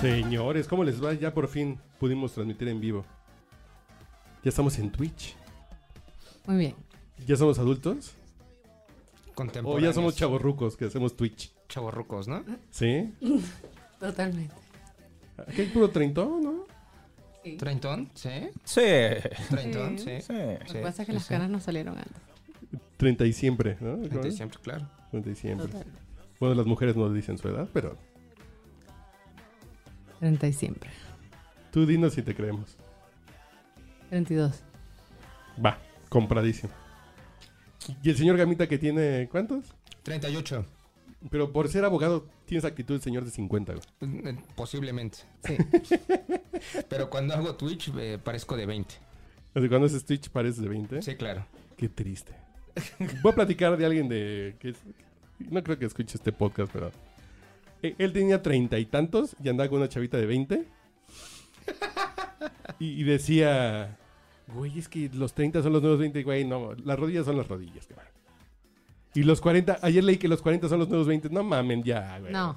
Señores, ¿cómo les va? Ya por fin pudimos transmitir en vivo. Ya estamos en Twitch. Muy bien. ¿Ya somos adultos? O Contemporáneos. ya somos chavorrucos que hacemos Twitch. chavorrucos, ¿no? ¿Sí? Totalmente. Aquí hay puro treintón, ¿no? Sí. ¿Treintón? ¿Sí? Sí, ¿Treintón? Sí. sí. Lo Sí, que pasa es que sí, las sí. caras no salieron antes. Treinta y siempre, ¿no? Gente siempre, claro. Treinta y siempre. Total. Bueno, las mujeres no dicen su edad, pero 30 y siempre. tú dinos si te creemos. 32. Va, compradísimo. ¿Y el señor Gamita que tiene cuántos? 38. Pero por ser abogado tienes actitud de señor de 50, güey. Mm, eh, Posiblemente. Sí. Pero cuando hago Twitch eh, parezco de 20. Desde cuando haces Twitch pareces de 20. Sí, claro. Qué triste. Voy a platicar de alguien de. Que, es- no creo que escuche este podcast, pero. eh, Él tenía treinta y tantos y andaba con una chavita de 20. Y, y decía. Güey, es que los 30 son los nuevos 20. Güey, no, las rodillas son las rodillas, cabrón. Y los 40, ayer leí que los 40 son los nuevos 20. No mamen, ya, güey. No.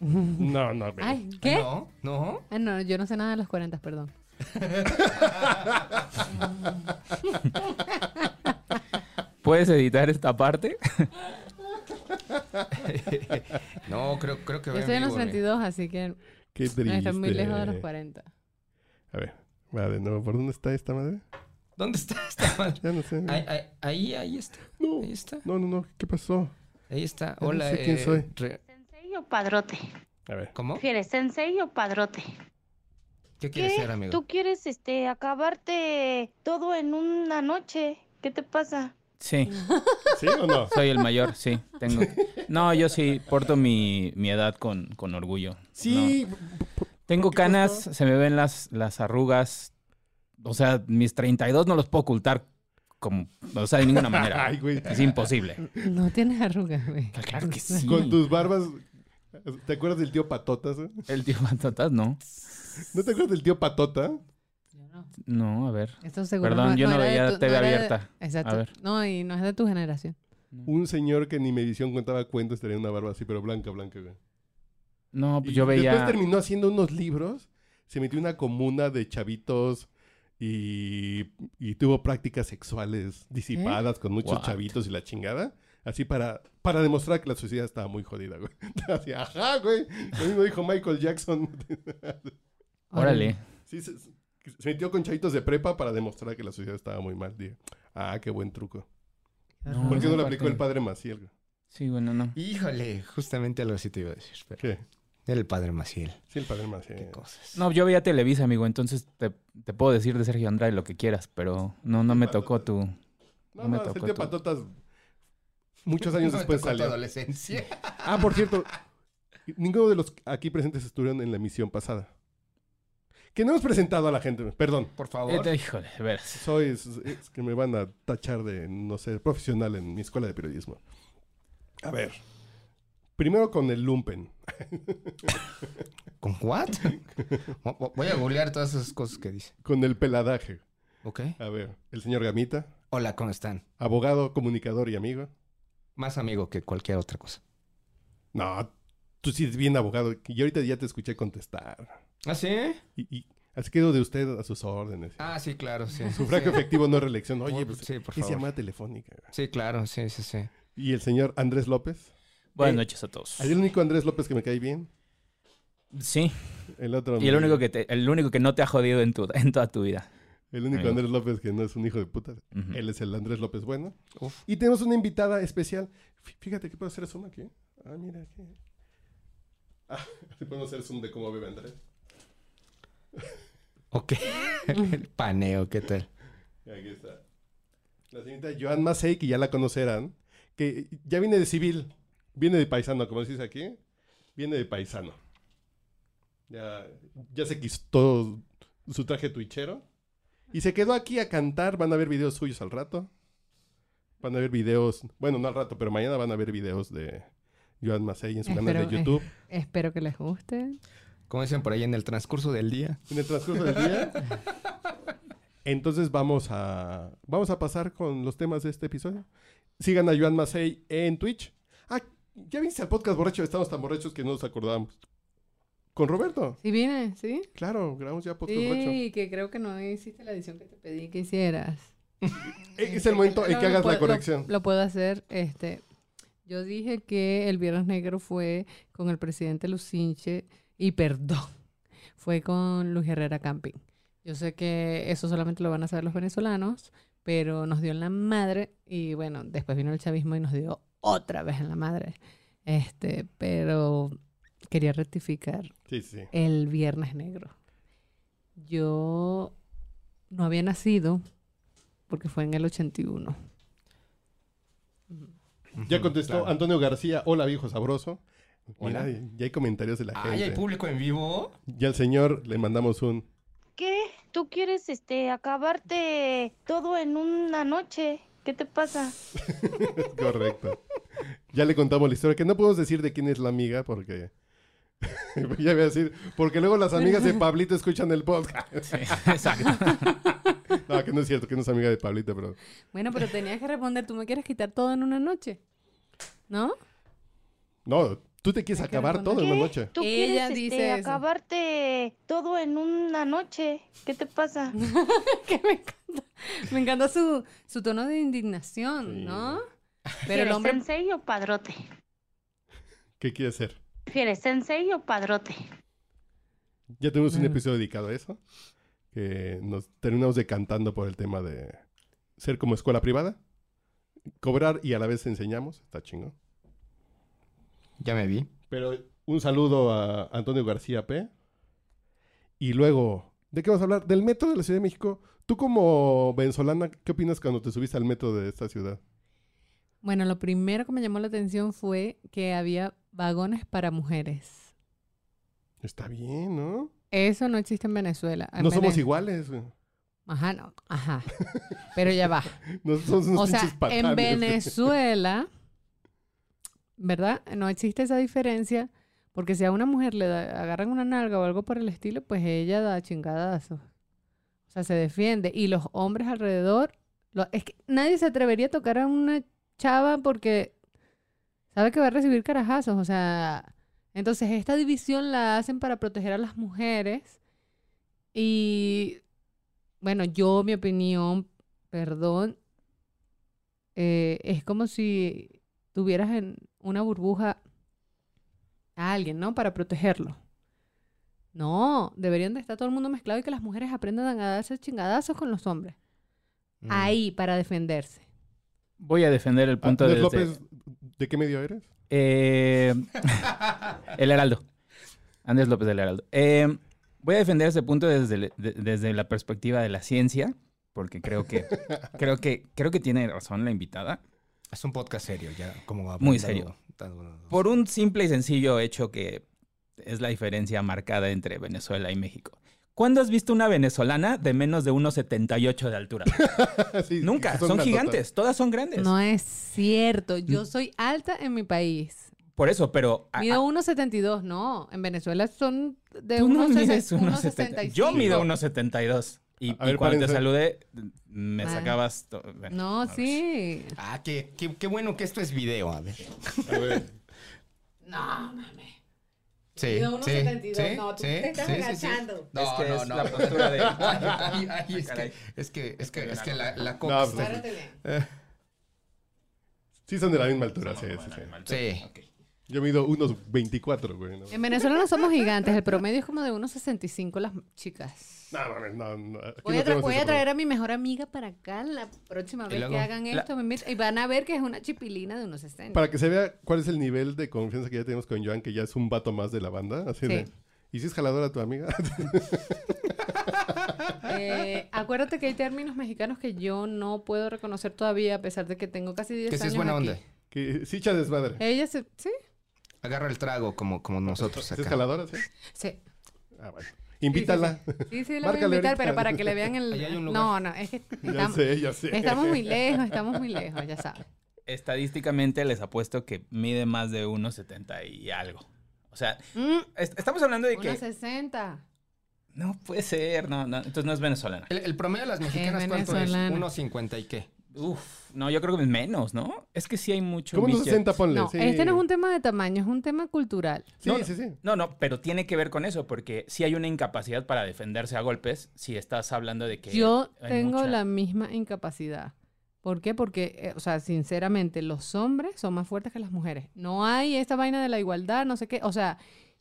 No, no, güey. Ay, ¿qué? No, no. Ah, no, yo no sé nada de los 40, perdón. ¿Puedes editar esta parte? No, creo, creo que Yo veo estoy en los vivo, güey. 32, así que Qué triste. estoy muy lejos de los 40. A ver, va de nuevo. ¿Por dónde está esta madre? ¿Dónde está esta madre? Ya no sé. güey. Ahí, ahí, ahí, ahí está. no, Ahí está. no, no, no. ¿Qué pasó? Ahí está. no Hola. sé quién eh, soy. re- ¿Sensei o padrote? A ver. ¿Cómo? ¿Prefieres sensei o padrote? ¿Qué quieres ser, amigo? ¿Tú quieres este acabarte todo en una noche? ¿Qué te pasa? Sí, ¿Sí o no? soy el mayor, sí. Tengo. No, yo sí porto mi, mi edad con, con orgullo. No. Sí, Tengo canas, se me ven las, las arrugas. O sea, mis 32 no los puedo ocultar como, o sea, de ninguna manera. Ay, güey. Es imposible. No tienes arrugas, güey. Claro que sí. Con tus barbas. ¿Te acuerdas del tío Patotas? eh? El tío Matatas, no. ¿No te acuerdas del tío Patota? Yo no. No, a ver. Esto seguro Perdón, yo no era de veía tu- TV era de- abierta. Exacto. A ver. No, y no es de tu generación. Un señor que ni medición contaba cuentos tenía una barba así, pero blanca, blanca, güey. No, pues Y yo veía. Después terminó haciendo unos libros, se metió en una comuna de chavitos y, y tuvo prácticas sexuales disipadas con muchos ¿Eh? What? chavitos y la chingada. Así para, para demostrar que la sociedad estaba muy jodida, güey. Así, ajá, güey. Lo mismo dijo Michael Jackson. Órale. Sí, se, se metió con chavitos de prepa para demostrar que la sociedad estaba muy mal, tío. Ah, qué buen truco. No, ¿Por qué Ah, esa no lo aplicó parte- el padre Maciel? güey? Sí, bueno, no. Híjole, justamente algo así te iba a decir. Pero ¿Qué? era el padre Maciel. Sí, el padre Qué Maciel. cosas. No, yo veía Televisa, amigo, entonces te, te puedo decir de Sergio Andrade lo que quieras, pero no, no me tocó tu... No, No me no, el tocó tío tu- Patotas muchos años Me después tocó tu salió. adolescencia. Ah, por cierto, ninguno de los aquí presentes estuvieron en la emisión pasada. Que no hemos presentado a la gente, perdón. Por Eh, favor. te- híjole, a ver. Soy, es, es que me van a tachar de no ser profesional en mi escuela de periodismo. A ver, primero con el lumpen. ¿Con what? Vo- vo- Voy a googlear todas esas cosas que dice. Con el peladaje. Ok. A ver, el señor Gamita, Hola, ¿cómo están? abogado, comunicador y amigo. Más amigo que cualquier otra cosa. No, tú sí eres bien abogado. Y ahorita ya te escuché contestar. ¿Ah, sí? Y, y así quedo de usted a sus órdenes. Ah, sí, claro, sí. Sufragio efectivo, no reelección. Oye, Por- pues, sí, por es favor. llamada telefónica. Sí, claro, sí, sí, sí. Y el señor Andrés López. Eh, Buenas noches a todos. Es el único Andrés López que me cae bien. Sí, El otro. y el no. único que, te- el único que no te ha jodido en, tu, en toda tu vida. El único Amigo. Andrés López que no es un hijo de puta. Ujú. Él es el Andrés López bueno. Uf. Y tenemos una invitada especial. Fí- Fíjate que puedo hacer zoom aquí. Ah, mira aquí. Ah, sí podemos hacer zoom de cómo vive Andrés. Ok. el paneo, ¿qué tal? Y aquí está. La señorita Joan Macei, que ya la conocerán, que ya viene de civil, viene de paisano, como decís aquí, viene de paisano. Ya, ya se quitó su traje tuichero y se quedó aquí a cantar. Van a ver videos suyos al rato. Van a ver videos, bueno, no al rato, pero mañana van a ver videos de Joan Macei en su canal Espero, de eh. YouTube. Espero que les guste. Como dicen por ahí en el transcurso del día. en el transcurso del día. Entonces vamos a vamos a pasar con los temas de este episodio. Sigan a Joan Macei en Twitch. Ah, ya viniste al podcast borracho, estamos tan borrachos que no nos acordábamos. Con Roberto. Sí vine, ¿sí? Claro, grabamos ya podcast borracho. Sí, que creo que no hiciste la edición que te pedí que hicieras. Eh, Es el momento en No, que lo hagas puedo- la lo- corrección. Lo, puedo hacer. Este, yo dije que el Viernes Negro fue con el presidente Lucinche y perdón, fue con Luis Herrera Camping. Yo sé que eso solamente lo van a saber los venezolanos, pero nos dio en la madre y bueno, después vino el chavismo y nos dio otra vez en la madre. Este, pero quería rectificar Sí, sí. el Viernes Negro. Yo no había nacido porque fue en el 81. Ya contestó claro. Antonio García. Hola, viejo sabroso. Mira, Hola. ya hay comentarios de la Ay, hay gente. público en vivo. Y al señor le mandamos un... ¿Qué? ¿Tú quieres este acabarte todo en una noche? ¿Qué te pasa? Correcto. Ya le contamos la historia, que no podemos decir de quién es la amiga porque... ya voy a decir, porque luego las amigas de Pablito escuchan el podcast. Sí, exacto. No, que no es cierto, que no es amiga de Pablito, pero... Bueno, pero tenías que responder, ¿tú me quieres quitar todo en una noche? ¿No? No, tú te quieres Hay que acabar todo en la noche. ¿Tú Ella quieres este, dice eso. acabarte todo en una noche? ¿Qué te pasa? que me encanta, me encanta su, su tono de indignación, Sí. ¿no? Pero el ¿Quieres hombre... sensei o padrote? ¿Qué quieres hacer? ¿Quieres sensei o padrote? Ya tuvimos un Claro. episodio dedicado a eso. Que nos terminamos decantando por el tema de ser como escuela privada, cobrar y a la vez enseñamos. Está chingón. Ya me vi. Pero un saludo a Antonio García P. Y luego, ¿de qué vamos a hablar? Del metro de la Ciudad de México. Tú como venezolana, ¿qué opinas cuando te subiste al metro de esta ciudad? Bueno, lo primero que me llamó la atención fue que había vagones para mujeres. Está bien, ¿no? Eso no existe en Venezuela. En No somos Vene- iguales. güey. Ajá, no. Ajá. Pero ya va. No somos unos O sea, pinches patanes, en güey. Venezuela, ¿verdad? No existe esa diferencia. Porque si a una mujer le da- agarran una nalga o algo por el estilo, pues ella da chingadazos. O sea, se defiende. Y los hombres alrededor. lo- es que nadie se atrevería a tocar a una chava porque sabe que va a recibir carajazos. O sea, entonces esta división la hacen para proteger a las mujeres. Y bueno, yo, mi opinión, perdón, eh, es como si tuvieras en una burbuja a alguien, ¿no? Para protegerlo. No, deberían de estar todo el mundo mezclado y que las mujeres aprendan a darse chingadazos con los hombres. Mm. Ahí, para defenderse. Voy a defender el Ah, punto Andrés de... este, López, ¿de qué medio eres? Eh, el Heraldo. Andrés López del Heraldo. Eh, voy a defender ese punto desde, el- de- desde la perspectiva de la ciencia, porque creo que, creo que, creo que tiene razón la invitada. Es un podcast serio, ya. Como va Muy dando- serio. dando- Por un simple y sencillo hecho que es la diferencia marcada entre Venezuela y México. ¿Cuándo has visto una venezolana de menos de 1,78 de altura? Sí, Nunca, son, grandotas. gigantes, todas son grandes. No eh. es cierto. Mm. Yo soy alta en mi país. Por eso, pero... a- Mido 1,72. No, en Venezuela son de ah. Tú no mides 1,65. 1.70. Yo mido 1.72. Y, A ver, y cuando te párense. saludé, me Ah. sacabas... to- bueno, No, a ver. sí. Ah, qué, qué, qué bueno que esto es video, a ver. A ver. No, mames. Sí, Mido 1.72, sí, no, tú sí, te estás sí, sí, sí. agachando. No, Es que no, es no. la postura de- Ah, Ay, ay, ay, es, Caray. que, es que, es que, es que la, la No, coca pues, está- Párate bien. Sí son de la misma altura, sí, sí, sí. Sí. Yo mido unos 24, güey. No, En Venezuela no somos gigantes, el promedio es como de 1,65 las chicas. no, mames, no, no, aquí Voy, no a, tra- tenemos voy ese a traer a mi mejor amiga para acá la próxima vez luego, que hagan la- esto. me invita- y van a ver que es una chipilina de problema. 1,60. Para que se vea cuál es el nivel de confianza que ya tenemos con Joan, que ya es un vato más de la banda. Así Sí. de, ¿Y si es jaladora tu amiga? Eh, acuérdate que hay términos mexicanos que yo no puedo reconocer todavía, a pesar de que tengo casi 10 Que años. sí es buena aquí. onda. que sí, echa desmadre. Ella se. Sí, Agarra el trago como, como nosotros ¿Sí Este ¿Es acá. jaladora? Sí. sí. Ah, bueno. Invítala. Sí, sí, la voy a Márcale invitar, ahorita. pero para que le vean el. Allá hay un lugar. No, no, es que ya estamos, sé, ya sé. estamos muy lejos, estamos muy lejos, ya sabes. Estadísticamente les apuesto que mide más de 1.70 y algo. O sea, Mm, est- estamos hablando de que... 1,60. No puede ser, no, no, entonces no es venezolana. Eh, El, el promedio de las mexicanas, ¿cuánto es? venezolana. 1.50 y qué. Uf, no, yo creo que es menos, ¿no? Es que sí hay mucho. ¿Cómo no misjet. 60? Ponle. No, sí. este no es un tema de tamaño, es un tema cultural. Sí, No, no. sí, sí. No, no, pero tiene que ver con eso, porque sí hay una incapacidad para defenderse a golpes si estás hablando de que. Yo hay tengo mucha- la misma incapacidad. ¿Por qué? Porque, eh, o sea, sinceramente, los hombres son más fuertes que las mujeres. No hay esta vaina de la igualdad, no sé qué. O sea,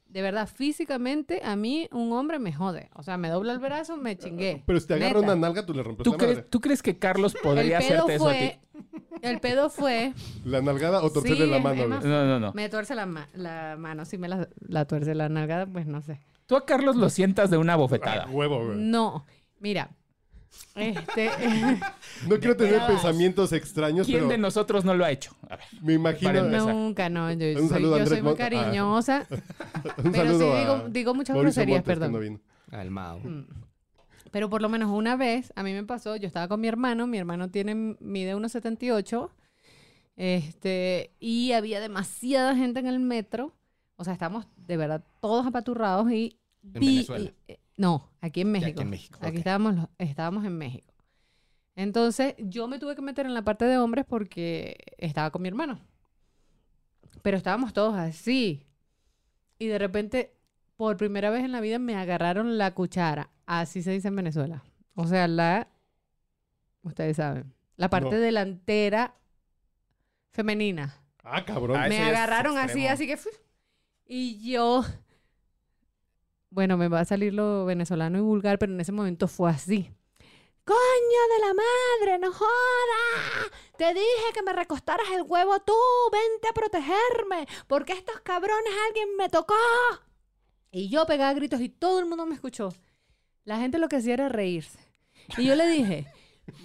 de verdad, físicamente, a mí un hombre me jode. O sea, me dobla el brazo, me chingué. Pero si te agarra Neta. una nalga, tú le rompes ¿Tú la crees, madre. ¿Tú crees que Carlos podría el pedo hacerte eso a fue, ti? El pedo fue, La nalgada o torcerle Sí, la es- mano. es güey. más- No, no, no. me tuerce la, ma- la mano, si me la, la tuerce la nalgada, pues no sé. Tú a Carlos lo sientas de una Ah, bofetada. huevo, güey. No, mira, este... No quiero tener veras. pensamientos extraños, ¿Quién pero de nosotros no lo ha hecho? A ver. me Para imagino. empezar. Nunca, no. Yo Un soy, saludo a yo soy Andrés muy Monta- ah. cariñosa, Un pero sí saludo a digo, digo muchas Mauricio groserías, Montes, que no perdón. vino. Al Mao. Pero por lo menos una vez, a mí me pasó, yo estaba con mi hermano, mi hermano tiene, mide 1,78, este, y había demasiada gente en el metro, o sea, estamos de verdad todos apaturrados y... En di- Venezuela. y- eh, no, aquí en México. aquí en México, Aquí ok. estábamos, los- estábamos en México. Entonces, yo me tuve que meter en la parte de hombres porque estaba con mi hermano. Pero estábamos todos así. Y de repente, por primera vez en la vida, me agarraron la cuchara. Así se dice en Venezuela. O sea, la. Ustedes saben. La parte No. delantera femenina. Ah, cabrón. Ah, me eso ya es agarraron así, extremo. así que. fui. Y yo. Bueno, me va a salir lo venezolano y vulgar, pero en ese momento fue así. ¡Coño de la madre! ¡No jodas! Te dije que me recostaras el huevo tú. Vente a protegerme. Porque estos cabrones alguien me tocó. Y yo pegaba gritos y todo el mundo me escuchó. La gente lo que hacía era reírse. Y yo le dije,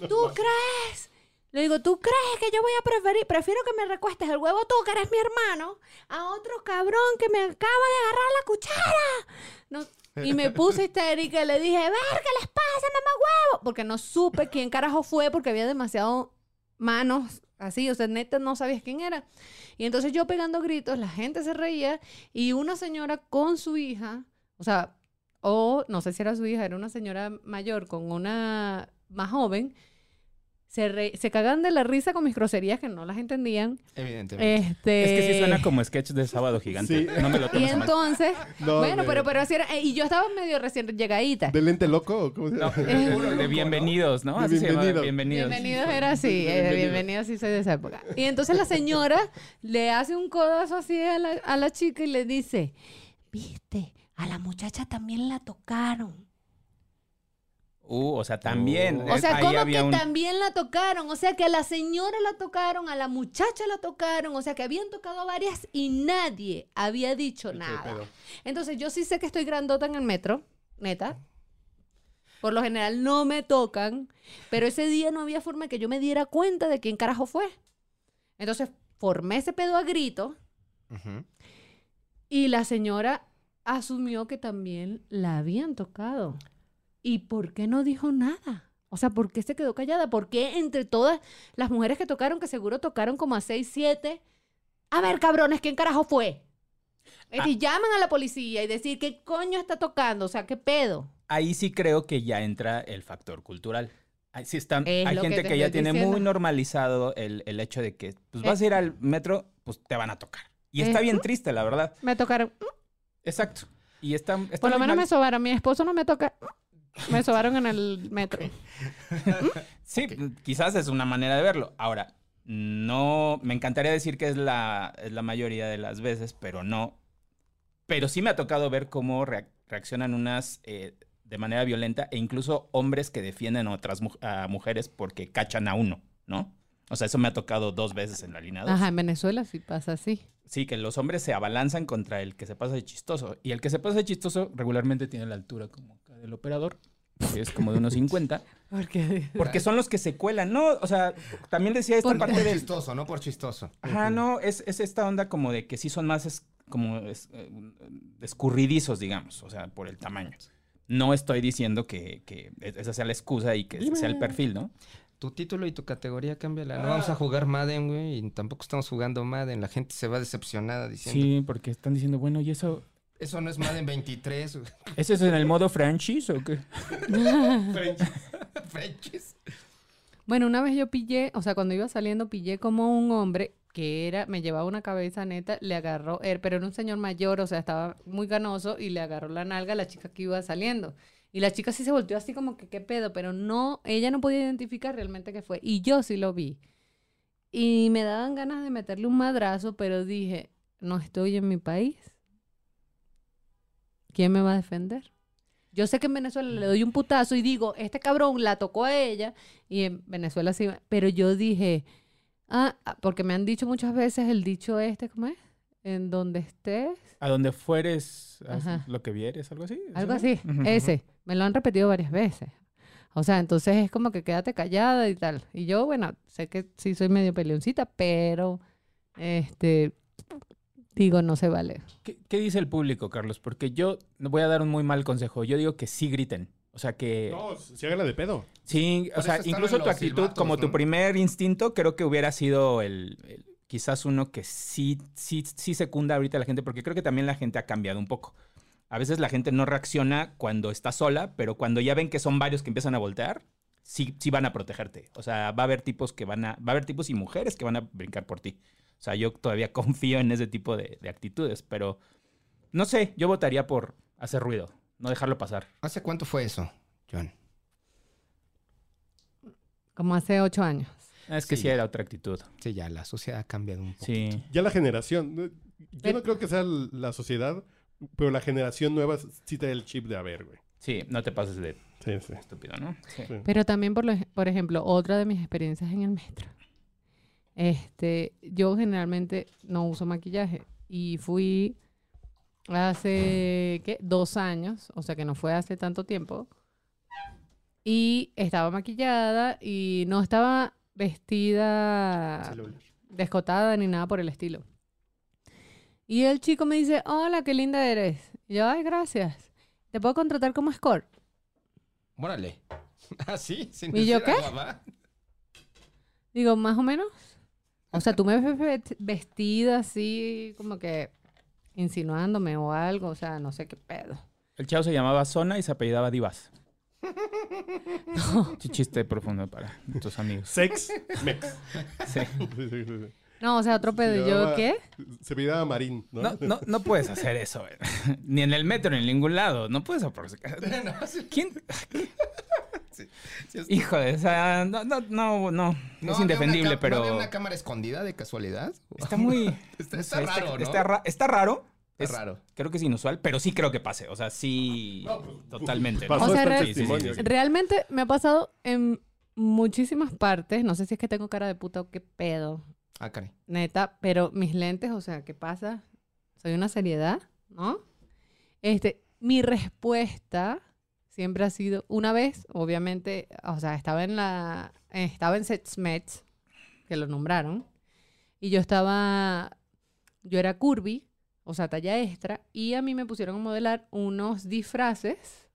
¿tú crees? Le digo, ¿tú crees que yo voy a preferir, prefiero que me recuestes el huevo tú, que eres mi hermano, a otro cabrón que me acaba de agarrar la cuchara? No, y me puse histérica y le dije, ver, ¿qué les pasa, mamá huevo? Porque no supe quién carajo fue porque había demasiado manos así, o sea, neta no sabías quién era. Y entonces yo pegando gritos, la gente se reía y una señora con su hija, o sea, o no sé si era su hija, era una señora mayor con una más joven, se, re- se cagan de la risa con mis groserías que no las entendían. Evidentemente. Este... Es que sí suena como sketch de sábado Sí. gigante. No me lo Y tomes a mal. entonces, No, bueno, güey. pero, pero así era, eh, y yo estaba medio recién llegadita. ¿De lente loco? o cómo se No, llama? de, de bienvenidos, ¿no? Así se llama, Bienvenido. bienvenidos. Bienvenidos era así, eh, bienvenidos Bienvenido. sí soy de esa época. Y entonces la señora le hace un codazo así a la, a la chica y le dice, viste, a la muchacha también la tocaron. Uh, o sea, también. O eh, sea, ahí ¿cómo que había un- también la tocaron? O sea, que a la señora la tocaron, a la muchacha la tocaron, o sea, que habían tocado a varias y nadie había dicho Qué nada. pedo. Entonces, yo sí sé que estoy grandota en el metro, neta. Por lo general no me tocan, pero ese día no había forma que yo me diera cuenta de quién carajo fue. Entonces, formé ese pedo a grito Ujú. y la señora asumió que también la habían tocado. ¿Y por qué no dijo nada? O sea, ¿por qué se quedó callada? ¿Por qué entre todas las mujeres que tocaron, que seguro tocaron como a 6, 7? A ver, cabrones, ¿quién carajo fue? Es Ah. que llaman a la policía y decir, ¿qué coño está tocando? O sea, ¿qué pedo? Ahí sí creo que ya entra el factor cultural. Ahí sí están, Es hay lo que gente te que, ya estoy tiene diciendo. muy normalizado el, el hecho de que pues, Eh. vas a ir al metro, pues te van a tocar. Y está Ujú. bien triste, la verdad. Me tocaron. Exacto. Y está, está Por lo muy menos me mal. sobaron. Mi esposo no me toca. Me sobaron en el metro. Sí, mm, quizás es una manera de verlo. Ahora, no, me encantaría decir que es la, es la mayoría de las veces, pero no. Pero sí me ha tocado ver cómo reac- reaccionan unas eh, de manera violenta e incluso hombres que defienden a otras mu- a mujeres porque cachan a uno, ¿no? O sea, eso me ha tocado dos veces en la línea dos. Ajá, en Venezuela sí pasa así. Sí, que los hombres se abalanzan contra el que se pasa de chistoso. Y el que se pasa de chistoso regularmente tiene la altura como acá del operador, que es como de unos 50. Porque Porque son los que se cuelan, ¿no? O sea, también decía esta Porque- parte Por del... chistoso, no por chistoso. Ajá, no, es, es esta onda como de que sí son más es- como es- eh, escurridizos, digamos, o sea, por el tamaño. No estoy diciendo que, que e, esa sea la excusa y que sea el perfil, ¿no? Tu título y tu categoría cámbiala. No vamos a jugar Madden, güey, y tampoco estamos jugando Madden. La gente se va decepcionada diciendo, porque están diciendo, bueno, ¿y eso, eso no es Madden 23, güey. eso es en el modo franchise o qué? Frenchies. Bueno, una vez yo pillé, o sea, cuando iba saliendo, pillé como un hombre que era, me llevaba una cabeza neta, le agarró, er- pero era un señor mayor, o sea, estaba muy ganoso y le agarró la nalga a la chica que iba saliendo. Y la chica sí se volteó así como que qué pedo, pero no, ella no podía identificar realmente qué fue. Y yo sí lo vi. Y me daban ganas de meterle un madrazo, pero dije, no estoy en mi país. ¿Quién me va a defender? Yo sé que en Venezuela le doy un putazo y digo, este cabrón la tocó a ella y en Venezuela sí, va- pero yo dije, ah, ah, porque me han dicho muchas veces el dicho este, ¿cómo es? En donde estés, A donde fueres, haz Ajá. lo que vieres, algo así. ¿es algo eso? así, Ujú. ese, me lo han repetido varias veces. O sea, entonces es como que quédate callada y tal. Y yo, bueno, sé que sí soy medio peleoncita, pero, este, digo, no se vale. ¿Qué, qué dice el público, Carlos? Porque yo no voy a dar un muy mal consejo. Yo digo que sí griten. O sea que No, se háganla de pedo. sí, o Por sea, eso están incluso en tu los actitud, silbatos, como tu ¿no? primer instinto, creo que hubiera sido el, el- quizás uno que sí, sí, sí secunda ahorita a la gente, porque creo que también la gente ha cambiado un poco. A veces la gente no reacciona cuando está sola, pero cuando ya ven que son varios que empiezan a voltear, sí, sí van a protegerte. O sea, va a haber tipos que van a, va a haber tipos y mujeres que van a brincar por ti. O sea, yo todavía confío en ese tipo de, de actitudes, pero no sé, yo votaría por hacer ruido, no dejarlo pasar. ¿Hace cuánto fue eso, John? Como hace ocho años. Es que sí, Sí. era otra actitud. Sí, ya, la sociedad ha cambiado un poco. Sí. Ya la generación. ¿no? Yo no Pero- creo que sea l- la sociedad, pero la generación nueva sí trae el chip de haber, güey. Sí, no te pases de Sí, sí. estúpido, ¿no? Sí. Sí. Pero también, por, lo ej- por ejemplo, otra de mis experiencias en el metro. Este, yo generalmente no uso maquillaje y fui hace, ¿qué? Dos años, o sea que no fue hace tanto tiempo. Y estaba maquillada y no estaba vestida Celular. descotada ni nada por el estilo. Y el chico me dice, hola, qué linda eres. Y yo, ay, gracias. ¿Te puedo contratar como escort? Órale. Ah, sí, sin ¿Y yo decir qué? a mamá. Digo, más o menos. O sea, tú me ves ve- vestida así, como que insinuándome o algo, o sea, no sé qué pedo. El chavo se llamaba Zona y se apellidaba Divas. Sí, Chiste profundo para tus amigos. Sex, mex. Sí. Sí, sí, sí, sí. No, o sea, otro pedo. Y yo, Llamaba- ¿qué? Se miraba Marín, ¿no? No, no, no puedes hacer eso. eh. Ni en el metro, ni en ningún lado. No puedes aprovechar. No, sí, ¿Quién? sí, es- Hijo de esa. No, no, no. no. ¿No es había indefendible, una cam- ¿No había pero. una cámara escondida de casualidad? Está muy. Está, no está sé, raro, ¿no? Está, ra- está raro. Está Es- raro. Creo que es inusual, pero sí creo que pase. O sea, sí. Totalmente. ¿no? pues, Pasó O sea, hasta el re- testimonio. Sí, sí, sí, sí. Realmente me ha pasado en muchísimas partes. No sé si es que tengo cara de puta o qué pedo, Ah, caray. neta, pero mis lentes, o sea, ¿qué pasa? Soy una seriedad, ¿no? Este, mi respuesta siempre ha sido, una vez, obviamente, o sea, estaba en la, estaba en Setsmets, que lo nombraron, y yo estaba, yo era curvy, o sea, talla extra, y a mí me pusieron a modelar unos disfraces,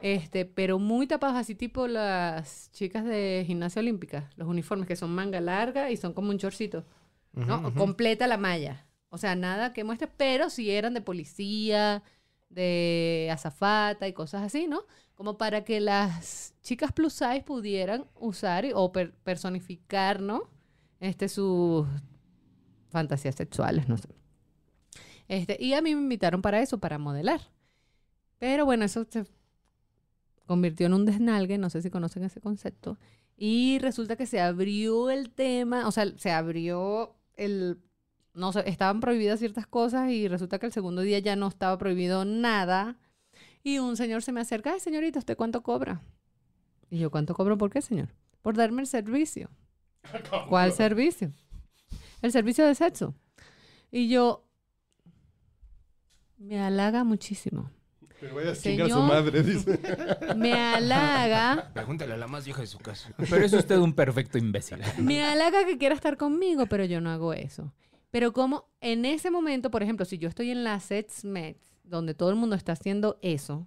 este, pero muy tapados, así tipo las chicas de gimnasia olímpica, los uniformes que son manga larga y son como un chorcito. ¿no? Ujú, ujú. Completa la malla. O sea, nada que muestre, pero si eran de policía, de azafata y cosas así, ¿no? Como para que las chicas plus size pudieran usar y- o per- personificar, ¿no? Este, sus fantasías sexuales, no sé. Este, y a mí me invitaron para eso, para modelar. Pero bueno, eso se convirtió en un desnalgue, no sé si conocen ese concepto. Y resulta que se abrió el tema, o sea, se abrió el... No sé, estaban prohibidas ciertas cosas y resulta que el segundo día ya no estaba prohibido nada. Y un señor se me acerca, ay, señorita, ¿usted cuánto cobra? Y yo, ¿cuánto cobro por qué, señor? Por darme el servicio. ¿Cuál servicio? El servicio de sexo. Y yo, me halaga muchísimo. Pero vaya a chingar a su Señor. madre, dice. Me halaga Pregúntale a la más vieja de su casa. Pero es usted un perfecto imbécil. Me halaga que quiera estar conmigo, pero yo no hago eso. Pero como en ese momento, por ejemplo, si yo estoy en la SETSMET, donde todo el mundo está haciendo eso,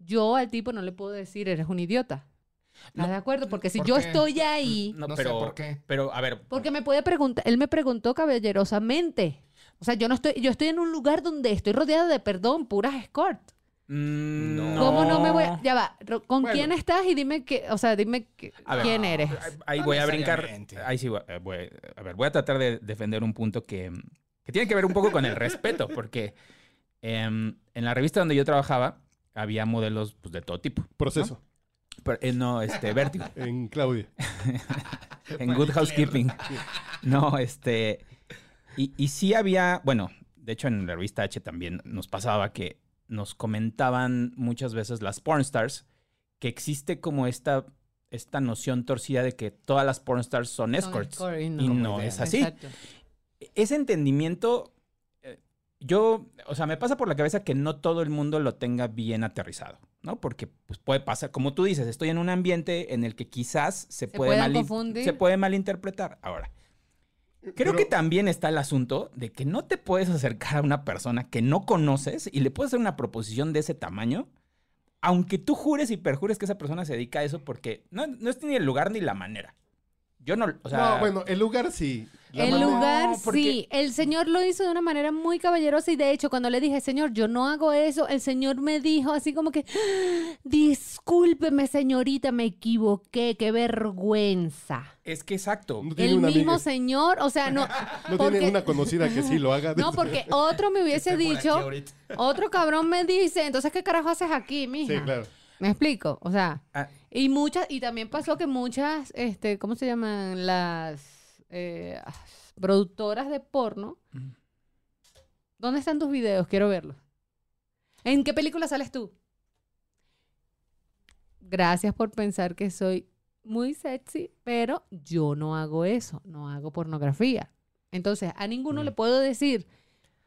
yo al tipo no le puedo decir, eres un idiota. ¿Estás No. de acuerdo? Porque si ¿Por yo qué? estoy ahí, No, No sé pero, por qué. Pero, a ver. porque me puede preguntar, él me preguntó caballerosamente. O sea, yo no estoy, yo estoy en un lugar donde estoy rodeada de, perdón, puras escort. Mm, No. ¿Cómo no me voy a... Ya va, Ro- ¿con Bueno. quién estás? Y dime que, o sea, dime que- A ver, quién eres. Ahí No voy a brincar. necesariamente. Ahí sí voy, eh, voy- A ver, voy a tratar de defender un punto que, que tiene que ver un poco con el respeto, porque em, en la revista donde yo trabajaba había modelos pues, de todo tipo. Proceso. Pero, eh, no, este, Vértigo. En Claudia. en Good Housekeeping. No, este. Y, y sí había, bueno, de hecho en la revista H también nos pasaba que nos comentaban muchas veces las pornstars que existe como esta, esta noción torcida de que todas las pornstars son escorts. escort y Y no. no idea. es así. Exacto. Ese entendimiento, eh, yo, o sea, me pasa por la cabeza que no todo el mundo lo tenga bien aterrizado, ¿no? Porque pues, puede pasar, como tú dices, estoy en un ambiente en el que quizás Se se, puede, puedan malin- confundir. se puede malinterpretar. Ahora, Mm, creo Pero- que también está el asunto de que no te puedes acercar a una persona que no conoces y le puedes hacer una proposición de ese tamaño. Aunque tú jures y perjures que esa persona se dedica a eso porque no, no es ni el lugar ni la manera. Yo no, o sea, no, bueno, el lugar sí. La El manera- lugar, No, porque- sí. El señor lo hizo de una manera muy caballerosa y de hecho cuando le dije, señor, yo no hago eso, el señor me dijo así como que, "Ah, discúlpeme señorita, me equivoqué, qué vergüenza. es que exacto. No tiene El una mismo amiga. señor, o sea, no, No porque- tiene una conocida que sí lo haga. no, pues, porque otro me hubiese dicho, otro cabrón me dice, entonces, ¿qué carajo haces aquí, mija? Sí, claro. ¿Me explico? O sea, Ah. y muchas, y también pasó que muchas, este, ¿cómo se llaman? Las eh, ah, productoras de porno. Ujú. ¿Dónde están tus videos? Quiero verlos. ¿En qué película sales tú? Gracias por pensar que soy muy sexy, pero yo no hago eso, no hago pornografía. Entonces, a ninguno le puedo decir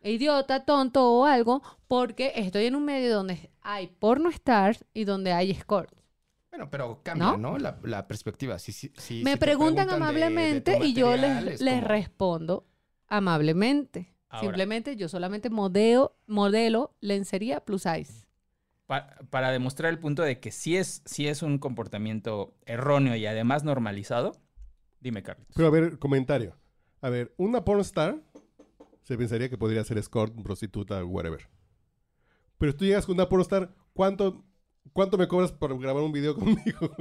idiota, tonto o algo, porque estoy en un medio donde hay porno stars y donde hay escorts. Bueno, pero cambia, ¿No? ¿no? La, la perspectiva. Si, si, si- Me si te preguntan, de- de tu amablemente y yo material, les, es les como- respondo amablemente. Ahora. Simplemente yo solamente modelo, modelo lencería plus size. Pa- Para, demostrar el punto de que sí es, sí es un comportamiento erróneo y además normalizado, dime, Carlitos. Pero a ver, comentario. A ver, una pornstar se pensaría que podría ser escort, prostituta, whatever. Pero tú llegas con una pornstar, ¿cuánto, cuánto me cobras por grabar un video conmigo?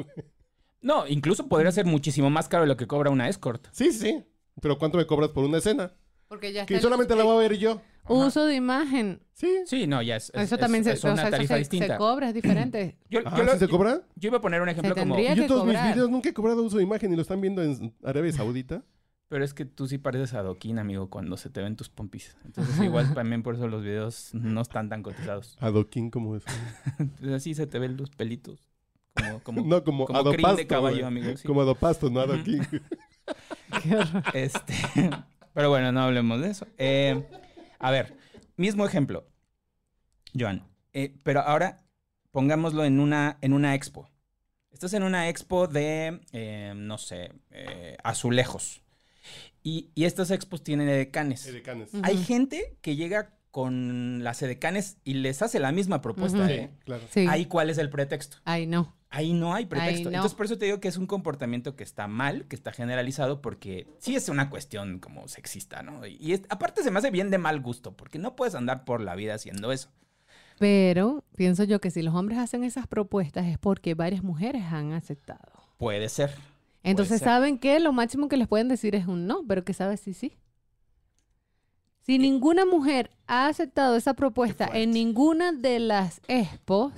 No, incluso podría ser muchísimo más caro de lo que cobra una escort. sí, sí. Pero ¿cuánto me cobras por una escena? Porque ya está Que el solamente la voy a ver yo. uso de imagen. Sí. Sí, no, ya es, es- eso es- también se, es o una sea, eso tarifa se- se distinta. cobra, es diferente. yo, yo Ajá, lo- Ah, ¿sí se cobra? yo iba a poner un ejemplo como... tendría- Hay Yo que todos mis cobrar. videos nunca he cobrado uso de imagen y lo están viendo en Arabia Saudita. Pero es que tú sí pareces adoquín, amigo, cuando se te ven tus pompis. Entonces igual también por eso los videos no están tan cotizados. Adoquín como eso. Entonces, así se te ven los pelitos. Como, como, No, como, como crin adopasto. de caballo, güey. amigo. sí. Como adopasto, no adoquín. Este, pero bueno, no hablemos de eso. Eh, a ver, mismo ejemplo, Joan. eh, pero ahora pongámoslo en una, en una expo. Estás en una expo de, eh, no sé, eh, azulejos. Y, y estas expos tienen edecanes. Edecanes. Ujú. Hay gente que llega con las edecanes y les hace la misma propuesta. Ujú. ¿eh? Claro. Sí. Ahí cuál es el pretexto. Ay, no. Ahí no hay pretexto. no. Entonces, por eso te digo que es un comportamiento que está mal, que está generalizado, porque sí es una cuestión como sexista, ¿no? Y, y es- aparte se me hace bien de mal gusto, porque no puedes andar por la vida haciendo eso. Pero pienso yo que si los hombres hacen esas propuestas es porque varias mujeres han aceptado. Puede ser. Entonces ser. saben que lo máximo que les pueden decir es un no, pero que sabes si sí. Si ninguna mujer ha aceptado esa propuesta en ninguna de las expos,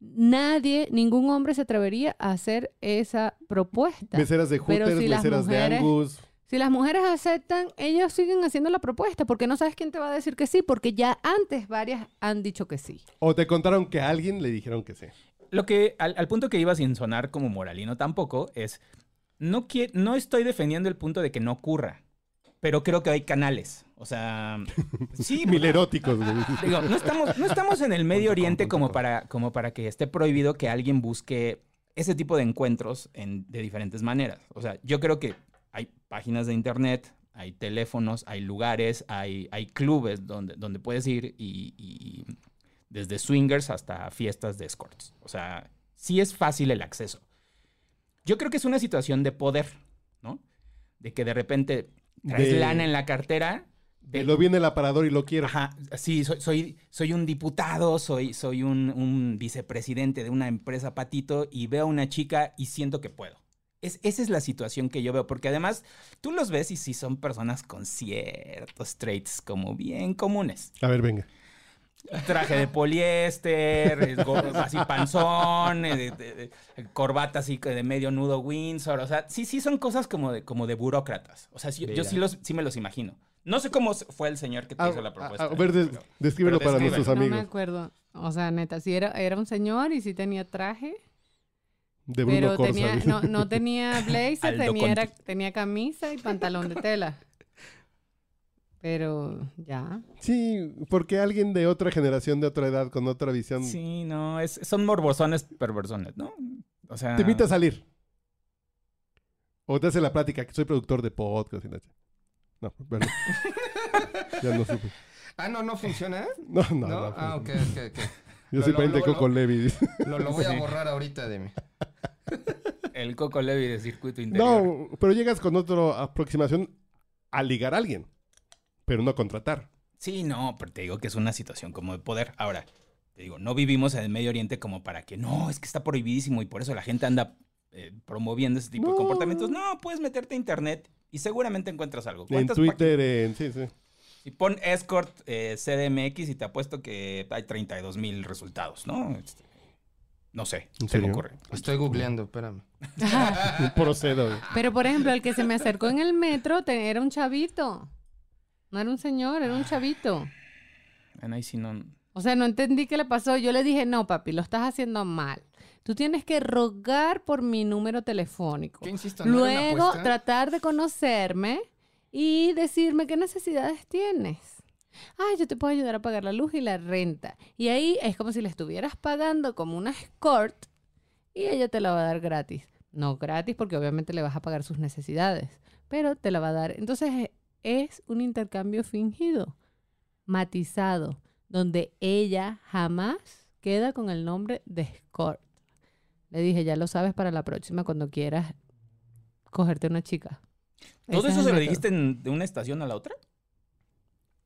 nadie, ningún hombre se atrevería a hacer esa propuesta. Meseras de Pero Hooters, si las meseras de mujeres- Angus. Si las mujeres aceptan, ellas siguen haciendo la propuesta porque no sabes quién te va a decir que sí, porque ya antes varias han dicho que sí. O te contaron que a alguien le dijeron que sí. Lo que, al, al punto que iba sin sonar como moralino tampoco, es, no, quie- no estoy defendiendo el punto de que no ocurra, pero creo que hay canales. O sea, sí, Mil eróticos, güey. Digo, no estamos, no estamos en el Medio Punto com, Oriente punto como com. para, como para que esté prohibido que alguien busque ese tipo de encuentros en- de diferentes maneras. O sea, yo creo que hay páginas de internet, hay teléfonos, hay lugares, hay, hay clubes donde, donde puedes ir y, y desde swingers hasta fiestas de escorts. O sea, sí es fácil el acceso. Yo creo que es una situación de poder, ¿no? De que de repente traes De- lana en la cartera De lo viene el aparador y lo quiero. Ajá, sí, soy, soy, soy un diputado, soy, soy un, un vicepresidente de una empresa patito y veo a una chica y siento que puedo. Es, esa es la situación que yo veo, porque además tú los ves y sí son personas con ciertos traits como bien comunes. A ver, venga. Traje de poliéster, gorro así panzón, eh, eh, eh, corbata así de medio nudo Windsor. O sea, sí, sí son cosas como de, como de burócratas. O sea, sí- yo Mira. sí, los, sí me los imagino. No sé cómo fue el señor que te A, hizo la a- propuesta. Ah, a ver, des- pero- descríbelo pero para descríbelo. nuestros No me amigos. acuerdo. O sea, neta, sí era, era un señor y sí tenía traje, Este De Bruno pero Corsa. tenía, dice. no, no tenía blazer, Aldo tenía, Conti. era- tenía camisa y pantalón de tela. Pero ya. Sí, porque alguien de otra generación, de otra edad, con otra visión, Sí, no, es, son morbosones perversones, ¿no? O sea, te invita a salir. O te hace la plática, que soy productor de podcast. y la ch- No, perdón. ya no supe. Ah, no, no funciona. No, no, No, no. ah, ok, pues, ok, ok. Yo Lo- soy lo- pariente de lo- Coco Levi. dice. Lo, lo voy Sí. a borrar ahorita de mí. el Coco Levi de circuito interior. No, pero llegas con otra aproximación a ligar a alguien, pero no a contratar. Sí, no, pero te digo que es una situación como de poder. Ahora, te digo, no vivimos en el Medio Oriente como para que no, es que está prohibidísimo y por eso la gente anda eh, promoviendo ese tipo No. de comportamientos. No, puedes meterte a internet y seguramente encuentras algo. En ¿Cuántas páginas? Twitter, en... Sí, sí. Si pon escort eh, CDMX y te apuesto que hay 32 mil resultados, ¿no? Este, no sé, ¿En se me serio? Pues ocurre. Estoy googleando, espérame. Procedo. güey. Pero por ejemplo, el que se me acercó en el metro te- era un chavito. No era un señor, era un chavito. Bueno, ahí sí no... O sea, no entendí qué le pasó. Yo le dije, no, papi, lo estás haciendo mal. Tú tienes que rogar por mi número telefónico. ¿Qué insisto? ¿No era una Luego apuesta? tratar de conocerme y decirme qué necesidades tienes. Ah, yo te puedo ayudar a pagar la luz y la renta. Y ahí es como si le estuvieras pagando como una escort y ella te la va a dar gratis. No gratis porque obviamente le vas a pagar sus necesidades, pero te la va a dar. Entonces e- es un intercambio fingido, matizado, donde ella jamás queda con el nombre de escort. Le dije, ya lo sabes para la próxima cuando quieras cogerte una chica. ¿Todo Ese es eso el se lo método. dijiste en- de una estación a la otra?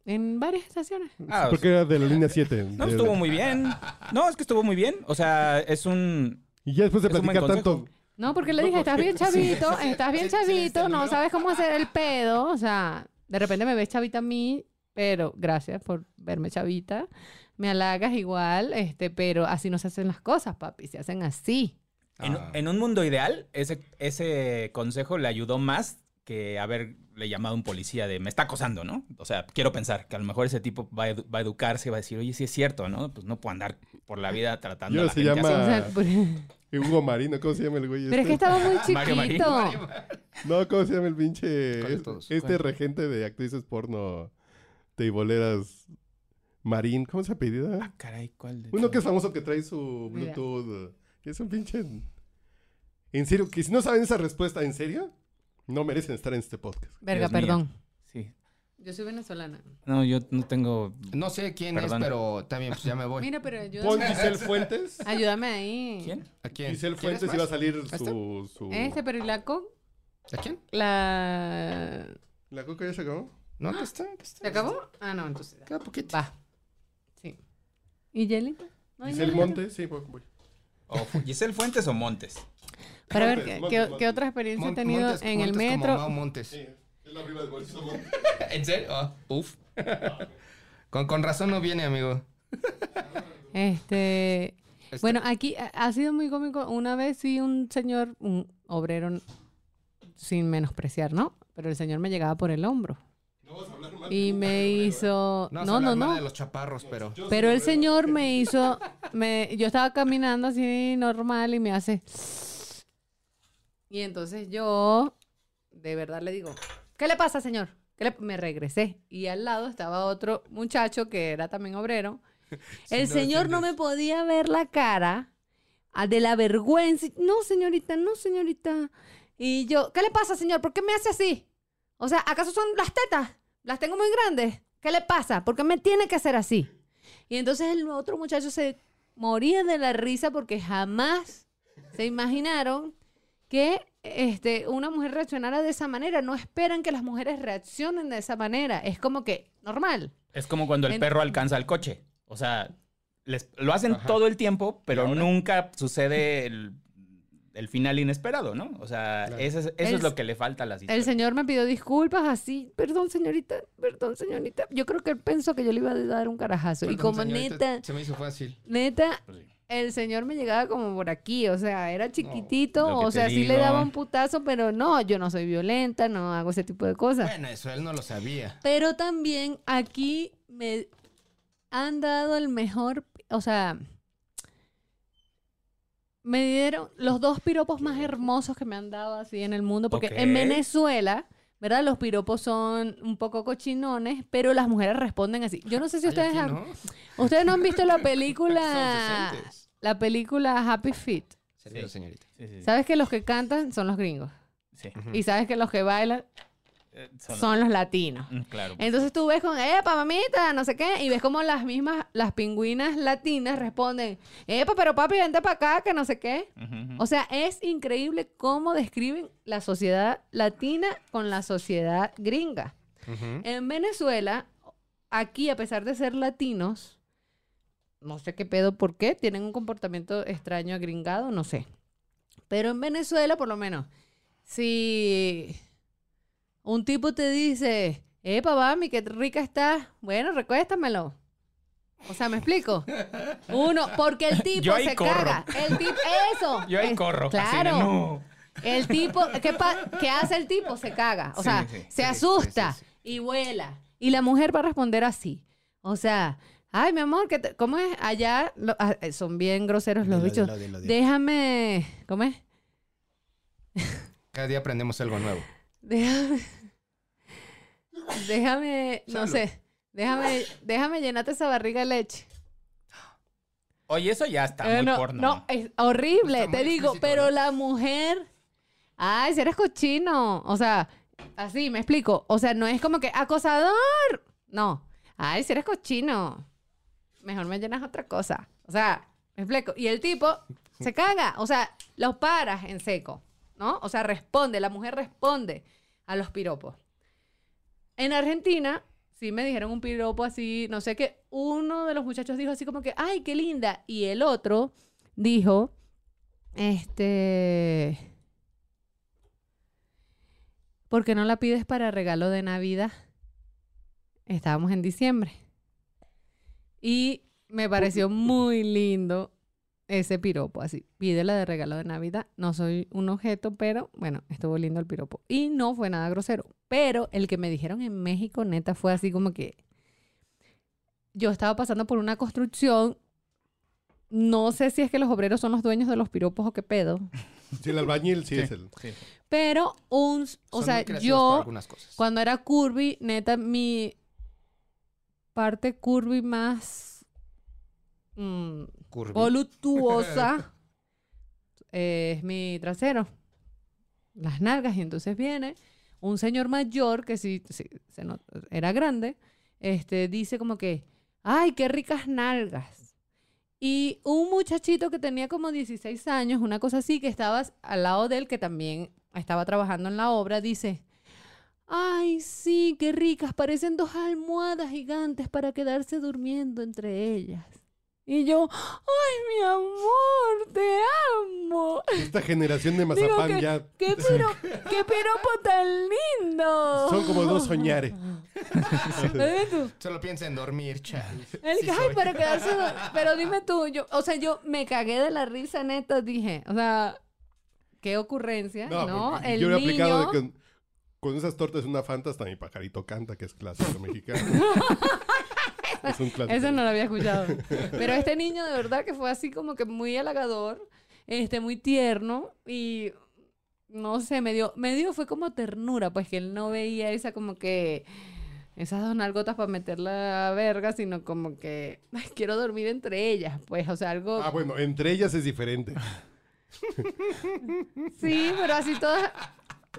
En varias estaciones. Ah, o Porque era de la línea 7. No, pues, de- estuvo muy bien. No, es que estuvo muy bien. O sea, es un... Y ya después de Es un buen platicar tanto, consejo. No, porque le No, dije, porque- estás bien chavito, estás bien sí, sí, sí, chavito, no entendió. sabes cómo hacer el pedo. O sea, de repente me ves chavita a mí, pero gracias por verme chavita. Me halagas igual, este, pero así no se hacen las cosas, papi, se hacen así. En, Ah. en un mundo ideal, ese, ese consejo le ayudó más que haberle llamado a un policía de me está acosando, ¿no? O sea, quiero pensar que a lo mejor ese tipo va a, edu- va a educarse y va a decir, oye, sí es cierto, ¿no? Pues no puedo andar por la vida tratando Yo a la se gente O llama- así". sea, Ah. por- Hugo Marino, ¿cómo se llama el güey? pero es que este? estaba muy Mario Marín. chiquito. No, ¿cómo se llama el pinche? ¿Cuál de es- todos? este ¿Cuál? regente de actrices porno teiboleras Marín, ¿cómo se apellida? Ah, caray, ¿cuál de Uno que es todos? famoso que trae su Mira. Bluetooth. eh, Es un pinche. En serio, que si no saben esa respuesta, ¿en serio? No merecen estar en este podcast. Verga, Dios mío. perdón. Sí. Yo soy venezolana. No, yo no tengo... No sé quién Perdón. es, pero también, pues ya me voy. Mira, pero Pon ayúdame, Giselle Fuentes. ayúdame ahí. ¿Quién? ¿A quién? Giselle ¿Quieres Fuentes iba a más? salir ¿Este? su. su... Este, pero ¿y la co? ¿A quién? La... ¿La coca ya se acabó? No, acá está, acá está. ¿Se acabó? Ah, no, entonces... Queda poquito. Va. Sí. ¿Y Yelita? No hay Giselle Yelita. Montes, sí, voy- voy. ¿O fu- Giselle Fuentes o Montes? Para ver Montes, qué, Montes, qué- Montes. qué otra experiencia Mon- ha tenido Montes- en el Montes como Mao metro. Montes. Sí, es la prima del bolsillo. ¿En serio? Ah, uf. con, con razón no viene, amigo. Este, Este- bueno, aquí ha- ha sido muy cómico. Una vez sí un señor, un obrero, sin menospreciar, ¿no? Pero el señor me llegaba por el hombro y me hizo... ¿eh? No, No, no, no. de los chaparros, pero... Pero el señor me hizo, me, yo estaba caminando así normal y me hace. Y entonces yo, de verdad le digo, ¿qué le pasa, señor? ¿Qué le-?" Me regresé y al lado estaba otro muchacho que era también obrero. El no señor no defendes. me podía ver la cara ah, de la vergüenza. No, señorita, no, señorita. Y yo, ¿qué le pasa, señor? ¿Por qué me hace así? O sea, ¿acaso son las tetas? Las tengo muy grandes. ¿Qué le pasa? ¿Por qué me tiene que hacer así? Y entonces el otro muchacho se moría de la risa porque jamás se imaginaron que este, una mujer reaccionara de esa manera. No esperan que las mujeres reaccionen de esa manera. Es como que normal. Es como cuando el En- perro alcanza al coche. O sea, les, lo hacen Ajá. todo el tiempo, pero ahora? nunca sucede el, el final inesperado, ¿no? O sea, Claro. eso, es, eso El- es lo que le falta a El las historias. señor me pidió disculpas así. Perdón, señorita. Perdón, señorita. Yo creo que él pensó que yo le iba a dar un carajazo. y Perdón, como señorita, neta, Se me hizo fácil. neta, Pues sí. el señor me llegaba como por aquí. O sea, era chiquitito. lo que o te sea, sí le digo. daba un putazo, pero no, yo no soy violenta, no hago ese tipo de cosas. Bueno, eso él no lo sabía. Pero también aquí me han dado el mejor, o sea, me dieron los dos piropos más hermosos que me han dado así en el mundo, porque en Ok. Venezuela, ¿verdad? Los piropos son un poco cochinones, pero las mujeres responden así. Yo no sé si Ay, ustedes aquí han, no. ustedes no han visto la Son película, decentes. la película Happy Feet. Servido, Sí. señorita. Sí, sí, sí. Sabes que los que cantan son los gringos Sí. Ujú. y sabes que los que bailan Eh, son- son Eh, los latinos. Mm, Claro. Entonces tú ves con, epa, mamita, no sé qué, y ves como las mismas, las pingüinas latinas responden, epa, pero papi, vente para acá, que no sé qué. Ujú, ujú. O sea, es increíble cómo describen la sociedad latina con la sociedad gringa. Ujú. En Venezuela, aquí, a pesar de ser latinos, no sé qué pedo por qué, tienen un comportamiento extraño, agringado, no sé. Pero en Venezuela, por lo menos, si un tipo te dice, eh, papá, mi qué rica estás, bueno, recuéstamelo. O sea, ¿me explico? Uno, porque el tipo Yo ahí se corro. caga. El tipo, eso. Yo ahí Es- corro. así de, eh, Claro. "No". El tipo, ¿qué, pa- qué hace el tipo? Se caga. O Sí, sea, sí, se sí, asusta sí, sí, y vuela. Y la mujer va a responder así. O sea, ay, mi amor, ¿qué te- ¿cómo es? Allá lo- ah, eh, son bien groseros los Dilo, bichos. dilo, dilo, dilo. Déjame, ¿cómo es? Cada día aprendemos algo nuevo. Déjame, déjame, no sé, déjame, déjame llenarte esa barriga de leche. Oye, eso ya está Eh, muy no, porno. no, es horrible, Está muy te digo, explícito, pero ¿no? la mujer, ay, si eres cochino, o sea, así, me explico, o sea, no es como que acosador, no, ay, si eres cochino, mejor me llenas otra cosa, o sea, me explico, y el tipo se caga, o sea, los paras en seco, ¿no? O sea, responde, la mujer responde a los piropos. En Argentina, sí me dijeron un piropo así, no sé qué. Uno de los muchachos dijo así como que, ay, qué linda. Y el otro dijo, este... ¿Por qué no la pides para regalo de Navidad? Estábamos en diciembre. Y me pareció muy lindo ese piropo, así, pídela de regalo de Navidad. No soy un objeto, pero bueno, estuvo lindo el piropo. Y no fue nada grosero. Pero el que me dijeron en México, neta, fue así como que yo estaba pasando por una construcción. No sé si es que los obreros son los dueños de los piropos o qué pedo, Sí, el albañil sí, Sí. es el. Sí. pero un, o Son sea, muy creativos para yo algunas cosas. cuando era curvy, neta, mi parte curvy más mm, Curvy. voluptuosa eh, es mi trasero. Las nalgas. Y entonces viene un señor mayor que sí, sí, se not- era grande. Este dice como que, ay, qué ricas nalgas. Y un muchachito que tenía como 16 años, una cosa así, que estaba al lado de él, que también estaba trabajando en la obra, dice, ay, sí, qué ricas, parecen dos almohadas gigantes para quedarse durmiendo entre ellas. Y yo, ay, mi amor, te amo. Esta generación de Digo mazapán que- ya ¿Qué, piro, qué piropo tan lindo. son como dos soñares. Dime tú. Solo piensa en dormir, chale. El Sí que, ay, soy. para quedarse. do- Pero dime tú, yo, o sea, yo me cagué de la risa, neta, dije. O sea, qué ocurrencia, ¿no? porque El yo lo he niño- aplicado de con, con esas tortas una fanta hasta mi pajarito canta, que es clásico mexicano. es un clásico. Eso no lo había escuchado. Pero este niño de verdad que fue así como que muy halagador, este, muy tierno y no sé, me dio, me dio fue como ternura, pues que él no veía esa como que esas dos nalgotas para meter la verga, sino como que "Ay, quiero dormir entre ellas, pues, o sea, algo Ah, bueno, entre ellas es diferente. sí, pero así todas.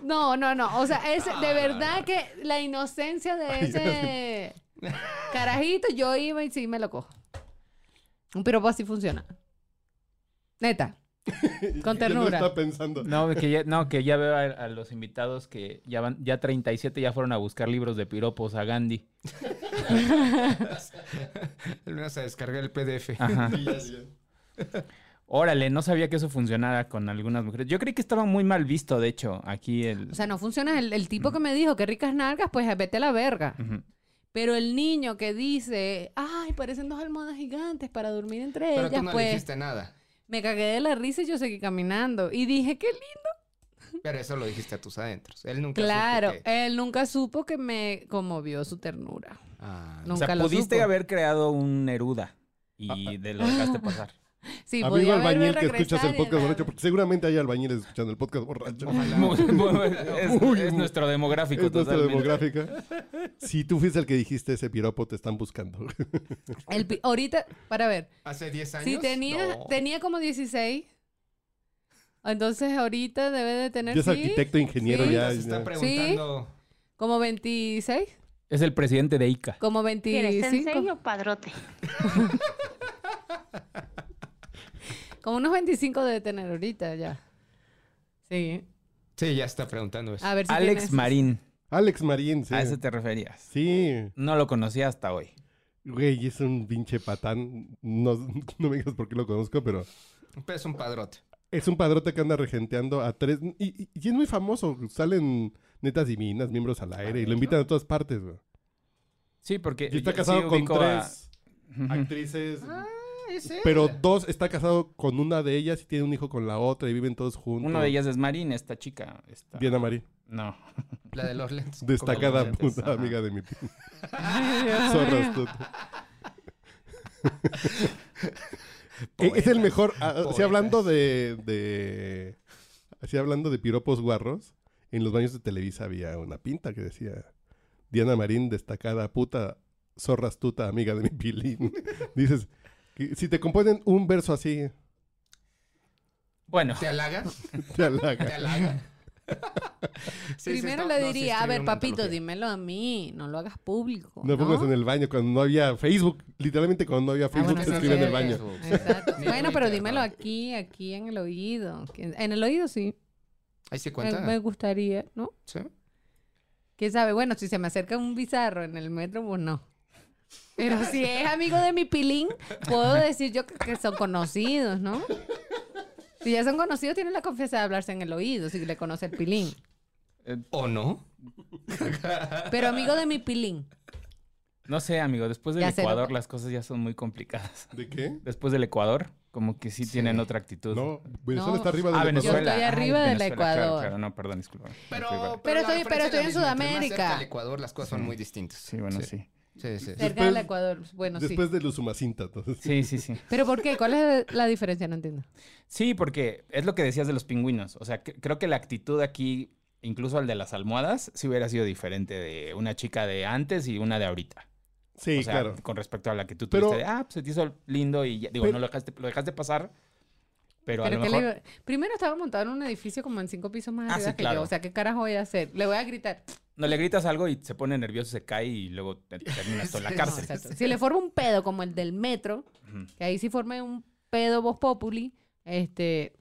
No, no, no. O sea, ese- Ah, de verdad que la inocencia de ese carajito, yo iba y sí me lo cojo. Un piropo así funciona. pues Neta. Con Ya no ternura. está pensando. No, que ya, no, que ya veo a, a los invitados que ya van, ya 37 ya fueron a buscar libros de piropos a Gandhi. Al menos a descargar el PDF. Ajá. Sí, ya, ya. Órale, no sabía que eso funcionara con algunas mujeres. Yo creí que estaba muy mal visto, de hecho, aquí el. O sea, no funciona el, el tipo que me dijo que ricas nalgas, pues vete a la verga. Ujú. Pero el niño que dice, ay, parecen dos almohadas gigantes para dormir entre Pero tú ellas, no le pues dijiste nada. me cagué de la risa y yo seguí caminando. Y dije, qué lindo. Pero eso lo dijiste a tus adentros. Él nunca supo Claro, que- él nunca supo que me conmovió su ternura. Ah, O Nunca sea, lo pudiste supo. Ah, haber creado un Neruda y de lo dejaste pasar. Sí, Amigo podía haberme albañil que escuchas regresado el y podcast nada. borracho, porque seguramente hay albañiles escuchando el podcast borracho. Muy- muy- es, Muy, es muy- nuestro demográfico. Es nuestra totalmente. demográfica. Si tú fuiste el que dijiste ese piropo, te están buscando. El pi- ahorita, para ver, ¿Hace 10 años? si tenía, No. tenía como 16, entonces ahorita debe de tener, Ya es sí, arquitecto, ingeniero, Sí. ya. Se está ya. preguntando. como 26, Es el presidente de ICA. como ¿Quieres sensei 25, o padrote? como unos 25 debe tener ahorita ya. Sí, Sí, ya está preguntando eso. a ver si Alex tienes- Marín. Alex Marín, sí. A Ah, ese te referías. Sí, No lo conocía hasta hoy. güey, es un pinche patán. No, no me digas por qué lo conozco, pero Pero es un padrote. es un padrote que anda regenteando a tres. Y, y- y es muy famoso. Salen netas divinas, miembros al aire, y lo invitan a todas partes, güey. Sí, porque. Y está yo- casado sí con ubico a- tres Ujú. actrices. Ah, Pero dos está casado con una de ellas y tiene un hijo con la otra y viven todos juntos. Uno de ellas es Marín, esta chica. esta- Diana Marín, No. La de los lentes. destacada Como puta ajá. amiga de mi tío. Zorras, tú. Eh, es el mejor. ah, ah, Si Poetas. hablando de, de. Si hablando de piropos guarros, en los baños de Televisa había una pinta que decía: Diana Marín, destacada puta, zorra astuta, amiga de mi pilín. Dices. que Si te componen un verso así, Bueno, ¿Te halaga? te ¿Te halaga. halaga? Sí, sí, Primero no- le no, sí diría, a escribió ver, una papito, antología. dímelo a mí, no lo hagas público. No pongas en el baño cuando no había Facebook. Literalmente cuando no había Facebook Ah, bueno, te sí, escriben en sí, el baño. sí. Facebook, sí. Exacto. Ni Bueno, pero Twitter, dímelo ¿no? aquí, aquí en el oído. Que- En el oído sí. Ahí sí Me, cuenta. me gustaría, ¿no? ¿Sí? ¿Quién sabe? Bueno, si se me acerca un bizarro en el metro, pues no. Pero si es amigo de mi pilín, puedo decir yo que, que son conocidos, ¿no? Si ya son conocidos, tienen la confianza de hablarse en el oído, si le conoce el pilín. ¿O no? Pero amigo de mi pilín. no sé, amigo. Después del Ya sé, Ecuador, ¿no? las cosas ya son muy complicadas. ¿De qué? Después del Ecuador, como que sí, Sí. tienen otra actitud. No, Venezuela No. está arriba de Ah, Venezuela. estoy Ay, arriba del Venezuela, claro, Ecuador. claro, no, perdón, disculpa. Pero, Pero la estoy- referencia pero es la estoy en misma. Entre más cerca Sudamérica. del Ecuador las cosas son muy distintas. Sí, bueno, sí. Sí, sí. Cerca del Después- Ecuador. Bueno, sí. Después de los Sumacinta, entonces. Sí, sí, sí. ¿Pero por qué? ¿Cuál es la diferencia? No entiendo. Sí, porque es lo que decías de los pingüinos. O sea, cre- creo que la actitud aquí, incluso al de las almohadas, sí hubiera sido diferente de una chica de antes y una de ahorita. Sí, o sea, claro. con respecto a la que tú Pero- tuviste de, ah, pues se te hizo lindo y ya", digo, Pero- no lo dejaste, lo dejaste pasar, pero, a Pero lo ¿qué mejor... le iba- Primero estaba montado en un edificio como en cinco pisos más Ah, arriba sí, que claro. yo. O sea, ¿qué carajo voy a hacer? Le voy a gritar. No le gritas algo y se pone nervioso, se cae y luego te- terminas tú en la Sí, No, cárcel. exacto. si le forma un pedo como el del metro, Ujú. que ahí sí formé un pedo voz populi, este...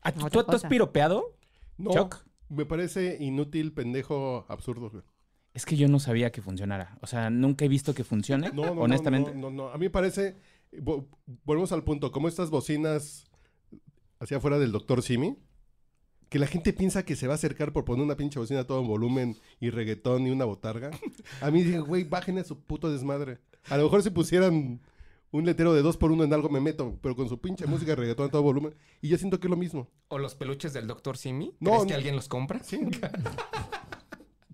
Ah, ¿tú, Otra tú- tú has cosa. piropeado, No, Choc? me parece inútil, pendejo, absurdo. güey. Es que yo no sabía que funcionara. O sea, nunca he visto que funcione, No, no, no, honestamente. No, no, no. A mí me parece. vo- volvemos al punto. Como estas bocinas hacia afuera del doctor Simi, que la gente piensa que se va a acercar por poner una pinche bocina a todo volumen y reggaetón y una botarga. A mí dije, güey, bajen a su puto desmadre. A lo mejor si pusieran un letrero de dos por uno en algo me meto, pero con su pinche música de reggaetón a todo volumen. Y yo siento que es lo mismo. ¿O los peluches del Dr. Simi? No, ¿Crees que no. alguien los compra? Sí.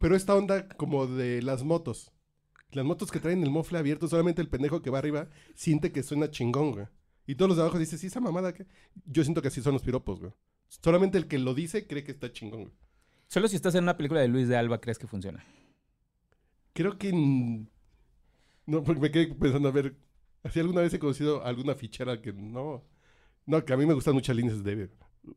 Pero esta onda como de las motos. Las motos que traen el mofle abierto, solamente el pendejo que va arriba siente que suena chingón, güey. Y todos los de abajo dicen, sí, esa mamada que... Yo siento que así son los piropos, güey. Solamente el que lo dice cree que está chingón, güey. Solo si estás en una película de Luis de Alba crees que funciona. Creo que... mm, No, porque me quedé pensando, a ver, ¿así alguna vez he conocido alguna fichera que no... No, que a mí me gustan muchas líneas de,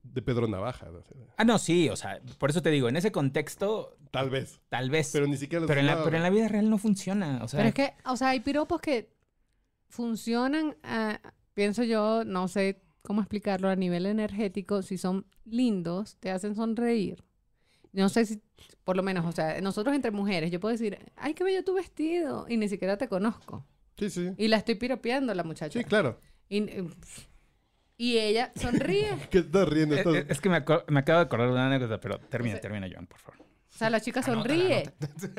de Pedro Navaja. ¿no? O sea, Ah, no, sí, o sea, por eso te digo, en ese contexto, tal vez. tal vez. Pero Pero, ni siquiera... las en, la, usaba, pero en la vida real no funciona. O sea, Pero es que, o sea, hay piropos que funcionan, ah, pienso yo, no sé cómo explicarlo a nivel energético, si son lindos, te hacen sonreír. No sé si, por lo menos, o sea, nosotros entre mujeres, yo puedo decir, ay, qué bello tu vestido, y ni siquiera te conozco. Sí, sí. Y la estoy piropeando la muchacha. Sí, claro. Y, eh, pf, y ella sonríe. ¿Qué estás riendo? Eh, Estás- eh, Es que me, aco- me acabo de acordar de una anécdota, pero termina, termina, Joan, por favor. O sea, la chica sonríe.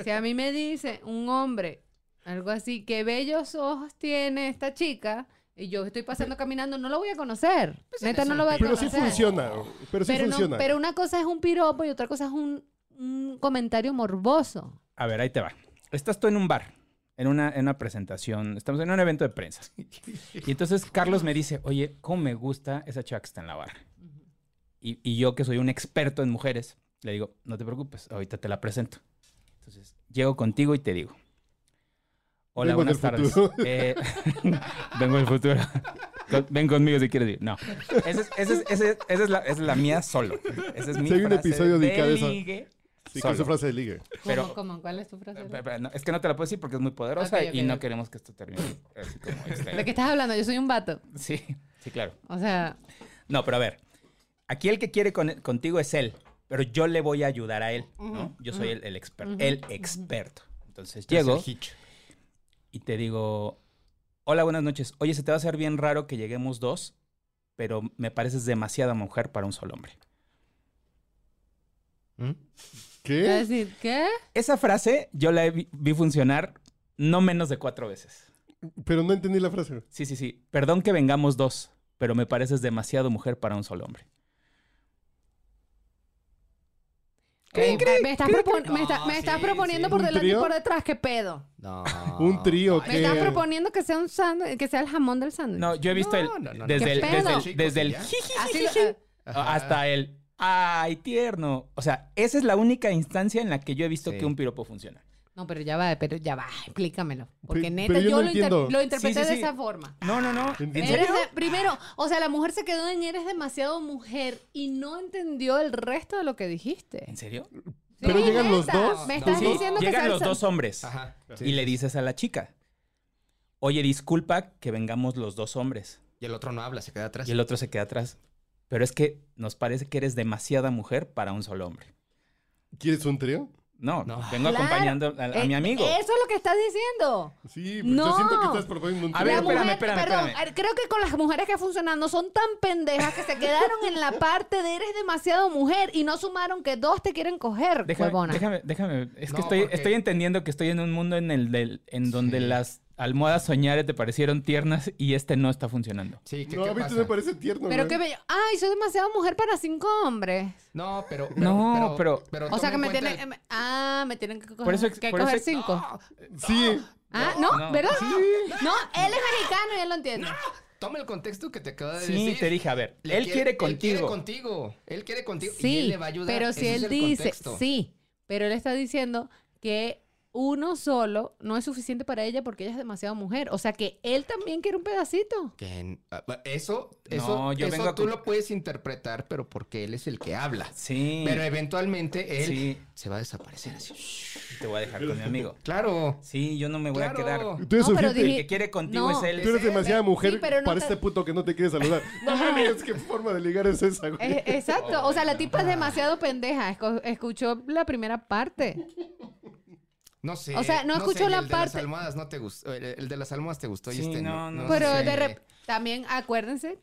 Si a mí me dice un hombre algo así, qué bellos ojos tiene esta chica, y yo estoy pasando caminando, no lo voy a conocer. Neta, no lo voy a Pero sí conocer. funciona. Pero sí Pero, no- funciona. pero una cosa es un piropo y otra cosa es un, un comentario morboso. A ver, ahí te va. Estás tú en un bar, en una, en una presentación, estamos en un evento de prensa. Y entonces Carlos me dice, oye, ¿cómo me gusta esa chava que está en la barra? Y, y yo, que soy un experto en mujeres, le digo, no te preocupes, ahorita te la presento. Entonces, llego contigo y te digo, hola, Vengo del buenas tardes. futuro. Eh, vengo del futuro. Con- ven conmigo si quieres ir. No. Esa es, esa es- esa es- esa es la, esa es la mía solo. Esa es mi Sí, hay un frase episodio de dedicado a eso. ligue Sí, con su solo. frase de ligue. ¿Cómo, Pero- cómo? ¿Cuál es tu frase? Pe- pe- no, es que no te la puedo decir porque es muy poderosa Ok, ok, y no ok. queremos que esto termine así como extraño. ¿De qué estás hablando? Yo soy un vato. Sí, sí, claro. O sea, No, pero a ver. Aquí el que quiere con- contigo es él, pero yo le voy a ayudar a él, ¿no? Yo soy el, el experto, el experto. Entonces llego y te digo, hola, buenas noches. Oye, se te va a hacer bien raro que lleguemos dos, pero me pareces demasiada mujer para un solo hombre. ¿Mm? voy a ¿Qué? decir, ¿qué? Esa frase yo la he vi- vi funcionar no menos de cuatro veces. Pero no entendí la frase. Sí, sí, sí. Perdón que vengamos dos, pero me pareces demasiado mujer para un solo hombre. Ey, me estás, propon- me está- No, me estás sí, proponiendo sí. por ¿Un delante y trío? por detrás, ¿qué pedo? No. Ah. Un trío Me estás que- proponiendo que sea un sándwich, que sea el jamón del sándwich. Eh, No, yo he visto No, el, no, no, no. desde ¿Qué el, desde pedo? el, desde el Chicos, jiji Así lo- eh, hasta el ay tierno. O sea, esa es la única instancia en la que yo he visto Sí. que un piropo funciona. no, pero ya va, pero ya va, explícamelo. Porque Pe- neta, pero yo, yo no lo, inter- entiendo. lo interpreté Sí, sí, de sí. esa forma. No, no, no. ¿En ¿En Eres serio? de- primero, o sea, la mujer se quedó en eres demasiado mujer y no entendió el resto de lo que dijiste. ¿En serio? ¿Pero Sí, llegan los neta, dos? Me No. estás Sí, diciendo que llegan sea el los sa- dos hombres Ajá. y le dices a la chica, oye, disculpa que vengamos los dos hombres. Y el otro no habla, se queda atrás. Y el otro se queda atrás. Pero es que nos parece que eres demasiada mujer para un solo hombre. ¿Quieres un trío? No, No. vengo Claro. acompañando a, a Eh, mi amigo. Eso es lo que estás diciendo. Sí, pues No. yo siento que estás proponiendo un A trío. ver, La espérame, mujer- espérame, perdón, espérame. eh, creo que con las mujeres que funcionan no son tan pendejas que se quedaron en la parte de eres demasiado mujer y no sumaron que dos te quieren coger, Déjame, huevona. déjame, déjame. Es No, que estoy, porque- estoy entendiendo que estoy en un mundo en el del, en donde Sí. las almohadas soñares te parecieron tiernas y este no está funcionando. Sí, ¿qué, No, qué a mí pasa? tú me parece tierno. Pero güey. qué bello. Ay, soy demasiado mujer para cinco hombres. No, pero, pero- No, pero- O sea toma que en me cuenta tienen. el- eh, Ah, me tienen que coger, eso ex- que por eso coger ex- cinco. Sí, ah, no, no. ¿verdad? No, él es mexicano y él lo entiende. Toma el contexto que te acaba de Sí, decir. te dije, a ver, Le él quiere contigo. Él quiere contigo. Él quiere contigo. y él Sí, le va a ayudar. pero si Ese es él el dice, contexto. sí, pero él está diciendo que uno solo no es suficiente para ella porque ella es demasiado mujer. O sea que él también quiere un pedacito. Que en- ah, ah, eso, No, eso, yo eso vengo a tú con- lo puedes interpretar, pero porque él es el que habla. Sí. Pero eventualmente él Sí. se va a desaparecer así. Te voy a dejar con mi amigo. Claro. Sí, yo no me voy Claro. a quedar. tú eres No, pero ojete. El dije- que quiere contigo No. es él. Tú eres demasiada mujer Sí, pero no para te- este puto que no te quiere saludar. No mames, qué forma de ligar es esa, güey. E- Oh, exacto. O sea, la tipa es demasiado pendeja. Esco- Escuchó la primera parte. No sé. O sea, no escuchó sé, y la el De las parte- almohadas no te gustó. El, el de las almohadas te gustó y Sí, este no, no. no. Pero sé. de rep- también acuérdense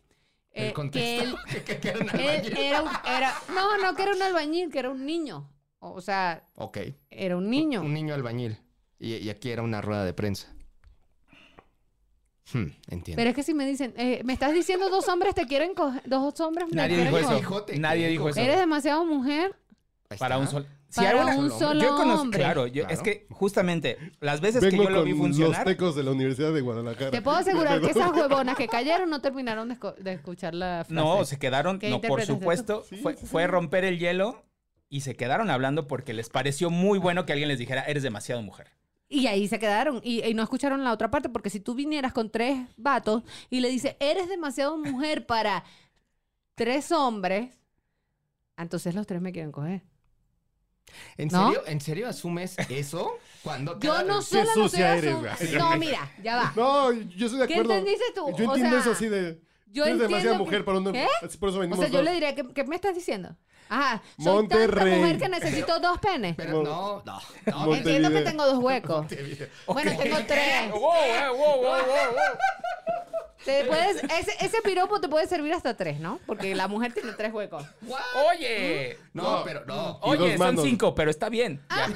El eh, que contexto. él que- que quedan al Él baño. era un, era, no, no, que era un albañil, que era un niño. O o sea, Ok. era un niño. Un niño albañil. Y, y aquí era una rueda de prensa. Hmm, entiendo. Pero es que si me dicen, eh, me estás diciendo dos hombres te quieren coger, dos hombres me Nadie quieren dijo coger. eso. Hijote, Nadie qué dijo hijo. eso. Eres demasiado mujer. Ahí Para está. un solo. Si Para hay una- un solo yo conozco- hombre. Claro, yo- Claro. es que justamente las veces que Vengo yo lo vi con los funcionar. tecos de la Universidad de Guadalajara. Te puedo asegurar que esas huevonas que cayeron no terminaron de, esco- de escuchar la frase. No, se quedaron, ¿Qué no, por interpretaste tú? supuesto, Sí, fue, sí, sí. fue romper el hielo y se quedaron hablando porque les pareció muy bueno que alguien les dijera, eres demasiado mujer. Y ahí se quedaron y, y no escucharon la otra parte porque si tú vinieras con tres vatos y le dices, eres demasiado mujer para tres hombres, entonces los tres me quieren coger. ¿En ¿No? serio? ¿En serio asumes eso? Cuando Yo cada- no solo lo estoy sucia eres, asum- güey. No, mira, ya va. No, yo estoy de ¿Qué acuerdo. entendiste tú? Yo O entiendo sea, eso así de. Yo Tienes demasiada entiendo que- mujer para un hombre. Así Por eso O venimos sea, yo dos. le diría, ¿qué, qué me estás diciendo? Ajá, soy tanta Monterrey. mujer que necesito dos penes. Pero no, no, no. Montevideo. Entiendo que tengo dos huecos. Bueno, tengo tres. Te puedes- ese, ese piropo te puede servir hasta tres, ¿no? Porque la mujer tiene tres huecos. Oye. No, pero no. Y dos Oye, son manos. cinco, pero está bien. Ah,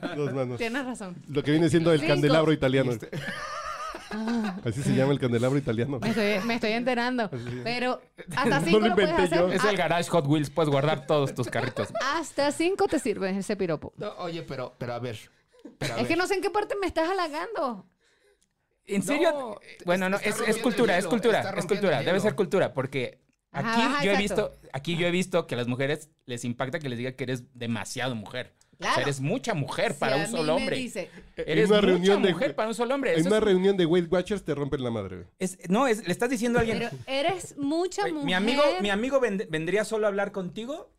Ya. Dos manos. Tienes razón. Lo que viene siendo el Cinco. candelabro italiano. este. Así se llama el candelabro italiano. Me estoy, me estoy enterando. Pero hasta No cinco lo lo, puedes inventé hacer. yo. Es el garage Hot Wheels, puedes guardar todos tus carritos. Ah, Hasta cinco te sirve ese piropo. No, oye, pero, pero a ver. Pero a Es ver. que no sé en qué parte me estás halagando. ¿En serio? eh, Bueno, no, está es, es rompiendo cultura, el es hilo, cultura, está es rompiendo cultura, el debe hilo. ser cultura, porque Ajá, aquí ajá, yo he exacto. visto, aquí yo he visto que a las mujeres les impacta que les diga que eres demasiado mujer. O Claro. sea, eres mucha mujer Si para a un mí solo me hombre. dice, En Eh, Eres una mucha reunión de- mujer para un solo hombre. En Eso una es- reunión de Weight Watchers te rompen la madre. güey. es- no, es- le estás diciendo a alguien. pero eres mucha "Oye, mujer. Mi amigo, mi amigo vend- vendría solo a hablar contigo,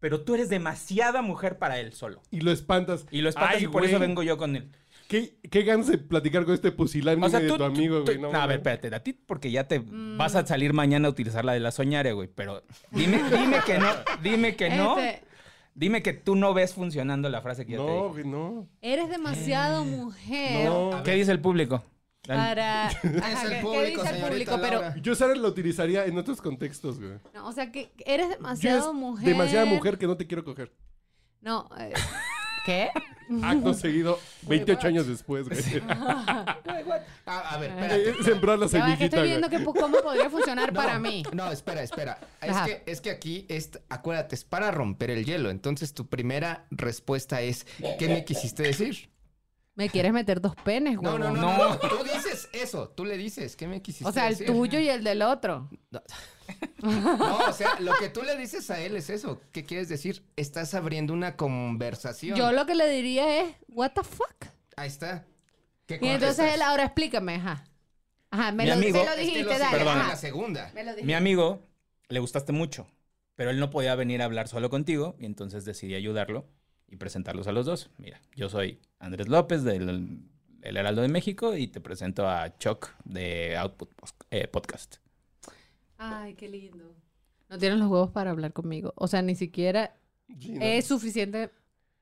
pero tú eres demasiada mujer para él solo. Y lo espantas. Y lo espantas Ay, y por güey, eso vengo yo con él. ¿Qué, qué ganas de platicar con este pusilánime O sea, de tú, tu amigo, tú- güey? tú- No, no, a ver, mames. espérate, a ti porque ya te Mm. vas a salir mañana a utilizar la de la soñare, güey, pero dime, dime que no, dime que no, Este, dime que tú no ves funcionando la frase que yo te No, dije. güey, no. eres demasiado mujer. No. ¿Qué dice el público? Para. Ajá, es el Ah, ¿qué- público, ¿Qué dice el señorita público? Pero, Laura? Yo Sara la utilizaría en otros contextos, güey. no, o sea, que eres Yo demasiado es mujer. demasiada mujer que no te quiero coger. No. eh, ¿Qué? Acto seguido, 28 años después, güey. Ah, A, a ver, espérate. Eh, Sembrar la Ya va, que semillita, estoy güey. viendo que, po- cómo podría funcionar No, para mí. No, espera, espera. Es Ajá. que, es que aquí, es, acuérdate, es para romper el hielo. Entonces tu primera respuesta es, ¿qué me quisiste decir? Me quieres meter dos penes, güey. No, no, no. no. Tú dices eso. Tú le dices, ¿qué me quisiste O sea, el decir? tuyo y el del otro. No, o sea, lo que tú le dices a él es eso. ¿Qué quieres decir? Estás abriendo una conversación. Yo lo que le diría es, what the fuck? Ahí está. ¿Qué Y entonces contestas? él, ahora explícame, ajá. Ajá, me Mi lo, amigo- se lo Es que dijiste, lo dale, siguiente ajá. la segunda. Me lo dijiste. Mi amigo le gustaste mucho, pero él no podía venir a hablar solo contigo y entonces decidí ayudarlo y presentarlos a los dos. Mira, yo soy Andrés López del El Heraldo de México y te presento a Chuck de Output Pos- eh, Podcast. Ay, qué lindo. No tienen los huevos para hablar conmigo. O sea, ni siquiera Sí, no. es suficiente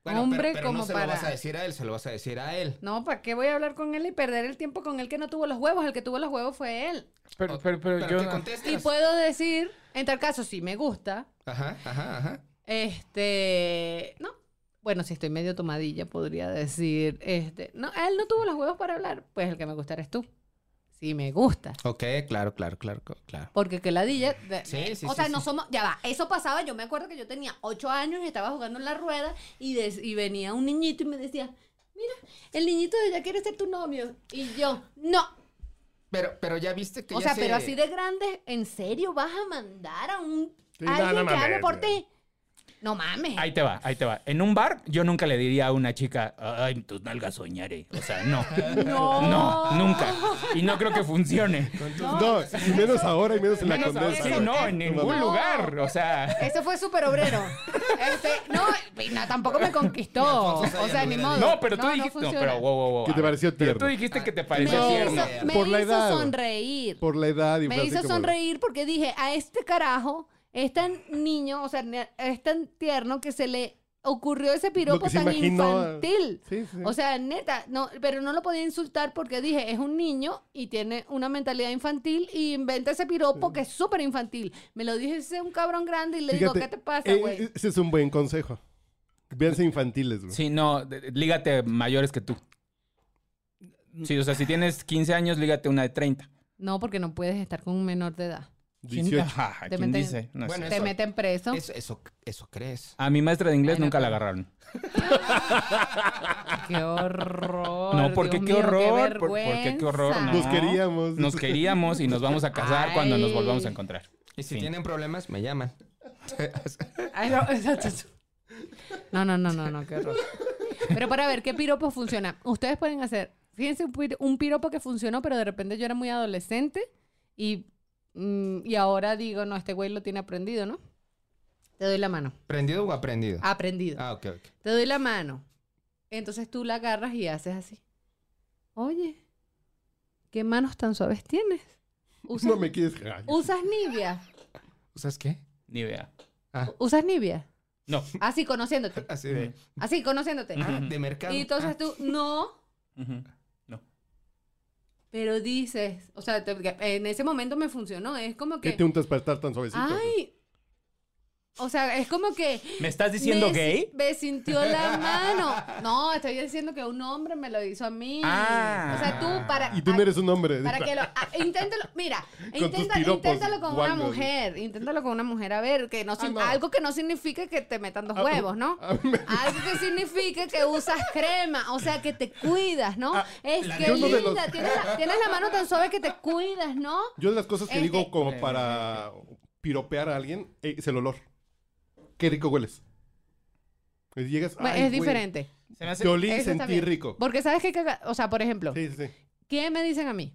Bueno, hombre pero, pero como no se para... lo vas a decir a él, se lo vas a decir a él. No, ¿para qué voy a hablar con él y perder el tiempo con él que no tuvo los huevos? El que tuvo los huevos fue él. Pero, Pero ¿qué contestas? Y puedo decir, en tal caso, si me gusta, Ajá, ajá, ajá. este, no. Bueno, si estoy medio tomadilla, podría decir, este, no, él no tuvo los huevos para hablar, pues el que me gusta eres tú. Si me gusta. Ok, claro, claro, claro, claro. Porque que ladilla. de- eh, Sí, sí, o sí, sea, no sí. somos. Ya va. Eso pasaba. Yo me acuerdo que yo tenía ocho años y estaba jugando en la rueda y, des- y venía un niñito y me decía: Mira, el niñito de allá quiere ser tu novio. Y yo, no. Pero, pero ya viste que O ya sea, se- pero así de grande, ¿en serio vas a mandar a un. Sí, a no, alguien no que hable mames, por güey. ti? No mames. Ahí te va, ahí te va. En un bar, yo nunca le diría a una chica, ay, tus nalgas soñaré. O sea, no. No. No, nunca. Y no creo que funcione. No, y menos ahora y menos en la Menos ahora, condesa. sí, no, en ningún No. lugar. O sea. Eso fue súper obrero. Este, no, y no, tampoco me conquistó. Alfonso Sayas o sea, lo ni hubiera modo. No, pero tú No, no dijiste. No, funciona. Ah, pero wow, wow, wow. Que te pareció Pero tú tierno. dijiste que te me pareció tierno. hizo, me Por la hizo edad. sonreír. Por la edad y fue me así hizo como- sonreír porque dije, a este carajo es tan niño, o sea, ne- es tan tierno que se le ocurrió ese piropo se tan imaginó, infantil. Sí, sí. O sea, neta, no, pero no lo podía insultar porque dije, es un niño y tiene una mentalidad infantil y inventa ese piropo que es súper infantil. Me lo dije ese un cabrón grande y le digo, Fíjate, ¿qué te pasa, eh, güey? ese es un buen consejo. Véanse infantiles, güey. Sí, no, de- lígate mayores que tú. Sí, o sea, si tienes 15 años, lígate una de 30. No, porque no puedes estar con un menor de edad. ¿Quién- 18. ajá, Te ¿Quién meten- dice? No sé. Bueno, Te Eso- meten preso. Eso, eso, eso crees. A mi maestra de inglés Ay, no, nunca la pero- agarraron. Qué horror. No, porque Dios qué mío, horror. por- porque qué vergüenza. horror. No. Nos queríamos. Nos queríamos y nos vamos a casar cuando nos Ay. volvamos a encontrar. Y si Fin. tienen problemas, me llaman. Ay, no, exacto. No, no, no, no, no, qué horror. Pero para ver qué piropo funciona. Ustedes pueden hacer, fíjense un, pir- un piropo que funcionó, pero de repente yo era muy adolescente y, mm, y ahora digo, no, este güey lo tiene aprendido, ¿no? Te doy la mano. ¿Prendido o aprendido? Aprendido. Ah, ok, ok. Te doy la mano. Entonces tú la agarras y haces así. Oye, ¿qué manos tan suaves tienes? ¿Usas, No me quieres. Ay, ¿Usas Nivea? ¿Sabes qué? Ni idea. Ah, ¿Usas Nivea? No. Así, conociéndote. así de. Así, conociéndote. Ah, de mercado. Y entonces Ah, tú, no, Ujú. pero dices, o sea, te- en ese momento me funcionó. Es como ¿Qué que, te untas para estar tan suavecito? ay, pues. o sea, es como que ¿Me estás diciendo me, gay? si- me sintió la mano. No, estoy diciendo que un hombre me lo hizo a mí. Ah. o sea, tú para... Y tú no eres un hombre. Para que lo... ah, inténtalo, mira, tus intenta- piropos, inténtalo con una guangos. mujer, inténtalo con una mujer, a ver, que no, sin- no. algo que no signifique que te metan dos Ah, huevos, ¿no? ah, me- Algo que signifique que usas crema, o sea, que te cuidas, ¿no? es la- que Ah, yo no de linda, los- tienes, la, tienes la mano tan suave que te cuidas, ¿no? Yo de las cosas que Este- digo como Eh. para piropear a alguien eh, es el olor. Qué rico hueles. Y Llegas, Bueno, ay, Pues, es güey, diferente. Se me hace- Te olí y Eso está sentí bien. rico. Porque sabes que, caga- o sea, por ejemplo, Sí, sí, sí. ¿qué me dicen a mí?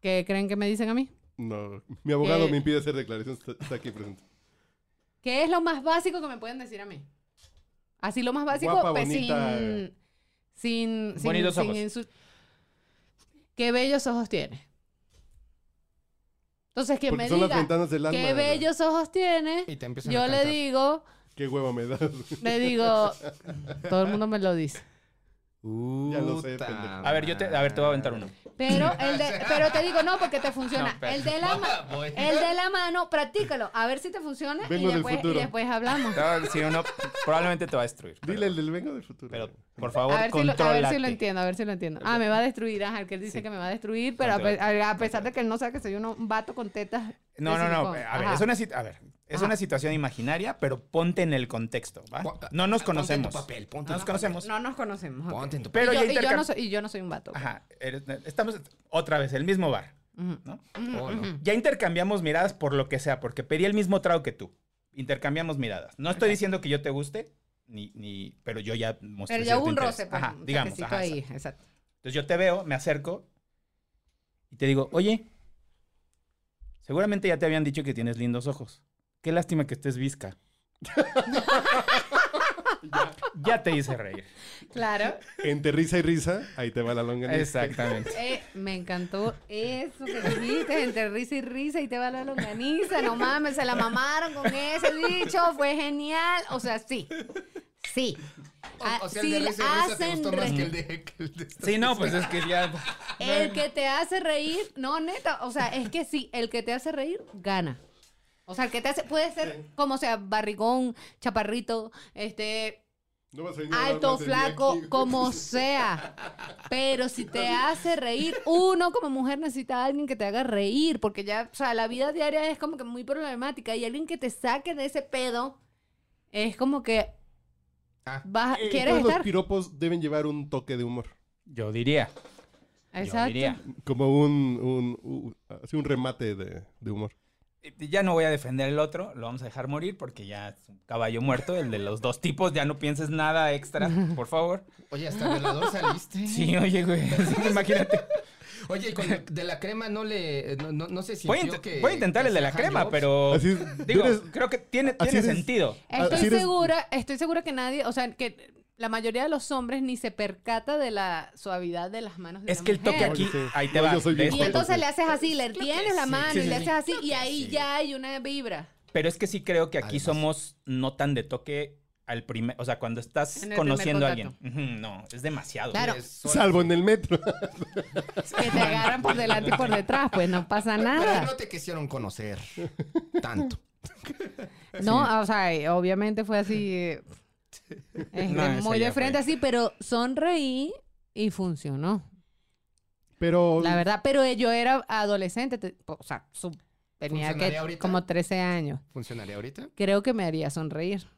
¿Qué creen que me dicen a mí? No, mi abogado Eh. me impide hacer declaraciones. Está, está aquí presente. ¿Qué es lo más básico que me pueden decir a mí? Así lo más básico, Guapa, pues, bonita. sin, sin, sin, Bonitos sin ojos. insu- ¿Qué bellos ojos tienes? Entonces, quien Porque me son las diga ventanas del alma. qué bellos ojos tienes, Ah, Y te empiezan yo a le cantar. digo, Qué hueva me das. le digo, todo el mundo me lo dice. Ya lo sé, Puta pendejo. A ver, yo te, a ver, te voy a aventar uno. Pero, el de, pero te digo, no, porque te funciona. No, pero- el, de la ma- voy. el de la mano, practícalo, a ver si te funciona y Vengo del después, y futuro. después hablamos. Te voy a decir uno, probablemente te va a destruir. pero- Dile el del vengo del futuro. Pero, por A favor, ver, si lo, a ver si lo contrólate. entiendo, a ver si lo entiendo. Ah, me va a destruir, ajá, que él dice que me va a destruir, pero a, pe- a- a pesar de que él no sabe que soy uno- un vato con tetas. de No, no, no. silicón. A ver, Ajá. es una, sit- a ver, es Ajá. una situación imaginaria, pero ponte en el contexto, ¿va? Pon- Ah, No nos Ah, Ponte en conocemos. tu papel, ponte No en nos tu conocemos. No nos conocemos. ok. papel. Ponte en tu papel. Pero y, yo, ya y yo intercambiamos. no soy, y yo no soy un vato. ok. Ajá, eres- estamos otra vez, el mismo bar, Ujú. ¿no? Ujú, Oh, no. ujú. Ya intercambiamos miradas por lo que sea, porque pedí el mismo trago que tú. Intercambiamos miradas. No estoy diciendo que yo te guste, ni, ni, pero yo ya mostré Pero ya hubo cierto un interés. roce, pues, Ajá, un digamos. toquecito ajá, ahí, exacto. exacto. Entonces yo te veo, me acerco y te digo, oye, seguramente ya te habían dicho que tienes lindos ojos. Qué lástima que estés visca. ya te hice reír. Claro. Entre risa y risa, ahí te va la longa. Exactamente. Eh, me encantó eso que dijiste, entre risa y risa, y te va la longaniza. No mames, se la mamaron con ese dicho, fue genial. O sea, sí. Sí. Ah, O, o sea, sí, el de risa y risa te hacen gustó más reír. que el de... que el de- Sí, no, pues es que ya... El que te hace reír, no, neta, o sea, es que sí, el que te hace reír gana. O sea, el que te hace, puede ser como sea, barrigón, chaparrito, este, No vas a venir a hablar alto, más de mí flaco, aquí. como sea. Pero si te hace reír, uno como mujer necesita a alguien que te haga reír, porque ya, o sea, la vida diaria es como que muy problemática y alguien que te saque de ese pedo es como que Ah, vas- Eh, quieres todos estar. los piropos deben llevar un toque de humor. Yo diría, yo Exacto. diría. Como un, un, un- así un remate de, de humor. Ya no voy a defender el otro, lo vamos a dejar morir porque ya es un caballo muerto, el de los dos tipos, ya no pienses nada extra, por favor. Oye, hasta violador saliste. Sí, oye, güey, imagínate. Oye, y cuando de la crema no le... No, no, no sé si... Voy a, int- voy a intentar el de la crema, pues, pero... Así, Oh, Digo, eres- creo que tiene, así tiene eres. sentido. Ah, Estoy si eres- segura, estoy segura que nadie, o sea, que la mayoría de los hombres ni se percata de la suavidad de las manos de Es una que el toque mujer. aquí, Oye, sí. ahí te No, va. yo soy de bien Y este- joto. entonces le haces así, le tienes la mano Sí, y sí, le sí. haces así y ahí ya hay una vibra. pero es que sí creo que aquí Además. somos no tan de toque al primer, o sea, cuando estás En el conociendo a primer alguien. Ujú, no, es demasiado. Claro, Salvo en el metro. que te agarran por delante y por detrás, pues no pasa Pero nada. no te quisieron conocer tanto. No, o sea, eh, obviamente fue así, eh, este, No, esa muy ya de frente fue. así, pero sonreí y funcionó, Pero la verdad. Pero yo era adolescente, te- o sea, su- tenía ¿Funcionaría que ahorita? como 13 años. ¿Funcionaría ahorita? creo que me haría sonreír. Sí,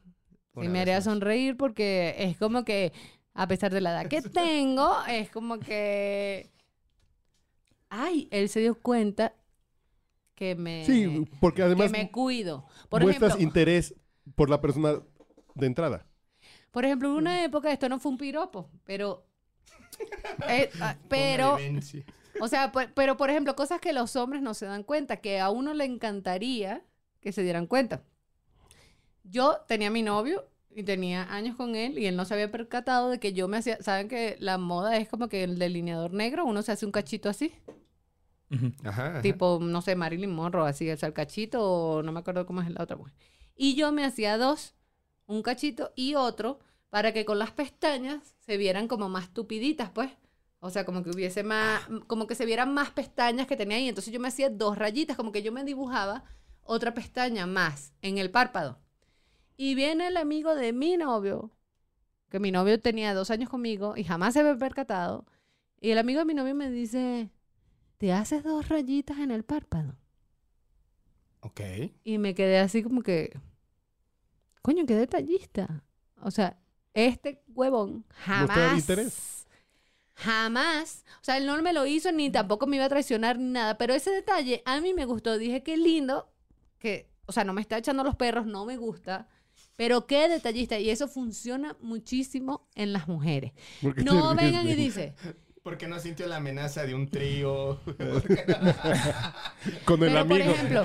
Una me vez haría más. sonreír porque es como que, a pesar de la edad que tengo, es como que... Ay, él se dio cuenta que me... sí, porque además eh, que me cuido. Por muestras ejemplo, interés por la persona de entrada. por ejemplo, en una época esto no fue un piropo, pero... eh, ah, pero... Una vivencia. O sea, pe- pero por ejemplo, cosas que los hombres no se dan cuenta, que a uno le encantaría que se dieran cuenta. Yo tenía mi novio y tenía años con él y él no se había percatado de que yo me hacía, saben que la moda es como que el delineador negro, uno se hace un cachito así. Ujú. Ajá. ajá. Tipo, no sé, Marilyn Monroe, así, el salcachito o no me acuerdo cómo es la otra mujer. Y yo me hacía dos, un cachito y otro, para que con las pestañas se vieran como más tupiditas, pues. O sea, como que hubiese más, como que se vieran más pestañas que tenía ahí. Entonces yo me hacía dos rayitas, como que yo me dibujaba otra pestaña más en el párpado. Y viene el amigo de mi novio, que mi novio tenía dos años conmigo y jamás se había percatado. Y el amigo de mi novio me dice, te haces dos rayitas en el párpado. Ok. Y me quedé así como que, coño, qué detallista. O sea, este huevón jamás... interés. Jamás. O sea, él no me lo hizo ni tampoco me iba a traicionar ni nada. Pero ese detalle a mí me gustó. Dije, qué lindo que, o sea, no me está echando los perros, no me gusta. Pero qué detallista. Y eso funciona muchísimo en las mujeres. ¿Por qué te No ríes, vengan y güey? dicen, Porque no sintió la amenaza de un trío. Con el Pero, amigo. Por ejemplo,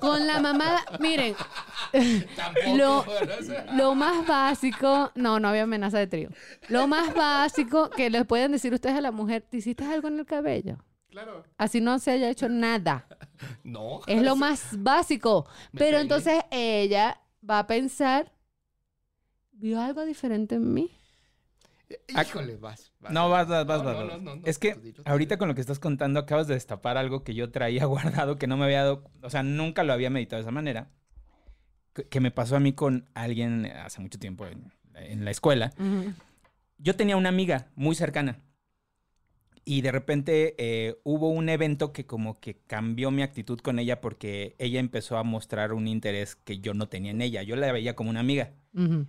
con la mamada, miren, Lo- Tampoco. ¿no? O sea, lo más básico, no, no había amenaza de trío. Lo más básico que les pueden decir ustedes a la mujer, ¿te hiciste algo en el cabello? Claro. Así no se haya hecho nada. No. Es lo más básico. Me Pero peiné. entonces ella va a pensar, ¿vio algo diferente en mí? Ah, Híjole, vas. vas. No, vas, vas, vas, No, vas. no, vas. no, no, no, es que tú dilo, tú ahorita dilo. con lo que estás contando acabas de destapar algo que yo traía guardado que no me había dado, o sea, nunca lo había meditado de esa manera, que, que me pasó a mí con alguien hace mucho tiempo en- en la escuela. yo tenía una amiga muy cercana y de repente eh, hubo un evento que como que cambió mi actitud con ella porque ella empezó a mostrar un interés que yo no tenía en ella. Yo la veía como una amiga, Ujú.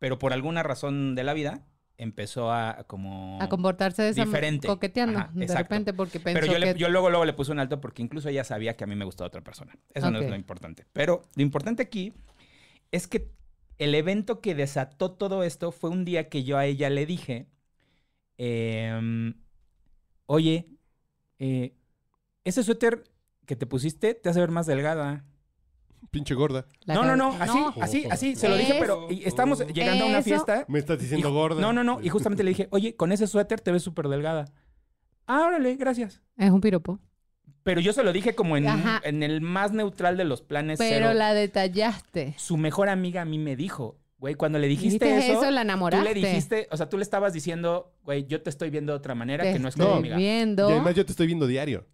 pero por alguna razón de la vida empezó a como... A comportarse de esa Diferente. coqueteando Ajá, de exacto. repente porque pensó pero yo, le- que yo luego, luego le puse un alto porque incluso ella sabía que a mí me gustaba otra persona. Eso no es Ok. lo importante. Pero lo importante aquí es que el evento que desató todo esto fue un día que yo a ella le dije, em, oye, eh, ese suéter que te pusiste te hace ver más delgada. Pinche gorda. la no, no, cab- no, así, así, así, se lo dije, Es- pero y estamos llegando a una Eso- fiesta. Me estás diciendo y- gorda. No, no, no. Y justamente le dije, oye, con ese suéter te ves súper delgada. Ah, órale, gracias. Es un piropo. Pero yo se lo dije como en, Ajá. en el más neutral de los planes. Pero cero. la detallaste. Su mejor amiga a mí me dijo, güey, cuando le dijiste, Dijiste eso, eso, la tú enamoraste. le dijiste, o sea, tú le estabas diciendo, güey, yo te estoy viendo de otra manera Te que no es estoy como No. amiga. viendo. Y además yo te estoy viendo diario.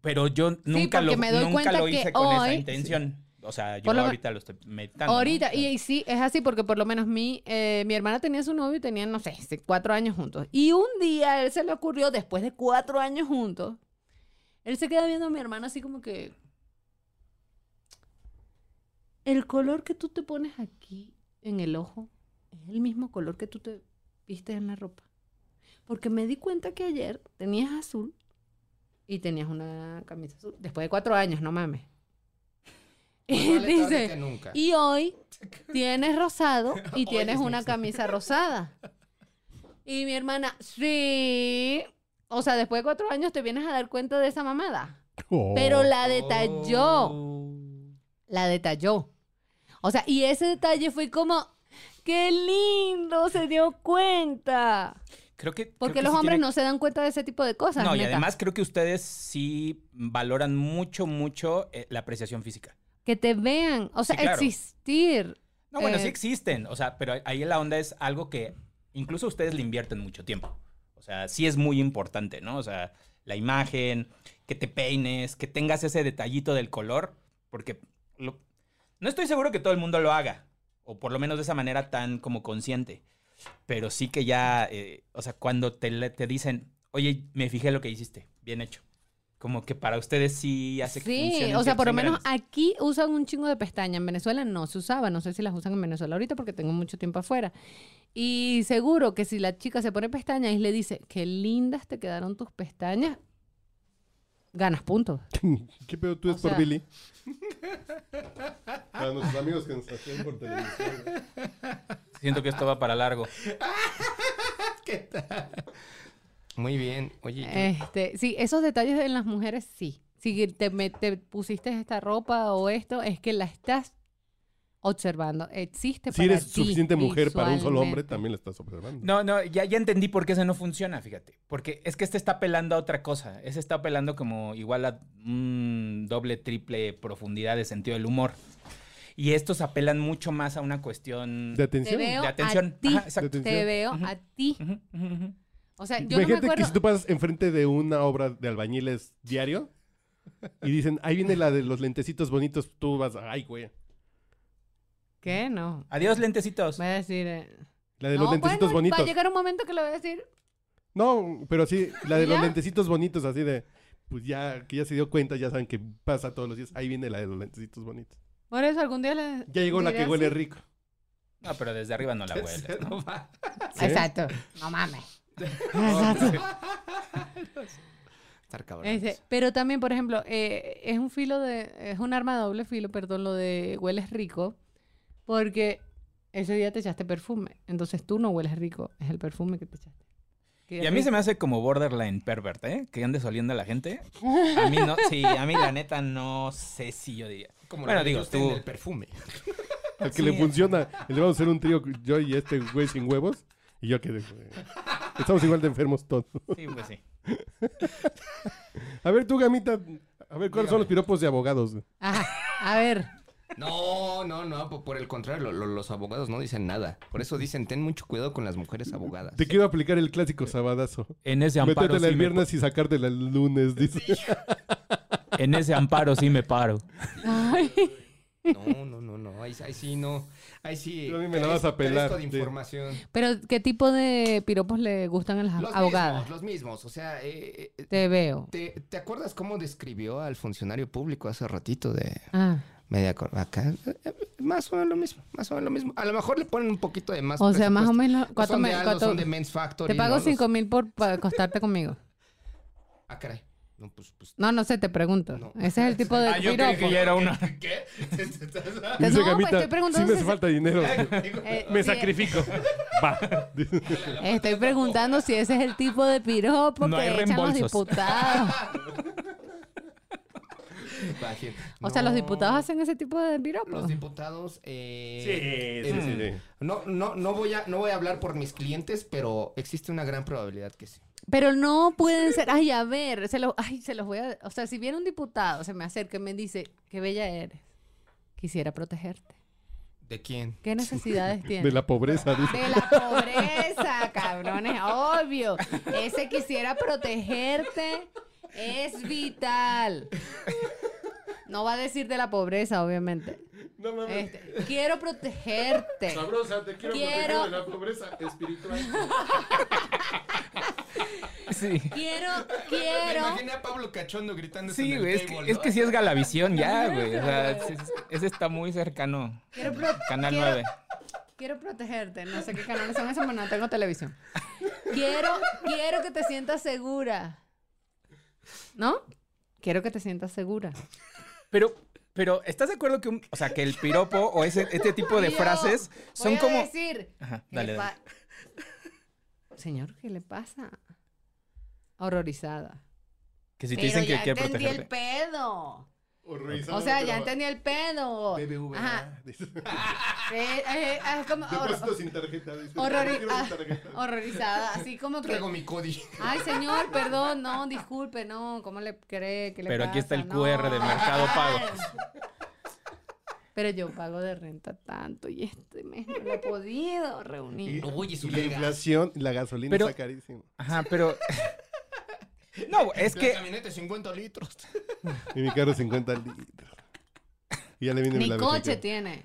Pero yo nunca, porque lo, me doy nunca cuenta lo que hice con esa hoy- intención. O sea, yo Por lo- ahorita lo estoy meditando. ¿no? Ahorita, y, y sí, es así porque por lo menos mi, eh, mi hermana tenía su novio y tenían, no sé, este, cuatro años juntos. Y un día a él se le ocurrió, después de cuatro años juntos, él se queda viendo a mi hermana así como que... El color que tú te pones aquí en el ojo es el mismo color que tú te vistes en la ropa. Porque me di cuenta que ayer tenías azul y tenías una camisa azul. Después de cuatro años, no mames. Y Más vale tarde dice, que nunca. y hoy tienes rosado y Hoy tienes es una mixto. camisa rosada. Y mi hermana, sí. O sea, después de cuatro años te vienes a dar cuenta de esa mamada. Oh. Oh. Pero la detalló. Oh. La detalló. O sea, y ese detalle fue como, qué lindo, se dio cuenta. Creo que. Porque creo que los sí hombres tiene- no se dan cuenta de ese tipo de cosas. No, y neta. además creo que ustedes sí valoran mucho, mucho eh, la apreciación física. Que te vean. O sea, claro. existir. No, bueno, Eh, sí existen, o sea, pero ahí la onda es algo que incluso ustedes le invierten mucho tiempo. O sea, sí es muy importante, ¿no? O sea, la imagen, que te peines, que tengas ese detallito del color, porque lo- no estoy seguro que todo el mundo lo haga, o por lo menos de esa manera tan como consciente, pero sí que ya, eh, o sea, cuando te, le- te dicen, oye, me fijé lo que hiciste, bien hecho. Como que para ustedes sí hace que Sí, funcionen o sea, por lo ciertos menos engranes. aquí usan un chingo de pestañas. En Venezuela no se usaba. No sé si las usan en Venezuela ahorita porque tengo mucho tiempo afuera. Y seguro que si la chica se pone pestañas y le dice, qué lindas te quedaron tus pestañas, ganas puntos. ¿Qué pedo tú O es por sea- Billy? Para nuestros amigos que nos hacían por televisión. Siento que esto va para largo. ¿Qué tal? Muy bien. Oye, yo- Este, sí, esos detalles en las mujeres sí. Si te, me- te pusiste esta ropa o esto, es que la estás observando. Existe Si para eres ti suficiente mujer para un solo hombre, visualmente. también la estás observando. No, no, ya, ya entendí por qué ese no funciona, fíjate. Porque es que este está apelando a otra cosa. Ese está apelando como igual a un doble, triple profundidad de sentido del humor. Y estos apelan mucho más a una cuestión De de, Te atención. veo atención. a ti. Ajá, exacto. De Te veo Ujú. a ti. Ujú, ujú, ujú. O sea, yo no me Imagínate que si tú acuerdo. pasas enfrente de una obra de albañiles diario y dicen, ahí viene la de los lentecitos bonitos, tú vas, ay, güey. ¿Qué? No. Adiós, lentecitos. Voy a decir. eh, La de no, los lentecitos bueno, Va a bonitos. llegar un momento que le voy a decir. No, pero sí, la de los ¿Ya? lentecitos bonitos, así de, pues ya, que ya se dio cuenta, ya saben que pasa todos los días. Ahí viene la de los lentecitos bonitos. Por eso algún día le. Ya llegó la diré que huele así. rico. No, pero desde arriba no la huele. No va. ¿sí? Exacto. No mames. Estar cabrón. Ese, pero también, por ejemplo, eh, es un filo de. Es un arma de doble filo, perdón, lo de hueles rico. Porque ese día te echaste perfume. Entonces tú no hueles rico. Es el perfume que te echaste. Y a mí se me hace como borderline pervert, ¿eh? Que ande oliendo a la gente. A mí no, sí, a mí la neta no sé si yo diría. Como Bueno, lo que digo, yo tengo tú- El perfume. Al que le Sí. funciona. Le vamos a hacer un trío, yo y este güey sin huevos. Y yo que... Estamos igual de enfermos todos. Sí, pues sí. A ver tú, gamita. A ver, ¿cuáles son los piropos de abogados? Ajá, a ver. No, no, no. po- Por el contrario, lo- los abogados no dicen nada. Por eso dicen, ten mucho cuidado con las mujeres abogadas. Te quiero aplicar el clásico sabadazo. En ese amparo Métetela sí el me- viernes y sacártela el lunes, dice. en ese amparo sí me paro. Ay, No, no, no, no. Ahí, ahí sí no. Ahí sí. Tú a mí me la vas a carezco- pelar, carezco de sí. información. Pero, ¿qué tipo de piropos le gustan a las Los abogadas? mismos, los mismos. O sea, eh, eh, Te veo. ¿te, te acuerdas cómo describió al funcionario público hace ratito de Ah, media cor- acá? Eh, eh, Más o menos lo mismo, más o menos lo mismo. A lo mejor le ponen un poquito de más. o sea, más o presupuesto. menos. No ¿cuánto son me- de Aldo, cuánto- son de Men's Factory, Te ¿no? pago Los- cinco mil por pa- acostarte conmigo. Ah, caray. No, pues, pues, No, no sé, te pregunto. No. Ese es el tipo de Ah, yo creí piropo. que ya era una. ¿Qué? No, Dice pues, gamita, estoy preguntando sí me si hace se- falta dinero. Eh, Me sí, sacrifico. Va. Estoy preguntando si ese es el tipo de piropo No que hay echan los reembolsos. diputados. Imagínate. O sea, los No, diputados hacen ese tipo de piropos. Los diputados. eh, Sí, sí, sí. No, no, no voy a, no voy a hablar por mis clientes, pero existe una gran probabilidad que sí. Pero no pueden ser. Ay, a ver, se los, ay, se los voy a. O sea, si viene un diputado, se me acerca y me dice, qué bella eres. Quisiera protegerte. ¿De quién? ¿Qué necesidades tienes? De la pobreza, dice. De la pobreza, cabrones, obvio. Ese quisiera protegerte es vital. No va a decir de la pobreza, obviamente. No mames. Este, quiero protegerte. Sabrosa, te quiero proteger Quiero- de la pobreza espiritual. Sí. Quiero, Me quiero. imaginé a Pablo Cachondo gritando Sí, güey, es que, es que sí es Galavisión ya, güey. O sea, es- es- ese está muy cercano. Quiero, pro- Canal quiero- 9. Quiero protegerte. No sé qué canales son esos, pero no tengo televisión. Quiero, quiero que te sientas segura. ¿No? Quiero que te sientas segura. Pero, pero, ¿estás de acuerdo que, un- o sea, que el piropo o ese, este tipo de Yo frases son Voy a como... decir, Ajá, ¿Qué dale, le dale. pa- Señor, ¿qué le pasa? Horrorizada. Que si te Pero dicen que ya quiere entendí protegerte. el pedo. Eh, O sea, ya entendí el pedo. Ajá. Eh, eh, ah, es como horror- sin tarjeta, dice. Horrori- Retiro ah. sin tarjeta. horrorizada, así como que Traigo mi Cody. Ay, señor, perdón, no, disculpe, no, ¿cómo le cree? ¿Qué le Pero aquí está pasa? el QR de No. Mercado Pago. Pero yo pago de renta tanto y este mes no lo he podido reunir. Oye, su Y la inflación, la gasolina Pero- está carísima. Ajá, pero... No, es que... camioneta 50 litros. Y mi carro 50 litros. Y ya le viene Ni la coche vejiga. tiene.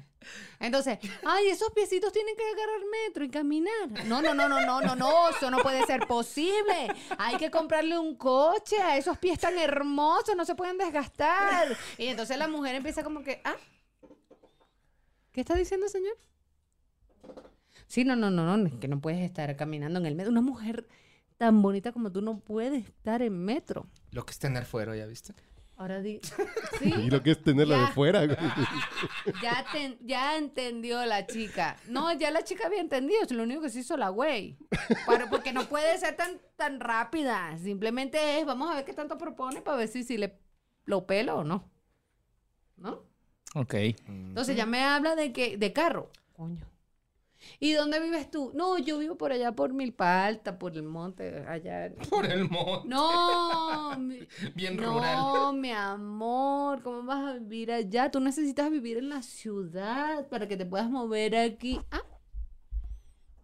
Entonces, ay, esos piecitos tienen que agarrar metro y caminar. No, no, no, no, no, no, no, eso no puede ser posible. Hay que comprarle un coche a esos pies tan hermosos, no se pueden desgastar. Y entonces la mujer empieza como que, ah, ¿qué está diciendo, señor? Sí, no, no, no, no, es que no puedes estar caminando en el metro. Una mujer tan bonita como tú no puede estar en metro. Lo que es tener fuero, ¿ya viste? Ahora di, sí. Y lo que es tenerla de Ya. fuera, güey. Ya, ten- ya entendió la chica. No, ya la chica había entendido. es Lo único que se hizo la güey. Pero porque no puede ser tan, tan rápida. Simplemente es, vamos a ver qué tanto propone para ver si, si le lo pelo o no. ¿No? Ok. Entonces ya me habla de que de carro. Coño. ¿Y dónde vives tú? No, yo vivo por allá por Milpa Alta, por el monte, allá. Por el monte. No, mi- Bien no, rural. mi amor, ¿cómo vas a vivir allá? Tú necesitas vivir en la ciudad para que te puedas mover aquí. Ah,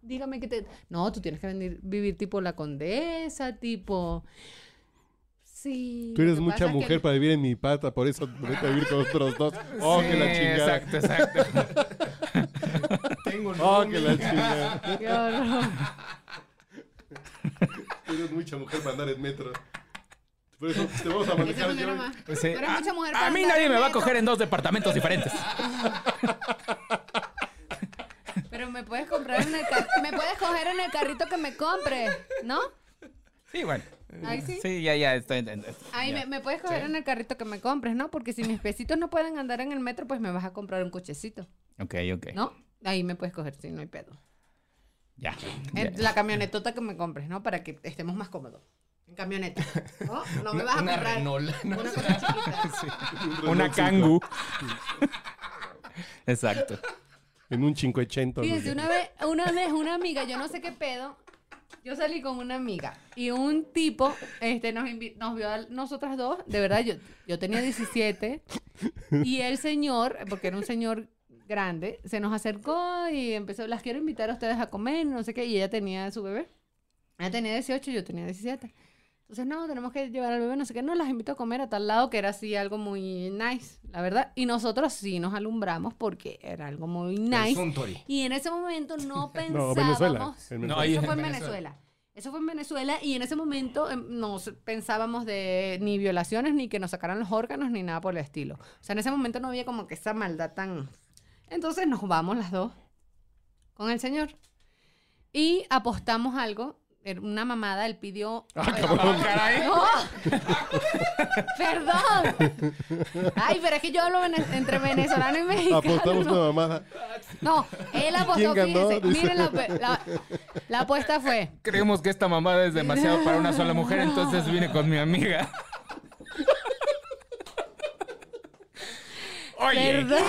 dígame que te... No, tú tienes que venir, vivir tipo la condesa, tipo... Sí. Tú eres lo que mucha pasa es que- mujer para vivir en mi pata, por eso vete a vivir con otros dos. Oh, que la Sí, chingada. Exacto, exacto. Tengo un Oh, roomie. que la chingada. Qué horror. Tú eres mucha mujer para andar en metro. Por eso te vamos a Ese es manejar. un yo- drama. Pues, eh, Pero hay mucha mujer a, para a mí andar nadie en me va a metro. coger en dos departamentos diferentes. Pero me puedes comprar en el car- me puedes coger en el carrito que me compre, ¿no? Sí, bueno. Ahí sí. Sí, ya, ya, estoy entendiendo. Ahí me, me puedes coger en el carrito que me compres, ¿no? Porque si mis pesitos no pueden andar en el metro, pues me vas a comprar un cochecito, Ok, ok. ¿no? Ahí me puedes coger, sí, no hay pedo. Ya. En ya. La camionetota que me compres, ¿no? Para que estemos más cómodos. En camioneta. ¿No? No me vas a Una comprar Renault, ¿no? una cosa chiquita. un Una Renault cinco. cangu. exacto. En un 580. Fíjense, una vez, una vez una amiga, yo no sé qué pedo, yo salí con una amiga y un tipo este, nos, invi- nos vio a nosotras dos, de verdad, yo, yo tenía 17 y el señor, porque era un señor grande, se nos acercó y empezó, las quiero invitar a ustedes a comer, no sé qué, y ella tenía su bebé. Ella tenía 18 y yo tenía 17. Entonces, no, tenemos que llevar al bebé, no sé qué, no, las invito a comer a tal lado que era así algo muy nice, la verdad. Y nosotros sí nos alumbramos porque era algo muy nice. Es un Tori. Y en ese momento no No, pensábamos. Venezuela. En No, Venezuela. ahí- Eso fue en Venezuela. Venezuela. Eso fue en Venezuela y en ese momento em, no s- pensábamos de ni violaciones, ni que nos sacaran los órganos, ni nada por el estilo. O sea, en ese momento no había como que esa maldad tan... Entonces nos vamos las dos con el señor y apostamos algo. Era Una mamada, él pidió... Ah, caray. ¡No! ¡Perdón! Ay, pero es que yo hablo vene- entre venezolano y mexicano. Apostamos una mamada. No, él apostó, ¿Quién ganó? fíjense, Dice. miren la, pe- la- la apuesta fue. Creemos que esta mamada es demasiado para una sola mujer, entonces vine con mi amiga. Oye, Perdón.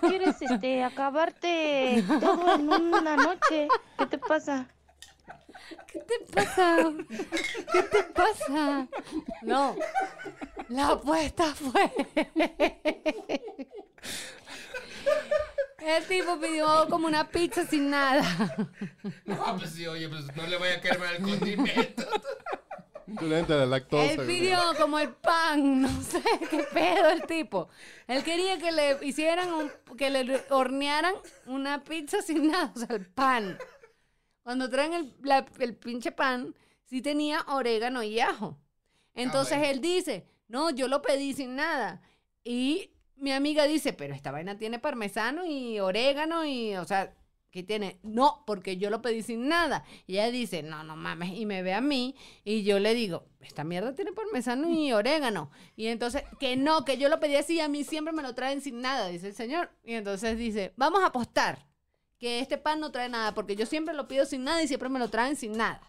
Tú quieres este, acabarte todo en una noche. ¿Qué te pasa? ¿Qué te pasa? ¿Qué te pasa? No. La apuesta fue. El tipo pidió como una pizza sin nada. No, pues sí, oye, pues no le voy a caer mal al condimento. Durante la lactosa. Él güey. pidió como el pan, no sé qué pedo el tipo. Él quería que le hicieran un- que le hornearan una pizza sin nada, o sea, el pan. Cuando traen el, la- el pinche pan, sí tenía orégano y ajo. Entonces bueno. él dice, no, yo lo pedí sin nada. Y mi amiga dice, pero esta vaina tiene parmesano y orégano y, o sea, ¿qué tiene? No, porque yo lo pedí sin nada. Y ella dice, no, no mames. Y me ve a mí y yo le digo, esta mierda tiene parmesano y orégano. Y entonces, que no, que yo lo pedí así y a mí siempre me lo traen sin nada, dice el señor. Y entonces dice, vamos a apostar que este pan no trae nada, porque yo siempre lo pido sin nada y siempre me lo traen sin nada.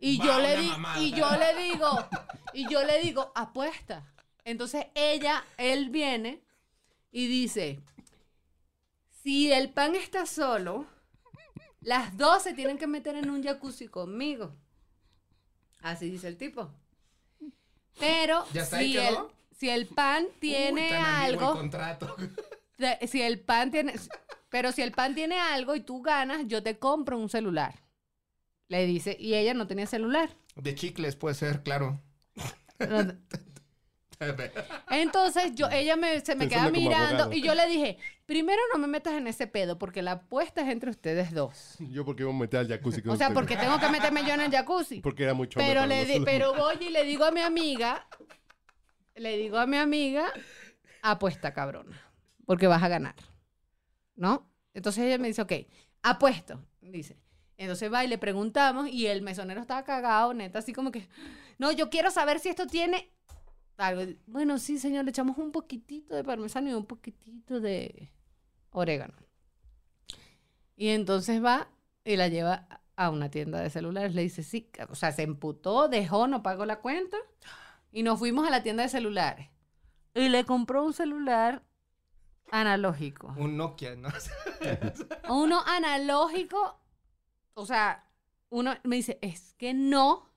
Y Va, yo le una di- mamada. y yo le digo, y yo le digo, apuesta. Entonces ella, él viene y dice, si el pan está solo, las dos se tienen que meter en un jacuzzi conmigo. Así dice el tipo. Pero ¿Ya está ahí si, el, quedó? si el pan tiene Uy, tan ambiguo El algo, contrato. de- si el pan tiene, pero si el pan tiene algo y tú ganas, yo te compro un celular. Le dice, y ella no tenía celular. De chicles puede ser, claro. No- Entonces yo, ella me, se me queda Pensando como mirando abogado. y yo le dije, primero no me metas en ese pedo porque la apuesta es entre ustedes dos. Yo porque iba a meter al jacuzzi con O sea, usted, porque güey. tengo que meterme yo en el jacuzzi. Porque era mucho hombre Pero, para le di- nosotros. pero voy y le digo a mi amiga, le digo a mi amiga, apuesta cabrona, porque vas a ganar. ¿No? Entonces ella me dice, ok, apuesto, dice. Entonces va y le preguntamos y el mesonero estaba cagado, neta, así como que, no, yo quiero saber si esto tiene algo. Bueno, sí, señor, le echamos un poquitito de parmesano y un poquitito de orégano. Y entonces va y la lleva a una tienda de celulares. Le dice, sí, o sea, se emputó, dejó, no pagó la cuenta. Y nos fuimos a la tienda de celulares. Y le compró un celular analógico. Un Nokia, ¿no? Uno analógico, o sea, uno me dice, es que no,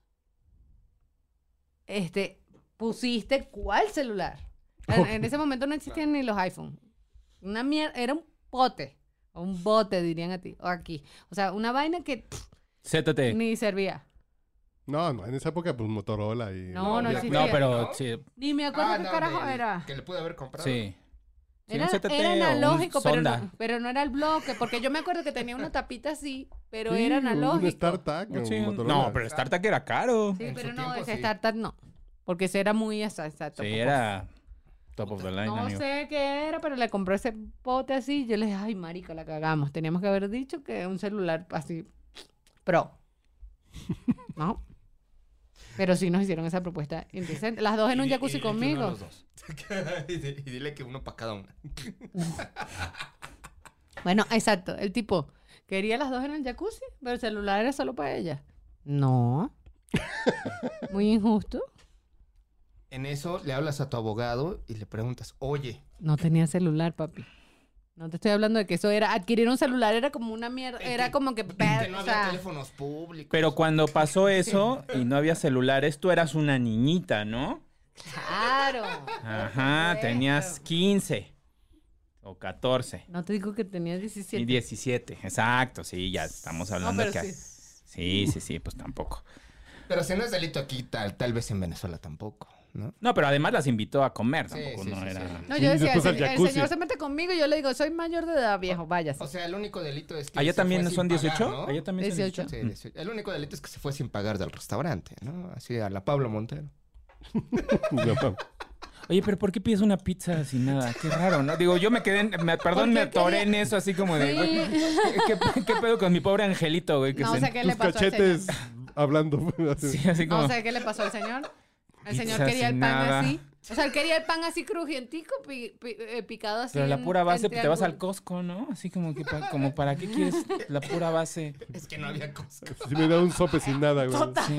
este, pusiste cuál celular. En, en ese momento no existían ni los iPhone. Una mierda, era un pote, o un bote dirían a ti, o aquí. O sea, una vaina que pff, ZTE. ni servía. No, no, en esa época, pues Motorola y. No, no ya- existe. No, pero ¿no? sí. Ni me acuerdo Ah, qué no, carajo de- de- era. Que le pude haber comprado. Sí. Sí, Era, un ZTE era o un analógico, pero no, Sonda. pero no era el bloque, porque yo me acuerdo que tenía una tapita así, pero Sí, era un analógico. StarTAC, un Sí, un- Motorola. No, pero StarTAC era caro. Sí, En pero su no, tiempo, ese sí. StarTAC no, porque ese era muy esa, esa- top Sí, of- era top of the line, No amigo. sé qué era, pero le compró ese pote así. y Yo le dije, ay, marica, la cagamos. Teníamos que haber dicho que un celular así pro. ¿No? Pero sí nos hicieron esa propuesta indecente. Las dos en un Y- y jacuzzi dile que uno conmigo. los dos. y, di- y dile que uno para cada una. Bueno, exacto. El tipo quería las dos en el jacuzzi, pero el celular era solo para ella. No. Muy injusto. En eso le hablas a tu abogado y le preguntas, oye, No tenía celular, papi. No te estoy hablando de que eso era. Adquirir un celular era como una mierda. Es Era que- como que. que no o había sea, teléfonos públicos. Pero cuando pasó eso y no había celulares, tú eras una niñita, ¿no? claro. Ajá, Por tenías supuesto. 15 o 14 No te digo que tenía 17. y 17. Exacto, sí, ya estamos hablando pero que... Sí, sí, sí, pues tampoco. Pero si no es delito aquí, tal, tal vez en Venezuela tampoco, ¿no? No, pero además las invitó a comer, Sí, tampoco sí, no sí, era... sí. No, Sí, yo decía, el, después al se- el jacuzzi. señor se mete conmigo y yo le digo, soy mayor de edad, viejo, váyase. O sea, el único delito es que. ¿Allá se Ah, también fue son sin 18? pagar, ¿no? ¿Allá también son 18. Sí, 18. El único delito es que se fue sin pagar del restaurante, ¿no? Así a la Pablo Montero. No, mames. Oye, pero ¿por qué pides una pizza sin nada? Qué raro, ¿no? Digo, yo me quedé, en- me, perdón, me Porque atoré quería- en eso así como de... Sí. güey, ¿qué, qué pedo con mi pobre angelito, güey? Que no se- sé qué Tus le pasó al cachetes señor. hablando. así. Sí, así como... No sé qué le pasó al señor. El señor Pizza quería el sin pan nada. así. O sea, él quería el pan así crujientico, pi- pi- eh, picado así. Pero la en- pura base, en pues, te vas al triángulo. Costco, ¿no? Así como que, pa- como para qué quieres la pura base. Es que no había cosa. Sí, me da un sope sin nada, güey. Sí.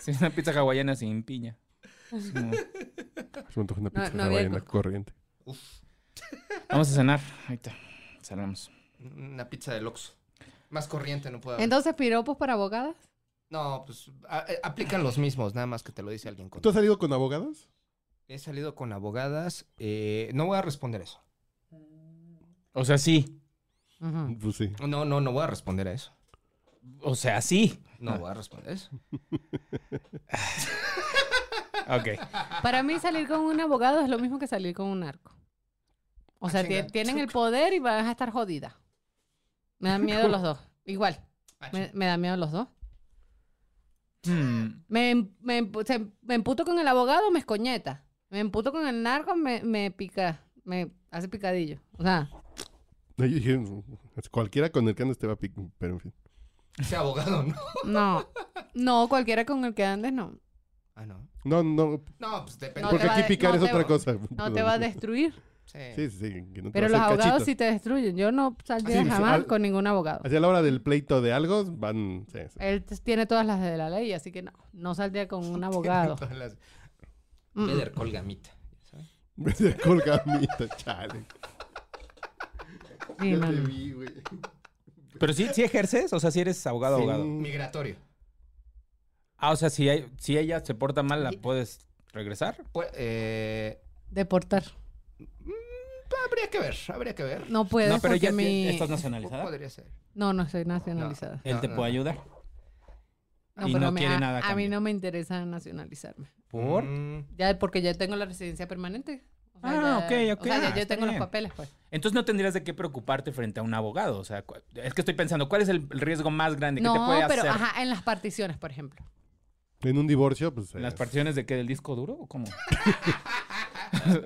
Sí, una pizza hawaiana sin piña. Es como, Se me antoja una No- pizza no había hawaiana coco. corriente. Vamos a cenar. Ahorita. Cerramos. Una pizza del Oxxo. Más corriente no puede haber. Entonces, piropos para abogadas. No, pues a- eh, aplican los mismos, nada más que te lo dice alguien. Con... ¿Tú has salido con abogados? He salido con abogadas. eh, no voy a responder eso. O sea, sí. Ujú. Pues sí. No, no, no voy a responder a eso. O sea, sí. No voy a responder a eso. Ok. Para mí, salir con un abogado es lo mismo que salir con un narco. O Ah, sea, chinga. tie- tienen el poder y vas a estar jodida. Me dan miedo los dos. Igual. Ah, Me, ching. me dan miedo los dos. Hmm. Me, em- me, empu- se- me emputo con el abogado, me escoñeta. Me emputo con el narco, me, me pica. Me hace picadillo. O sea, No, yo dije, "Es cualquiera con el que andes te va a picar, pero en fin. Sea abogado, ¿no? no. No, cualquiera con el que andes, no. Ah, no. No, no, No, pues depende. No te porque va aquí de- picar no es te otra va- cosa. No te va a destruir. Sí, sí, sí. que no te Pero va los a hacer abogados cachito. sí te destruyen. Yo no saldría Sí, sí, jamás al- con ningún abogado. Hacia la hora del pleito de algo, van. sí, sí. Él t- tiene todas las de la ley, así que no. No saldría con un abogado. Todas las- Mm, mm. Beder colgamita. Me se colga a mí, chale. Sí, Ya no, te no. vi, güey. Pero sí, sí ejerces. O sea, si eres abogado, Sí. abogado. Mm. Migratorio. Ah, o sea, si, hay- si ella se porta mal, la puedes regresar. Pues, eh, Deportar. habría que ver, habría que ver. No puedes no, pero Pues, porque ella mi- tiene- estás Po- nacionalizada. Podría ser. No, no soy nacionalizada. Él No, te no, puede no. ayudar. No, Y pero no me- quiere a- nada a A mí cambio. no me interesa nacionalizarme. ¿Por? Mm, Ya porque ya tengo la residencia permanente. O Ah, ya- ok, ok. O sea, Ah, ya yo está tengo los bien. papeles, pues. Entonces no tendrías de qué preocuparte frente a un abogado. O sea, cu- es que estoy pensando, ¿cuál es el el riesgo más grande que te No, puede hacer? pero ajá, en las particiones, por ejemplo. En un divorcio, pues. eh, ¿Las particiones de qué? ¿Del disco duro o cómo?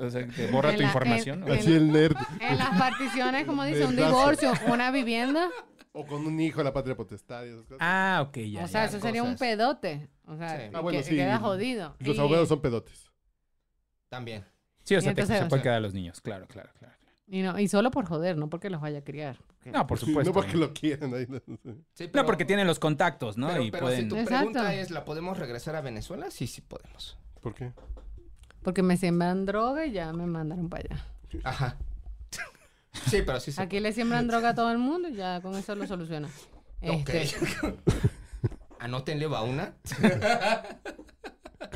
o sea, ¿te borra En tu la- información? en- o- Así el nerd. En las particiones, como dice, un Vergazo. divorcio, una vivienda. O con un hijo, la patria potestad y esas cosas. Ah, ok, ya. o sea, ya. eso sería un cosas. pedote. O sea, Sí. y Ah, bueno, que- sí. queda Ah, jodido. Los Y- abogados son pedotes. También. Sí, o sea, Y te- entonces- se puede quedar a los niños. Claro, claro, claro. Y, no, y solo por joder, no porque los vaya a criar. No, por supuesto. No porque lo quieran. ahí no sé. Sí, No, porque tienen los contactos, ¿no? Pero, y pero si pueden... tu Exacto. pregunta es, ¿la podemos regresar a Venezuela? Sí, sí podemos. ¿Por qué? Porque me siembran droga y ya me mandaron para allá. Ajá. Sí, pero sí se Aquí le siembran droga a todo el mundo y ya con eso lo soluciona. Ok. Este, Anótenle va una.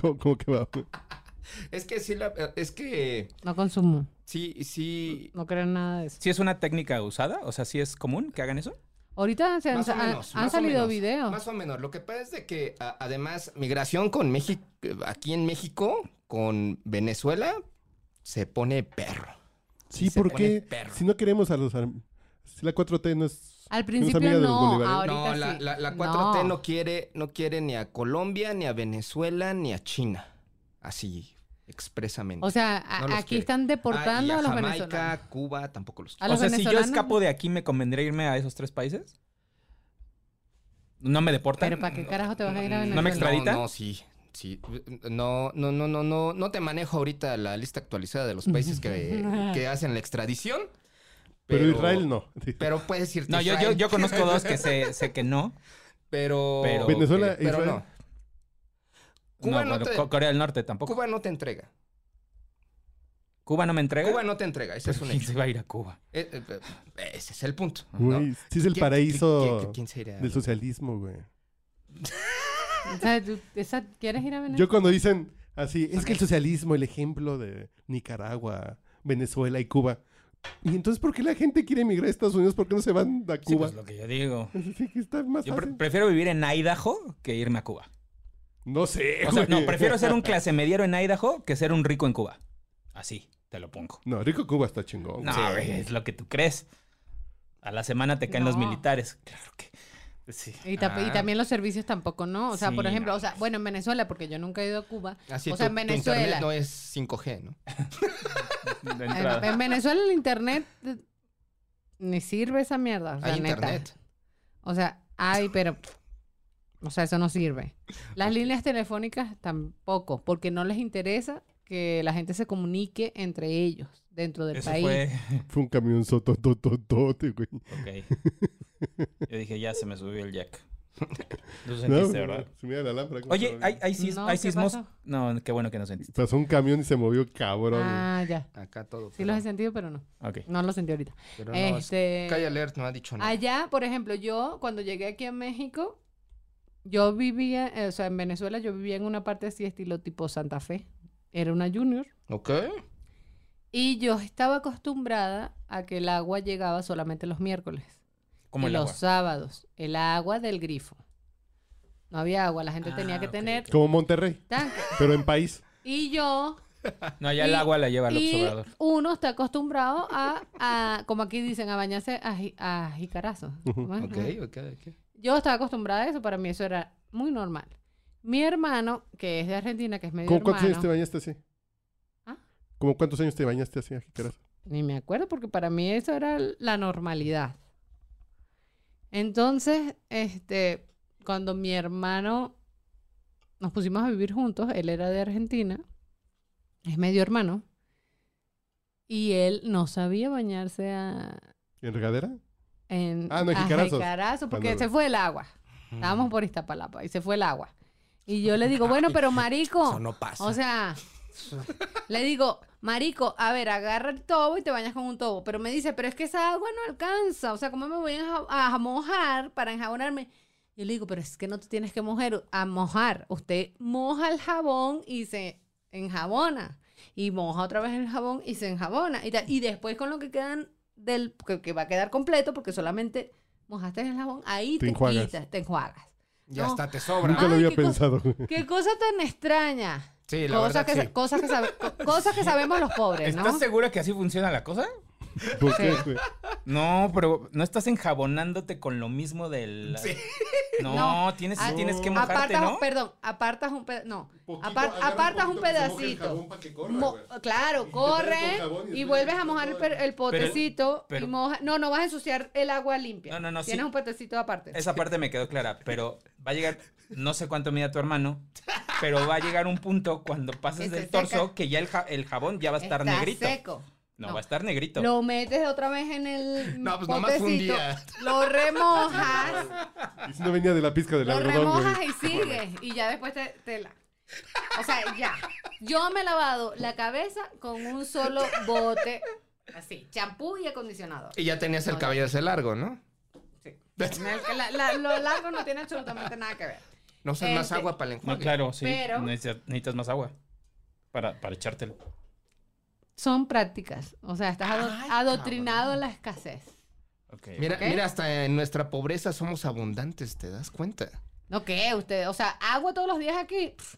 ¿Cómo, cómo que va? Ah, Es que sí, la, es que No consumo, sí, sí. no creo en nada de eso. ¿Sí es una técnica usada? O sea, ¿sí es común que hagan eso? Ahorita se han, Más o han- menos, han más o salido menos, videos. Más o menos. Lo que pasa es de que a- además migración con México, aquí en México, con Venezuela, se pone perro. Sí, se ¿por pone qué? perro. Ah, Si no queremos a los... arm- Si la 4T no es... Al amiga principio de los no, bolivares. ahorita No, la, sí. la- la 4T no. No. quiere, no quiere ni a Colombia, ni a Venezuela, ni a China. Así, expresamente. O sea, a- No los aquí quiere. están Ah, y deportando a, los Jamaica, venezolanos. Ah, Cuba, tampoco los A o los sea, si yo venezolanos- escapo de aquí, ¿me convendría irme a esos tres países? ¿No me deportan? Pero ¿para qué carajo te vas a ir a Venezuela? ¿No me extradita? Ah, No, no, sí. Sí, no, no, no, no, no, no te manejo ahorita la lista actualizada de los países que, que hacen la extradición. Pero, Israel no. Pero puedes irte No, a yo, yo, Israel, yo conozco dos que sé, sé que no. Pero, eh, pero- Venezuela, pero Israel. no. Cuba No, no, bueno, te, Co- Corea del Norte tampoco. Cuba, Cuba no te entrega. no me entrega. Cuba no te entrega, ese es un ¿Quién hecho. se va a ir a Cuba? Eh, eh, eh, Ese es el punto. Güey, ¿no? sí es el ¿Quién- paraíso quién- quién- quién sería? del socialismo, güey. O sea, tú- esa- ¿quieres ir a Venezuela? Yo cuando dicen así, es que el socialismo, el ejemplo de Nicaragua, Venezuela y Cuba. ¿Y entonces por qué la gente quiere emigrar a Estados Unidos? ¿Por qué no se van a Sí, Cuba? pues lo que yo digo. Sí, que está más Yo pre- fácil. prefiero vivir en Idaho que irme a Cuba. No sé, O sea, Eh, güey. no, prefiero ser un clase mediero en Idaho que ser un rico en Cuba. Así, te lo pongo. No, rico Cuba está chingón. No, güey. güey, es lo que tú crees. A la semana te caen los No. militares. Claro que. Sí. Y, tap- y Ah. también los servicios tampoco, ¿no? O sea, Sí, por ejemplo, no, o sea, bueno, en Venezuela, porque yo nunca he ido a Cuba. Así o sea, Ah, tu- en tu internet Venezuela. no es 5G, ¿no? de En, entrada. en Venezuela el internet eh, ni sirve esa mierda. O sea, Hay neta. internet. O sea, hay, pero. O sea, eso no sirve. Las líneas telefónicas tampoco, porque no les interesa que la gente se comunique entre ellos dentro del Eso país. fue. Fue un camión sototototote, güey. Ok. Yo dije, ya se me subió el jack. Tú No, sentiste, ¿verdad? se mira la lámpara. ¿cómo se Oye, va? ¿hay, hay, sis- No, hay ¿qué sismos? pasó? No, qué bueno que no sentiste. Pasó un camión y se movió cabrón. güey. Ah, ya. Acá todo. Sí pero- los he sentido, pero no. Ok. No los sentí ahorita. pero no, es- este. Sky Alert no ha dicho nada. Allá, por ejemplo, yo cuando llegué aquí a México, yo vivía, eh, o sea, en Venezuela yo vivía en una parte así estilo tipo Santa Fe. Era una junior. ¿Ok? Y yo estaba acostumbrada a que el agua llegaba solamente los miércoles. Como y el los agua. sábados. El agua del grifo. No había agua, la gente tenía Ah, que ok, tener ok. Como Monterrey, tanque. pero en país. Y yo No, ya el Y- agua la lleva el y observador. uno está acostumbrado a, a, como aquí dicen, a bañarse a, ji- a jicarazos. Ujú. ¿Cómo es? Ok, ok, ok. Mm. Yo estaba acostumbrada a eso, para mí eso era muy normal. Mi hermano, que es de Argentina, que es medio ¿Cómo cuántos años te hermano, bañaste así? ¿Ah? ¿Cómo cuántos años te bañaste así, Jicarazo? ni me acuerdo porque para mí eso era la normalidad. Entonces, este, cuando mi hermano nos pusimos a vivir juntos, él era de Argentina, es medio hermano, y él no sabía bañarse a, ¿En regadera? en, Ah, no, en a jicarazos. jicarazo, porque Cuando- se fue el agua. Estábamos Mm. por Iztapalapa y se fue el agua. Y yo le digo, bueno, pero marico, Eso no pasa. o sea, le digo, marico, a ver, agarra el tobo y te bañas con un tobo. Pero me dice, pero es que esa agua no alcanza. O sea, ¿cómo me voy a, enja- a mojar para enjabonarme? Yo le digo, pero es que no te tienes que mojar, a mojar. Usted moja el jabón y se enjabona. Y moja otra vez el jabón y se enjabona. Y, tal. y después con lo que quedan del, que, que va a quedar completo, porque solamente mojaste el jabón, ahí Te te, enjuagas. quitas, te enjuagas. Ya no. está, te sobra. Nunca lo Ay, había qué cosa- pensado, güey. Qué cosa tan extraña. Sí, la Cosas verdad que, sí. sa- cosas, que sabe- co- cosas que sabemos los pobres, ¿no? ¿Estás segura que así funciona la cosa? ¿Por qué, Sí. güey? No, pero no estás enjabonándote con lo mismo del. Sí. No, No. Tienes, Ah, tienes que mojarte, Apartas, ¿no? un- perdón, apartas un pedacito. No, poquito, apar- agarra un apartas un poquito que se moje el jabón pedacito. pa' que corra, Mo- güey. claro, Y te pones corre con jabón y y después vuelves le a mojar el, pones- per- el potecito pero- y moja. No, no vas a ensuciar el agua limpia. No, no, no, Tienes sí. un potecito aparte. Esa parte me quedó clara, pero va a llegar. No sé cuánto mide tu hermano, pero va a llegar un punto cuando Que pases se del seca. torso que ya el, ja- el jabón ya va a estar Está negrito. seco. No, No. va a estar negrito. Lo metes otra vez en el No, pues nomás fue un potecito, día. lo remojas, Y si no venía de la pizca del lo algodón, güey. remojas y sigues y ya después te, te la. O sea, ya. Yo me he lavado la cabeza con un solo bote Así, champú y acondicionador. Y ya tenías el cabello ese largo, ¿no? Sí. No, es que la- la- lo largo no tiene absolutamente nada que ver. No usas más Este- agua para el No, enjuague. claro, sí. Pero- Necesitas, necesitas más agua para, para echártelo. Son prácticas. O sea, estás ado- Ay, adoctrinado a cabrón. la escasez. Ok. Mira, ¿Ok? mira, hasta en nuestra pobreza somos abundantes, ¿te das cuenta? ¿No qué? Usted, o sea, agua todos los días aquí. Pff.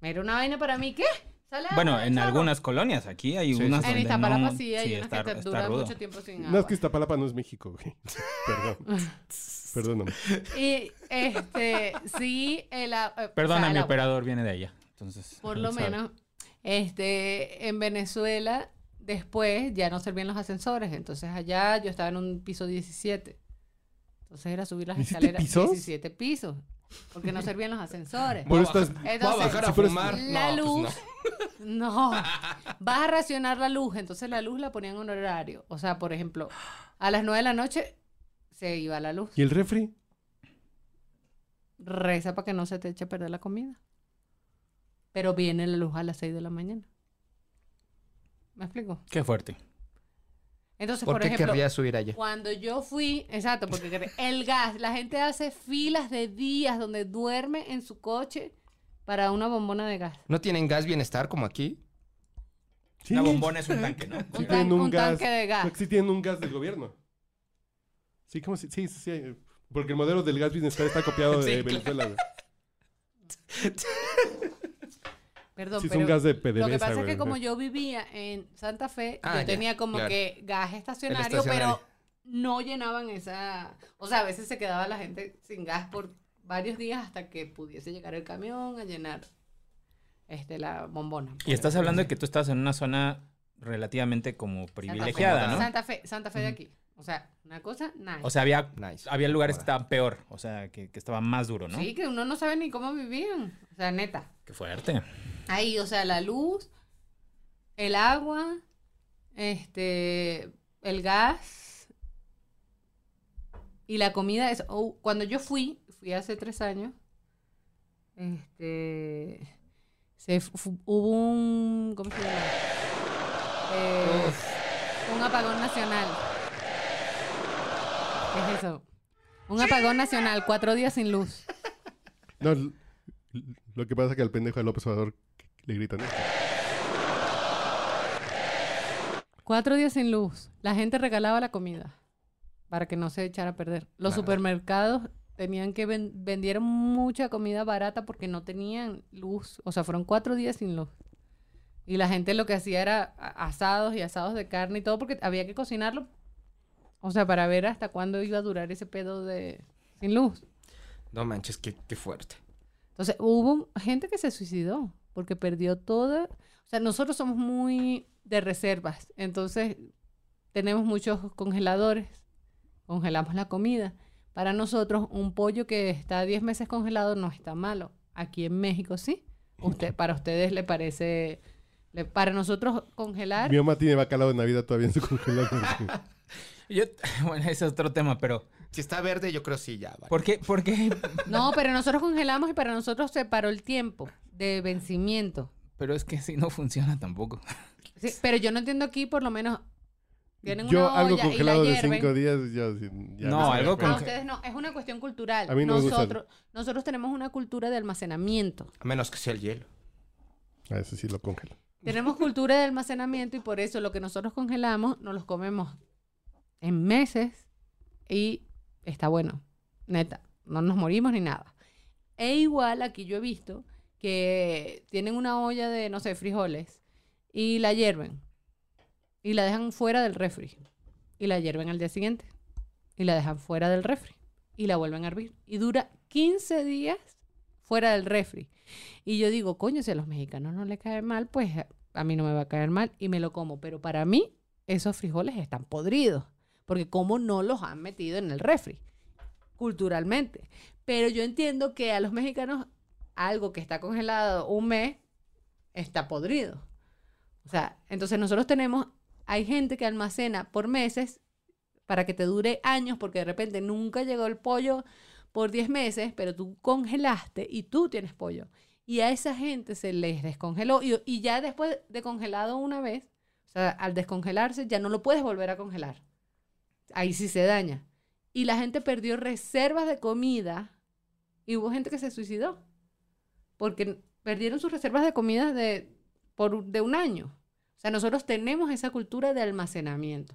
Mira, una vaina para mí, ¿qué? ¿Sale agua Bueno, del en chorro? algunas colonias aquí hay Sí, unas sí. Ah, En donde Iztapalapa no- sí hay sí, unas está- que te está duran rudo. mucho tiempo sin agua. No es que Iztapalapa no es México, güey. Perdón. Perdóname. Y este, sí, el a- eh, o sea, Perdona, el mi agua, operador viene de allá. Entonces, Por él lo sabe. menos, este, en Venezuela, después ya no servían los ascensores. Entonces allá yo estaba en un piso 17. Entonces era subir las ¿Hiciste escaleras pisos? 17 pisos. Porque no servían los ascensores. Por Voy a estas- bajar- Entonces, voy a bajar a Sí, pero es- fumar. La No, luz. pues no. No, vas a racionar la luz. Entonces la luz la ponían en un horario. O sea, por ejemplo, a las 9 de la noche se iba la luz. ¿Y el refri? Reza para que no se te eche a perder la comida. Pero viene la luz a las 6 de la mañana. ¿Me explico? Qué fuerte. Entonces, por, ¿Por qué ejemplo, querrías subir allá? cuando yo fui, exacto, porque quer- el gas, la gente hace filas de días donde duerme en su coche para una bombona de gas. ¿No tienen gas bienestar como aquí? Sí. es un tanque, ¿no? Sí Un, tan- tienen un un gas. tanque de gas. No, sí tienen un gas del gobierno. Sí, como si, sí, sí, sí. eh, Porque el modelo del gas bienestar está copiado de Sí, claro. Venezuela. güey. Perdón, Sí, es pero un gas de Lo que PDVSA, pasa es que güey. como yo vivía en Santa Fe, Ah, yo ya, tenía como claro. que gas estacionario, El estacionario. pero no llenaban esa... O sea, a veces se quedaba la gente sin gas por varios días hasta que pudiese llegar el camión a llenar este, la bombona. Y estás hablando de que tú estás en una zona relativamente como privilegiada, ¿no? Santa Fe, Santa Fe de aquí. O sea, una cosa, nada. O sea, había, Nice. había lugares que estaban peor, o sea, que, que estaban más duro, ¿no? Sí, que uno no sabe ni cómo vivían. O sea, neta. Qué fuerte. Ahí, o sea, la luz, el agua, este, el gas y la comida es. oh, cuando yo fui, fui hace tres años, este, se fu- hubo un, ¿cómo se llama? Eh, un apagón nacional. ¿Qué es eso? Un apagón nacional, cuatro días sin luz. No, l- l- lo que pasa es que al pendejo de López Obrador le gritan. "Esto". Cuatro días sin luz. La gente regalaba la comida para que no se echara a perder. Los Claro. supermercados tenían que ven- vendieron mucha comida barata porque no tenían luz. O sea, fueron cuatro días sin luz. Y la gente lo que hacía era a- asados y asados de carne y todo porque había que cocinarlo. O sea, para ver hasta cuándo iba a durar ese pedo de sin luz. No manches, qué, qué fuerte. Entonces, hubo gente que se suicidó porque perdió toda... O sea, nosotros somos muy de reservas. Entonces, tenemos muchos congeladores. Congelamos la comida. Para nosotros, un pollo que está 10 meses congelado no está malo. Aquí en México sí. Usted, para ustedes le parece... le- para nosotros congelar... Mi mamá tiene bacalao de Navidad todavía en su congelador. güey. Yo, bueno, ese es otro tema, pero Si está verde, yo creo sí, ya. vale. ¿por qué? ¿Por qué? No, pero nosotros congelamos y para nosotros se paró el tiempo de vencimiento. Pero es que si no funciona tampoco. Sí, pero yo no entiendo aquí, por lo menos... Tienen Yo una algo olla y la congelado de hierven. cinco días. yo sí, ya No, me sabe algo a con- pena. A ustedes no, es una cuestión cultural. A mí no me gusta. nosotros, nosotros tenemos una cultura de almacenamiento. A menos que sea el hielo. Ah, eso sí lo congela. Tenemos cultura de almacenamiento y por eso lo que nosotros congelamos nos los comemos en meses y está bueno. Neta, no nos morimos ni nada. E igual aquí yo he visto que tienen una olla de, no sé, frijoles y la hierven y la dejan fuera del refri y la hierven al día siguiente y la dejan fuera del refri y la vuelven a hervir y dura 15 días fuera del refri. Y yo digo, coño, si a los mexicanos no les cae mal, pues a mí no me va a caer mal y me lo como. Pero para mí, esos frijoles están podridos. Porque cómo no los han metido en el refri, culturalmente. Pero yo entiendo que a los mexicanos algo que está congelado un mes está podrido. O sea, entonces nosotros tenemos, hay gente que almacena por meses para que te dure años porque de repente nunca llegó el pollo por 10 meses, pero tú congelaste y tú tienes pollo. Y a esa gente se les descongeló. Y, y ya después de congelado una vez, O sea, al descongelarse ya no lo puedes volver a congelar. Ahí sí se daña. Y la gente perdió reservas de comida y hubo gente que se suicidó porque perdieron sus reservas de comida de, por, un- de un año. O sea, nosotros tenemos esa cultura de almacenamiento.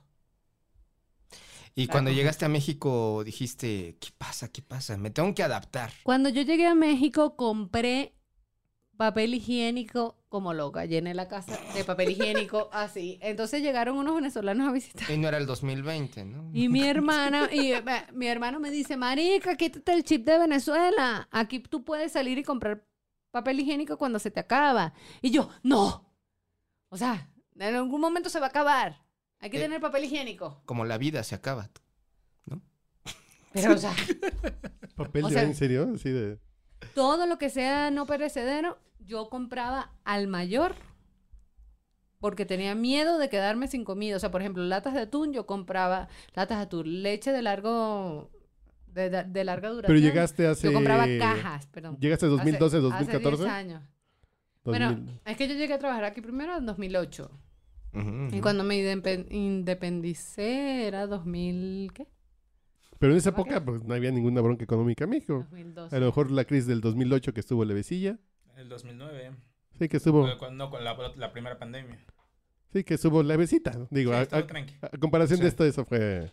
Y cuando Claro. llegaste a México dijiste, ¿qué pasa? ¿Qué pasa? Me tengo que adaptar. Cuando yo llegué a México, compré papel higiénico como loca. Llené la casa de papel higiénico así. Entonces llegaron unos venezolanos a visitar. Y no era el 2020, ¿no? Y mi hermana, y eh, mi hermano me dice, marica, quítate el chip de Venezuela. Aquí tú puedes salir y comprar papel higiénico cuando se te acaba. Y yo, no. O sea, en algún momento se va a acabar. Hay que Eh. tener papel higiénico. Como la vida se acaba. Pero, o sea, Papel O de sea- baño, en serio, así de. todo lo que sea no perecedero, yo compraba al mayor porque tenía miedo de quedarme sin comida. O sea, por ejemplo, latas de atún, yo compraba latas de atún, leche de largo de, de- de larga duración. Pero llegaste hace. Yo compraba cajas, perdón. Llegaste en Hace- 2012, hace 2014. 10 años. Bueno, 2000. es que yo llegué a trabajar aquí primero en 2008. Ujú, Y ujú. cuando me indepen- independicé era 2000, ¿qué? Pero en esa Ok. época pues, no había ninguna bronca económica en México. 2012. A lo mejor la crisis del 2008 que estuvo levecilla. El 2009. Sí, que estuvo. Cuando, cuando- con la, la primera pandemia. Sí, que estuvo levecita. Digo, Sí, a, estuvo a- tranqui. a comparación Sí. de esto, eso fue.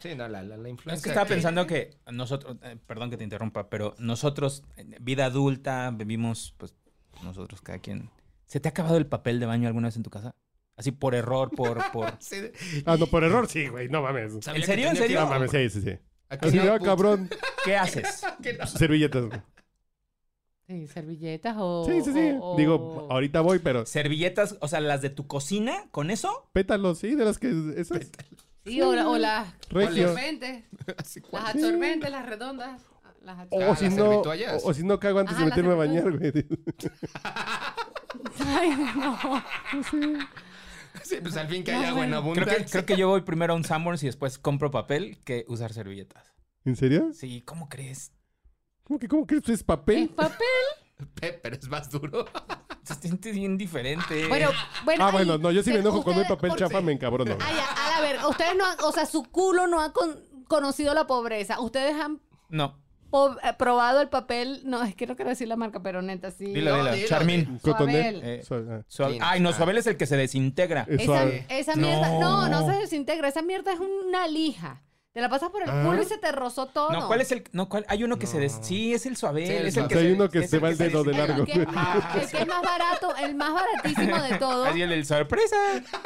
Sí, no, la, la, la Es influencia. que estaba pensando que nosotros, eh, perdón que te interrumpa, pero nosotros, eh, vida adulta, vivimos, pues, nosotros cada quien. ¿Se te ha acabado el papel de baño alguna vez en tu casa? Así por error, por... por... Sí, de- Ah, no, por error, sí, güey. No mames. sabía que serio? ¿En tenía que serio? ir a- No mames, sí, sí, sí. a que Así no, de, ah, puta. cabrón. ¿Qué haces? Servilletas. Sí, servilletas o... Sí, sí, sí. o- o- Digo, ahorita voy, pero ¿Servilletas, o sea, las de tu cocina, con eso? pétalos, sí, de las que. Esas. Sí, o, la- o las Regio. absorbentes, Así cual. las absorbentes, las redondas, las absorbentes. O Ah, si las no. servitoallas. O, o si no cago antes Ah, de las meterme a bañar, güey. Ay, no. Sí, pues al fin que No, hay agua en bueno. Creo abundancia. que, creo que yo voy primero a un Sanborns y después compro papel que usar servilletas. ¿En serio? Sí, ¿cómo crees? ¿Cómo que, cómo que esto es Es papel? papel. Pe- Pero es más duro. Se siente bien diferente. Bueno, bueno. Ah, ay, bueno, no, yo sí me que enojo cuando hay ustedes- papel por- chafa, me encabrono. güey. Ay, a, a la verga, ustedes no han, o sea, su culo no ha con- conocido la pobreza. Ustedes han No, po- eh, probado el papel, no, es que no quiero decir la marca, pero neta, sí. dilo, No, dilo. dilo, Charmín. Cotonel. Suabel. Eh, Suave, ah. Suave- Ay, no, Suabel es el que se desintegra. Eh, Esa, suave. esa mierda, No. no. no, se desintegra, esa mierda es una lija. Te la pasas por el Ah. culo y se te rozó todo. No, ¿cuál es el? No, ¿cuál? Hay uno que se des... No. Sí, es el Suabel. Sí, el es el O que sea, se- hay uno que es se va el dedo de desintegra. largo. El que, es güey. más, el que es más barato, el más baratísimo de todo. Así Ah, el, el sorpresa.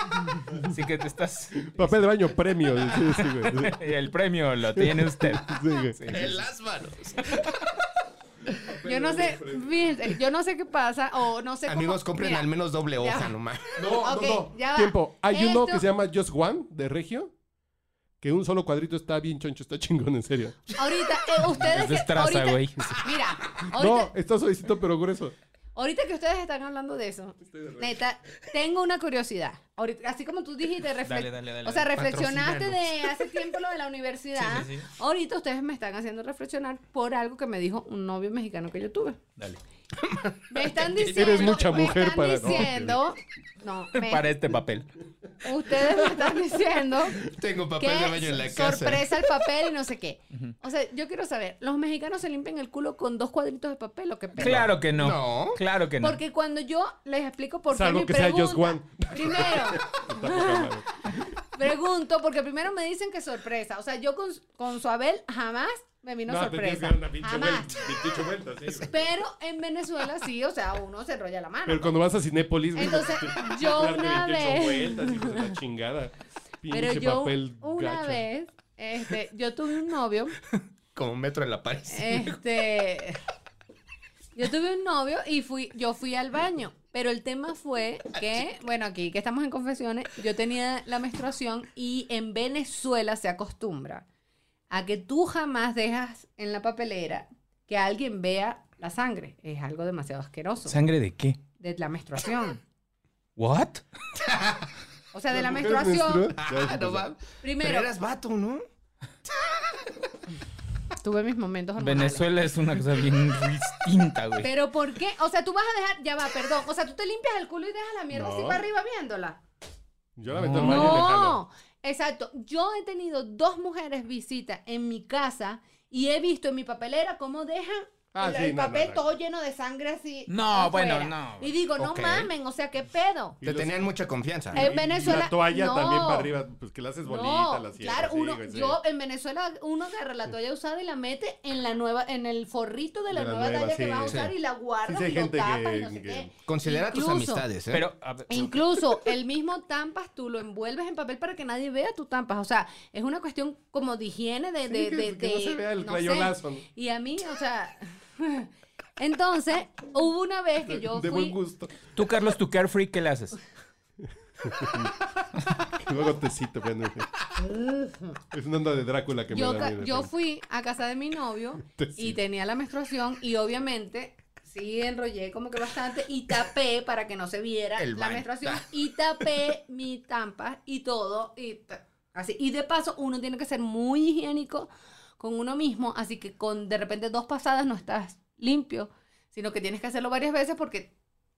Así que te estás. Papel de baño premio. Sí, sí, güey. El premio lo tiene usted. Sí, güey. El ásbaros. Yo no sé, fíjense, yo no sé qué pasa o no sé cómo- Amigos, compren Mira, al menos doble hoja Ya. nomás. No, ok, no, no. ya va. Tiempo. Hay uno Esto- que se llama Just One de Regio. Que un solo cuadrito está bien choncho, está chingón, en serio. Ahorita, eh, ustedes. Es que- destraza, ahorita- güey. Mira, No, ahorita, está suavecito pero grueso. ahorita que ustedes están hablando de eso, neta, tengo una curiosidad. Ahorita, así como tú dijiste, refle- Dale, dale, dale. o sea, reflexionaste de Patrocínanos. hace tiempo lo de la universidad. Sí, sí, sí. Ahorita ustedes me están haciendo reflexionar por algo que me dijo un novio mexicano que yo tuve. Dale. Me están diciendo. Eres mucha mujer me para- están diciendo. No, me- Para este papel. ustedes me están diciendo Tengo que papel de baño en la casa. sorpresa el papel y no sé qué. O sea, yo quiero saber, ¿los mexicanos se limpian el culo con dos cuadritos de papel o qué pedo? Claro que no. No. Claro que no. Porque cuando yo les explico por qué Salvo mi que sea pregunta, Just One. primero Está poca madre. pregunto porque primero me dicen que sorpresa, o sea, yo con, con Suabel jamás me vino No, te tienes que sorpresa, dar una pinche jamás. vuelta, 28 vueltas, sí, güey. Pero en Venezuela sí, o sea, uno se enrolla la mano. Pero cuando vas a Cinépolis, güey, Entonces, tienes que yo darte una 28 vez- vueltas, hijo de la chingada. Pinche Pero yo papel una gacho. vez, este, yo tuve un novio Como metro en la pared. Eh. Este. Yo tuve un novio y fui, yo fui al baño. Pero el tema fue que, bueno, aquí que estamos en confesiones, yo tenía la menstruación y en Venezuela se acostumbra a que tú jamás dejas en la papelera que alguien vea la sangre. Es algo demasiado asqueroso. ¿Sangre de qué? De la menstruación. ¿What? O sea, de la ¿Las mujeres menstruación. menstruan? Ya, Ah, sí, no pues, va. Pero Primero, eras vato, ¿no? tuve mis momentos hormonales. Venezuela es una cosa bien distinta, güey. Pero ¿por qué? O sea, tú vas a dejar, ya va, perdón. O sea, tú te limpias el culo y dejas la mierda así No. para arriba viéndola. Yo la meto al No. baño y le jalo. No, exacto. Yo he tenido dos mujeres visitas en mi casa y he visto en mi papelera cómo dejan Ah, el, sí, el no, no, papel no. todo lleno de sangre así. No, bueno, no. Y digo, no Ok. mamen, o sea, ¿qué pedo? Y Te los- tenían mucha confianza. Eh, En y Venezuela, La toalla no. también para arriba, pues que la haces bonita, No, la cierras. claro, sí, uno, güey, sí. yo en Venezuela uno agarra la toalla usada y la mete en la nueva, en el forrito de la, nueva, toalla que sí, vas a sí. usar y la Sí, guardas sí, hay y lo gente tapas que- y no sé que- qué. Considera tus Incluso- amistades, ¿eh? Pero, a ver, E Incluso el mismo tampas tú lo envuelves en papel para que nadie vea tu tampas. O sea, es una cuestión como de higiene de... Sí, de, que- de- que no de- se vea el no sé. crayonazo. ¿no? Y a mí, o sea... Entonces, hubo una vez que yo de buen fui... gusto. tú, Carlos, tu carefree, ¿qué le haces? Luego tecito, bueno. Es una onda de Drácula que Yo, me ca- da. a mí de yo repente. fui a casa de mi novio y Tecito. tenía la menstruación y obviamente sí enrollé como que bastante y tapé para que no se viera El la baño. Ah. menstruación y tapé mi tampa y todo y ta- así. Y de paso uno tiene que ser muy higiénico con uno mismo, así que con de repente dos pasadas no estás limpio, sino que tienes que hacerlo varias veces porque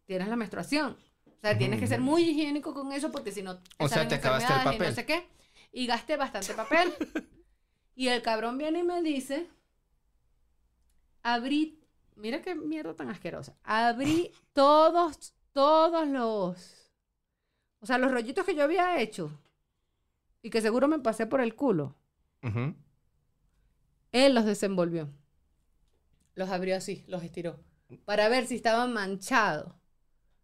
tienes la menstruación. O sea, tienes que ser muy higiénico con eso porque si no te O sea, salen te acabaste el enfermedades y papel. No sé qué. Y gasté bastante papel. y el cabrón viene y me dice, abrí, mira qué mierda tan asquerosa. Abrí todos, todos los, o sea, los rollitos que yo había hecho y que seguro me pasé por el culo. Ujú. Él los desenvolvió. Los abrió así, los estiró. Para ver si estaban manchados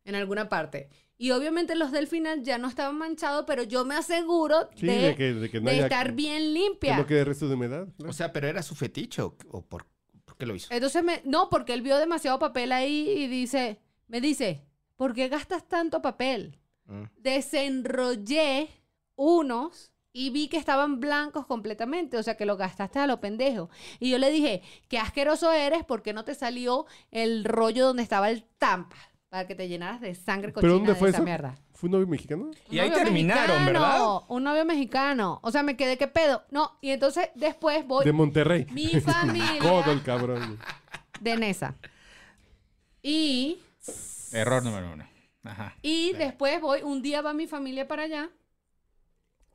en alguna parte. Y obviamente los del final ya no estaban manchados, pero yo me aseguro Sí, de, de, que, de que no de haya- estar bien Pues, Que limpia. no quede resto de humedad. claro. O sea, pero era su fetiche o, o por, por qué lo hizo. Entonces, me, no, porque él vio demasiado papel ahí y dice, me dice, ¿por qué gastas tanto papel? Mm. Desenrollé unos y vi que estaban blancos completamente, o sea que lo gastaste a lo pendejo. Y yo le dije, qué asqueroso eres porque no te salió el rollo donde estaba el tampa para que te llenaras de sangre cochina ¿Pero dónde de fue esa eso? mierda. ¿Fue un novio mexicano? Y ahí novio terminaron, mexicano, Un novio mexicano. O sea, me quedé, ¿qué pedo? No, y entonces después voy... De Monterrey. Ah, mi familia... Codo el cabrón. de Nesa. Y, Error número uno. Ajá. y después voy, un día va mi familia para allá.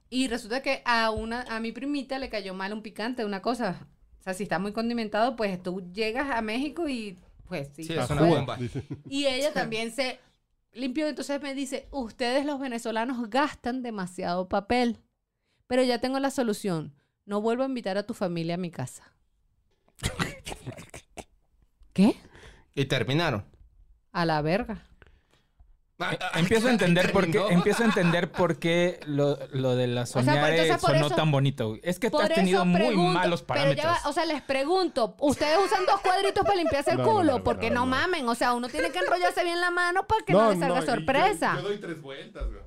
Y resulta que a una, a mi primita le cayó mal un picante, una cosa. O sea, si está muy condimentado, pues tú llegas a México y pues sí. Sí, es una Ajúa, bomba. Ah, dice. Y ella también se limpió. Entonces me dice, ustedes los venezolanos gastan demasiado papel. Pero ya tengo la solución. No vuelvo a invitar a tu familia a mi casa. ¿Qué? Y terminaron. A la verga. Ah, ah, Empiezo a entender por qué, terminó. empiezo a entender por qué lo, lo de la sea, por- soñare entonces, por sonó eso- tan bonito. güey. Es que te Por has tenido eso muy pregunto, malos pero ya parámetros. va, o sea, les pregunto, ustedes usan dos cuadritos para limpiarse el No, no, culo, no, no, porque no, no, no. mamen, o sea, uno tiene que enrollarse bien la mano para que no, le salga y yo- sorpresa. Yo, doy tres vueltas, güey.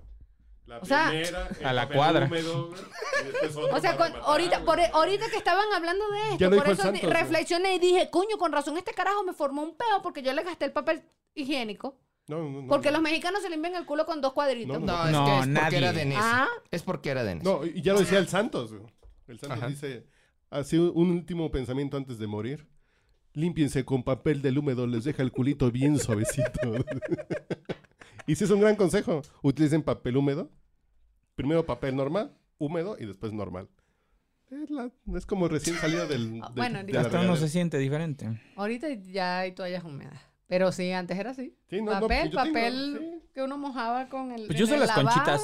La O sea, primera, el a la papel cuadra. húmedo, güey, y después otro o para sea, con- rematar, ahorita, güey. por- e, ahorita que estaban hablando de Ya lo esto, por dijo el eso di- Santos, ¿no? reflexioné y dije, coño, con razón este carajo me formó un peo porque yo le gasté el papel higiénico, No, no, no. porque no. los mexicanos se limpian el culo con dos cuadritos. No, No, es No, que es porque nadie. era de Nesa. Ah. Es porque era de Nesa. No, y ya lo decía el Santos. güey. El Santos Ajá. dice, así un un último pensamiento antes de morir. Límpiense con papel del húmedo, les deja el culito bien suavecito. y si es un gran consejo, utilicen papel húmedo. Primero papel normal, húmedo y después normal. Es, la- es como recién salido del... Ah, del- bueno, de digo- la Hasta uno regadera. se siente diferente. Ahorita ya hay toallas húmedas, pero sí, antes era así. Sí, no, no, papel, yo tengo, papel sí. que uno mojaba con el Pues en yo uso el las lavabo. conchitas,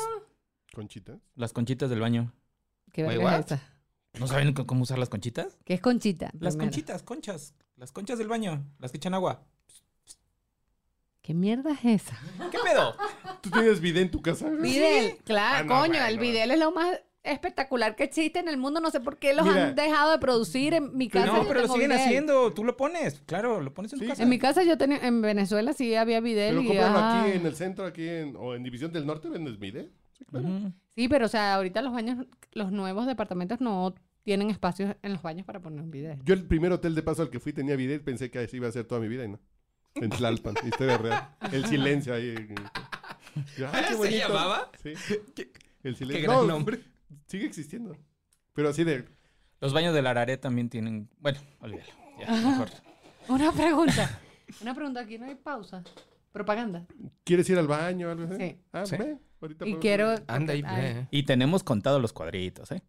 Conchita. las conchitas del baño. ¿Qué Wait, verga es what? esta? ¿No saben c- cómo usar las conchitas? ¿Qué es conchita? Las Primero. conchitas, conchas. Las conchas del baño. Las que echan agua. ¿Qué mierda es esa? ¿Qué pedo? ¿Tú tienes video en tu casa? güey? Videl, claro, Ah, no, coño, el bueno. Videl es lo más espectacular que existe en el mundo. No sé por qué los Mira. han dejado de producir. En mi casa No, yo pero lo tengo siguen Videl. haciendo. Tú lo pones. Claro, lo pones en tu Sí. casa. En mi casa yo tenía, en Venezuela sí había Videl Pero y cómpralo ah, aquí en el centro, aquí en... O en División del Norte vendes video. Sí, claro. Ujú. Sí, pero o sea, ahorita los baños, los nuevos departamentos no tienen espacios en los baños para poner un Videl. Yo el primer hotel de paso al que fui tenía video y pensé que así iba a ser toda mi vida y no. En Tlalpan, historia real. El silencio ahí. Yo, "Ah, ¿Se llamaba? Sí. El silencio. Qué gran No, nombre. Sigue existiendo. Pero así de... Los baños del Araré también tienen. Bueno, olvídalo. Ya, mejor. Una pregunta. Una pregunta, aquí no hay pausa. Propaganda. ¿Quieres ir al baño o algo así? Sí. Ah, Sí. ve, ahorita Y podemos- quiero. Anda y Ay. ve. Y tenemos contados los cuadritos, ¿eh?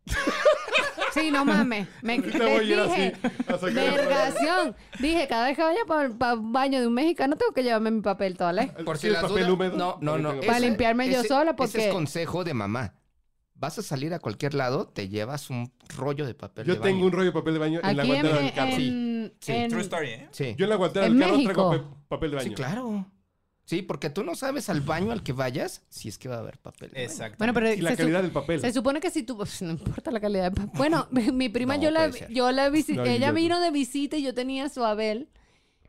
Sí, no mames. Me te Ahorita voy a ir así. dije. a sacar el papel. Vergación. Dije, cada vez que vaya para un baño de un mexicano tengo que llevarme mi papel toalla. El- Por sí, si el las papel dudas- húmedo. No, no, Ahí no. tengo. Para ese- limpiarme yo ese- sola, Ese porque- es consejo de mamá. Vas a salir a cualquier lado, te llevas un rollo de papel Yo de tengo baño. un rollo de papel de baño en la Aquí en, guantera del carro. en, Sí, en- ¿eh? Sí. Yo en la guantera en del carro México. traigo pa- papel de baño. Sí, claro. Sí, porque tú no sabes al baño al que vayas si es que va a haber papel. de baño. Exacto. Bueno, pero Y la se su- calidad del papel. Se supone que si tú, pues, no importa la calidad. de pa- Bueno, mi prima No, yo la puede ser. yo la visi- No, ella yo- vino de visita y yo tenía su Abel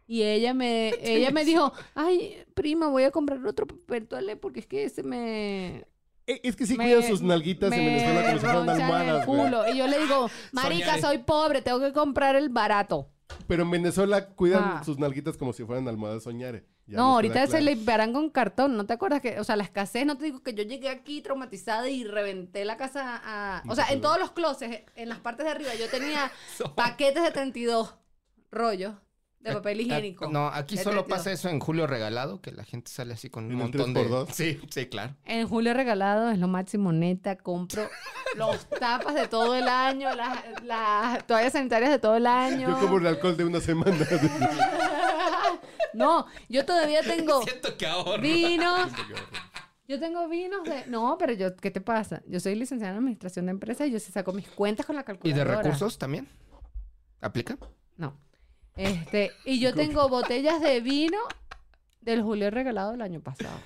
y ella me ella me dijo, "Ay, prima, voy a comprar otro papel toalé porque es que ese me Eh, Es que sí me- cuidan sus nalguitas en Venezuela como si fueran ronchan almohadas, el güey. culo." Y yo le digo, "Marica, soy pobre, tengo que comprar el barato." Pero en Venezuela cuidan Ah. sus nalguitas como si fueran almohadas soñare. Ya no, nos ahorita queda se claro. limpiarán con cartón, ¿no te acuerdas que, o sea, la escasez, no te digo que yo llegué aquí traumatizada y reventé la casa a, o sea, en todos los closets, en las partes de arriba yo tenía paquetes de 32 rollos de papel higiénico. Ah, No, aquí De solo 32. pasa eso en julio regalado, que la gente sale así con un En el montón de. 3x2. Sí, sí, claro. En julio regalado es lo máximo, neta, compro los tapas de todo el año, las, las toallas sanitarias de todo el año. Yo como el alcohol de una semana. No, yo todavía tengo Siento que ahorro. vinos. Yo tengo vinos de... No, pero yo, ¿qué te pasa? Yo soy licenciada en administración de empresas y yo sí saco mis cuentas con la ¿Y de calculadora. recursos también? ¿Aplica? No. Este, y yo tengo botellas de vino del Julio regalado del año pasado.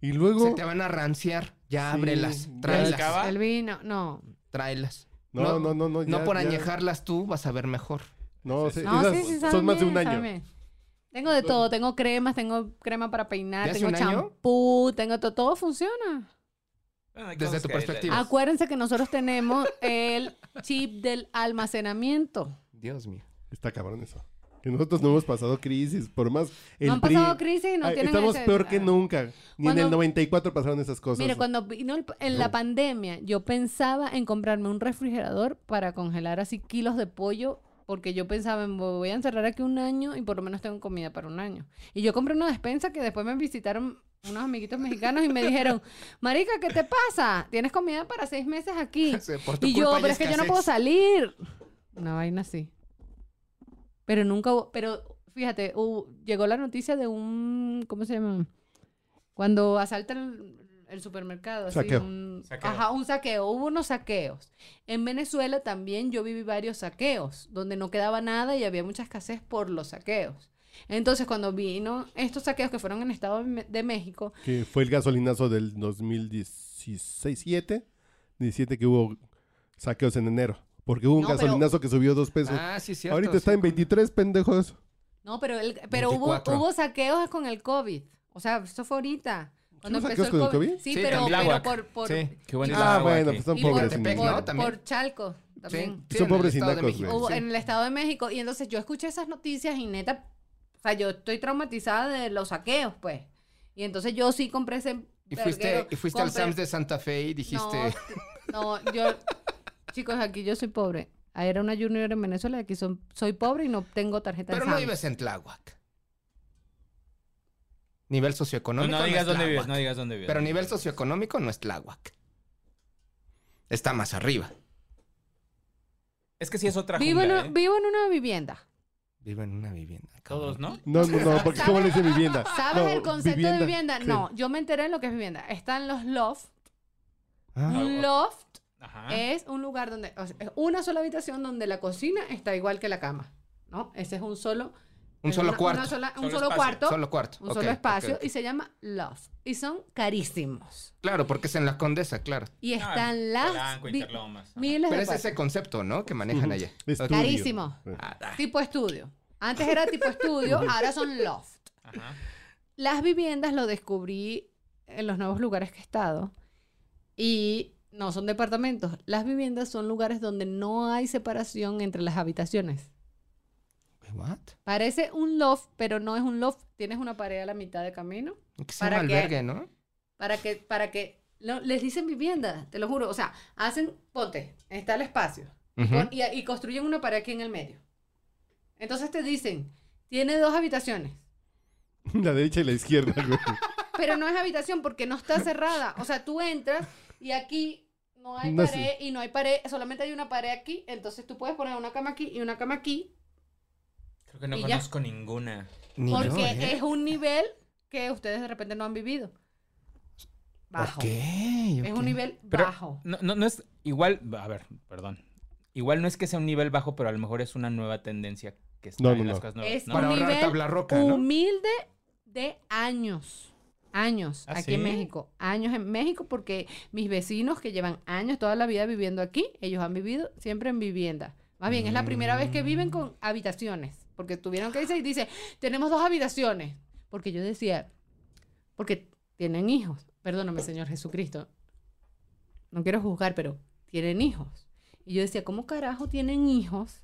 y Se luego... te van a ranciar. Ya Sí, ábrelas. ya. Tráelas. ¿Acaba? El vino, no. Tráelas. No, no, no, no. ya- no por ya- añejarlas tú vas a ver mejor. No, se- No, esas sí, sí, saben son más de bien, un saben año. bien. Tengo de todo, tengo cremas, tengo crema para peinar, ¿De hace tengo un año? champú, tengo todo, todo funciona. Ah, Desde tu perspectiva. Dios. Acuérdense que nosotros tenemos el chip del almacenamiento. Dios mío. Está cabrón eso. Que nosotros no hemos pasado crisis, por más... el no han PRI- pasado crisis y no Ay, tienen Estamos ese- Ah. peor que nunca. Ni en Cuando- el 94 pasaron esas cosas. Mira, cuando vino el- en la pandemia, yo pensaba en comprarme un refrigerador para congelar así kilos de pollo, porque yo pensaba, en, "Me voy a encerrar aquí un año y por lo menos tengo comida para un año. Y yo compré una despensa que después me visitaron unos amiguitos mexicanos y me dijeron, Marica, ¿qué te pasa? Tienes comida para seis meses aquí. Por tu Y yo, culpa hay pero es que yo no escasez. puedo salir. Una vaina así. Pero nunca hubo, pero fíjate, hubo- llegó la noticia de un, ¿cómo se llama? Cuando asaltan el, el supermercado. así, Saqueo. un, Saqueo. Ajá, un saqueo. Hubo unos saqueos. En Venezuela también yo viví varios saqueos, donde no quedaba nada y había mucha escasez por los saqueos. Entonces, cuando vino estos saqueos que fueron en Estado de Me- de México, Que fue el gasolinazo del 2016-17. 17 que hubo saqueos en enero. Porque hubo un No, pero- gasolinazo que subió dos pesos. Ah, sí, es cierto. Ahorita está sí. en 23, pendejos. No, pero, el, pero hubo, 24. hubo saqueos con el COVID. O sea, eso fue ahorita. Cuando ¿Hubo empezó el saqueos con el COVID. COVID? Sí, Sí, pero, también. pero Tláhuac. por, por, Sí. Qué buen Sí. trabajo Ah, aquí. bueno, pues son y pobres. por, sin- Zacatepec, ¿no? por, También. por Chalco. También. Son pobres inacos, Hubo Sí. en el Estado de México. Y entonces yo escuché esas noticias y neta, o sea, yo estoy traumatizada de los saqueos, pues. Y entonces yo sí compré ese... Y fuiste, verguero, y fuiste al compré- Sams de Santa Fe y dijiste, No, t- no, yo... Chicos, aquí yo soy pobre. Ah, Era una junior en Venezuela, aquí son, soy pobre y no tengo tarjeta pero de no Sam's. vives en Tláhuac. Nivel No, socioeconómico. no digas es dónde vives, Tláhuac. no digas dónde vives. Pero nivel socioeconómico no es Tláhuac. Está más arriba. Es que sí es otra Vivo, jungla, en, ¿eh? vivo en una vivienda. Vivo en una vivienda. Todos, ¿no? No, no, no, porque ¿cómo le dicen vivienda? ¿Sabes No, el concepto de vivienda? Sí. No, yo me enteré de lo que es vivienda. Están los loft. Ah, Un loft Ajá. es un lugar donde, o sea, es una sola habitación donde la cocina está igual que la cama, ¿no? Ese es un solo... un es solo una- cuarto. una sola- un Solo solo espacio. cuarto. Solo cuarto. Un Ok, solo espacio ok, ok. y se llama loft. Y son carísimos. Claro, porque es en la Condesa, claro. Y Ah, están las... Polanco, vi- Interlomas. Ajá. Miles Pero de es ese cuartos. concepto, ¿no? Que manejan allá. Estudio. Carísimo. Ah, ah. Tipo estudio. Antes era tipo estudio, ahora son loft. Ajá. las viviendas lo descubrí en los nuevos lugares que he estado y no son departamentos. Las viviendas son lugares donde no hay separación entre las habitaciones. Wait, what? Parece un loft, pero no es un loft. Tienes una pared a la mitad de camino Que se ¿Para llama qué? albergue, ¿no? para que, para que lo- les dicen vivienda, te lo juro. O sea, hacen, ponte, está el espacio Ujú. pon- y, y construyen una pared aquí en el medio. Entonces te dicen, tiene dos habitaciones. La derecha y la izquierda, güey. Pero no es habitación porque no está cerrada. O sea, tú entras y aquí no hay No sé. pared y no hay pared, solamente hay una pared aquí. Entonces tú puedes poner una cama aquí y una cama aquí Creo que no Y ya. conozco ninguna. Ni porque yo, ¿eh? es un nivel que ustedes de repente no han vivido. Bajo. Ok, Es ok. un nivel Pero- bajo. No, no, no es igual, a ver, perdón. Igual no es que sea un nivel bajo, pero a lo mejor es una nueva tendencia que está No, en no, las no. cosas nuevas. Es ¿no? Para ahorrar nivel tabla roca, ¿no? Humilde de años. Años ¿Ah, aquí sí? en México. Años en México porque mis vecinos que llevan años toda la vida viviendo aquí, ellos han vivido siempre en vivienda. Más bien, es la primera vez que viven con habitaciones. Porque tuvieron que decir, y dice, tenemos dos habitaciones. Porque yo decía, porque tienen hijos. Perdóname, Señor Jesucristo. No quiero juzgar, pero tienen hijos. Y yo decía, ¿cómo carajo tienen hijos?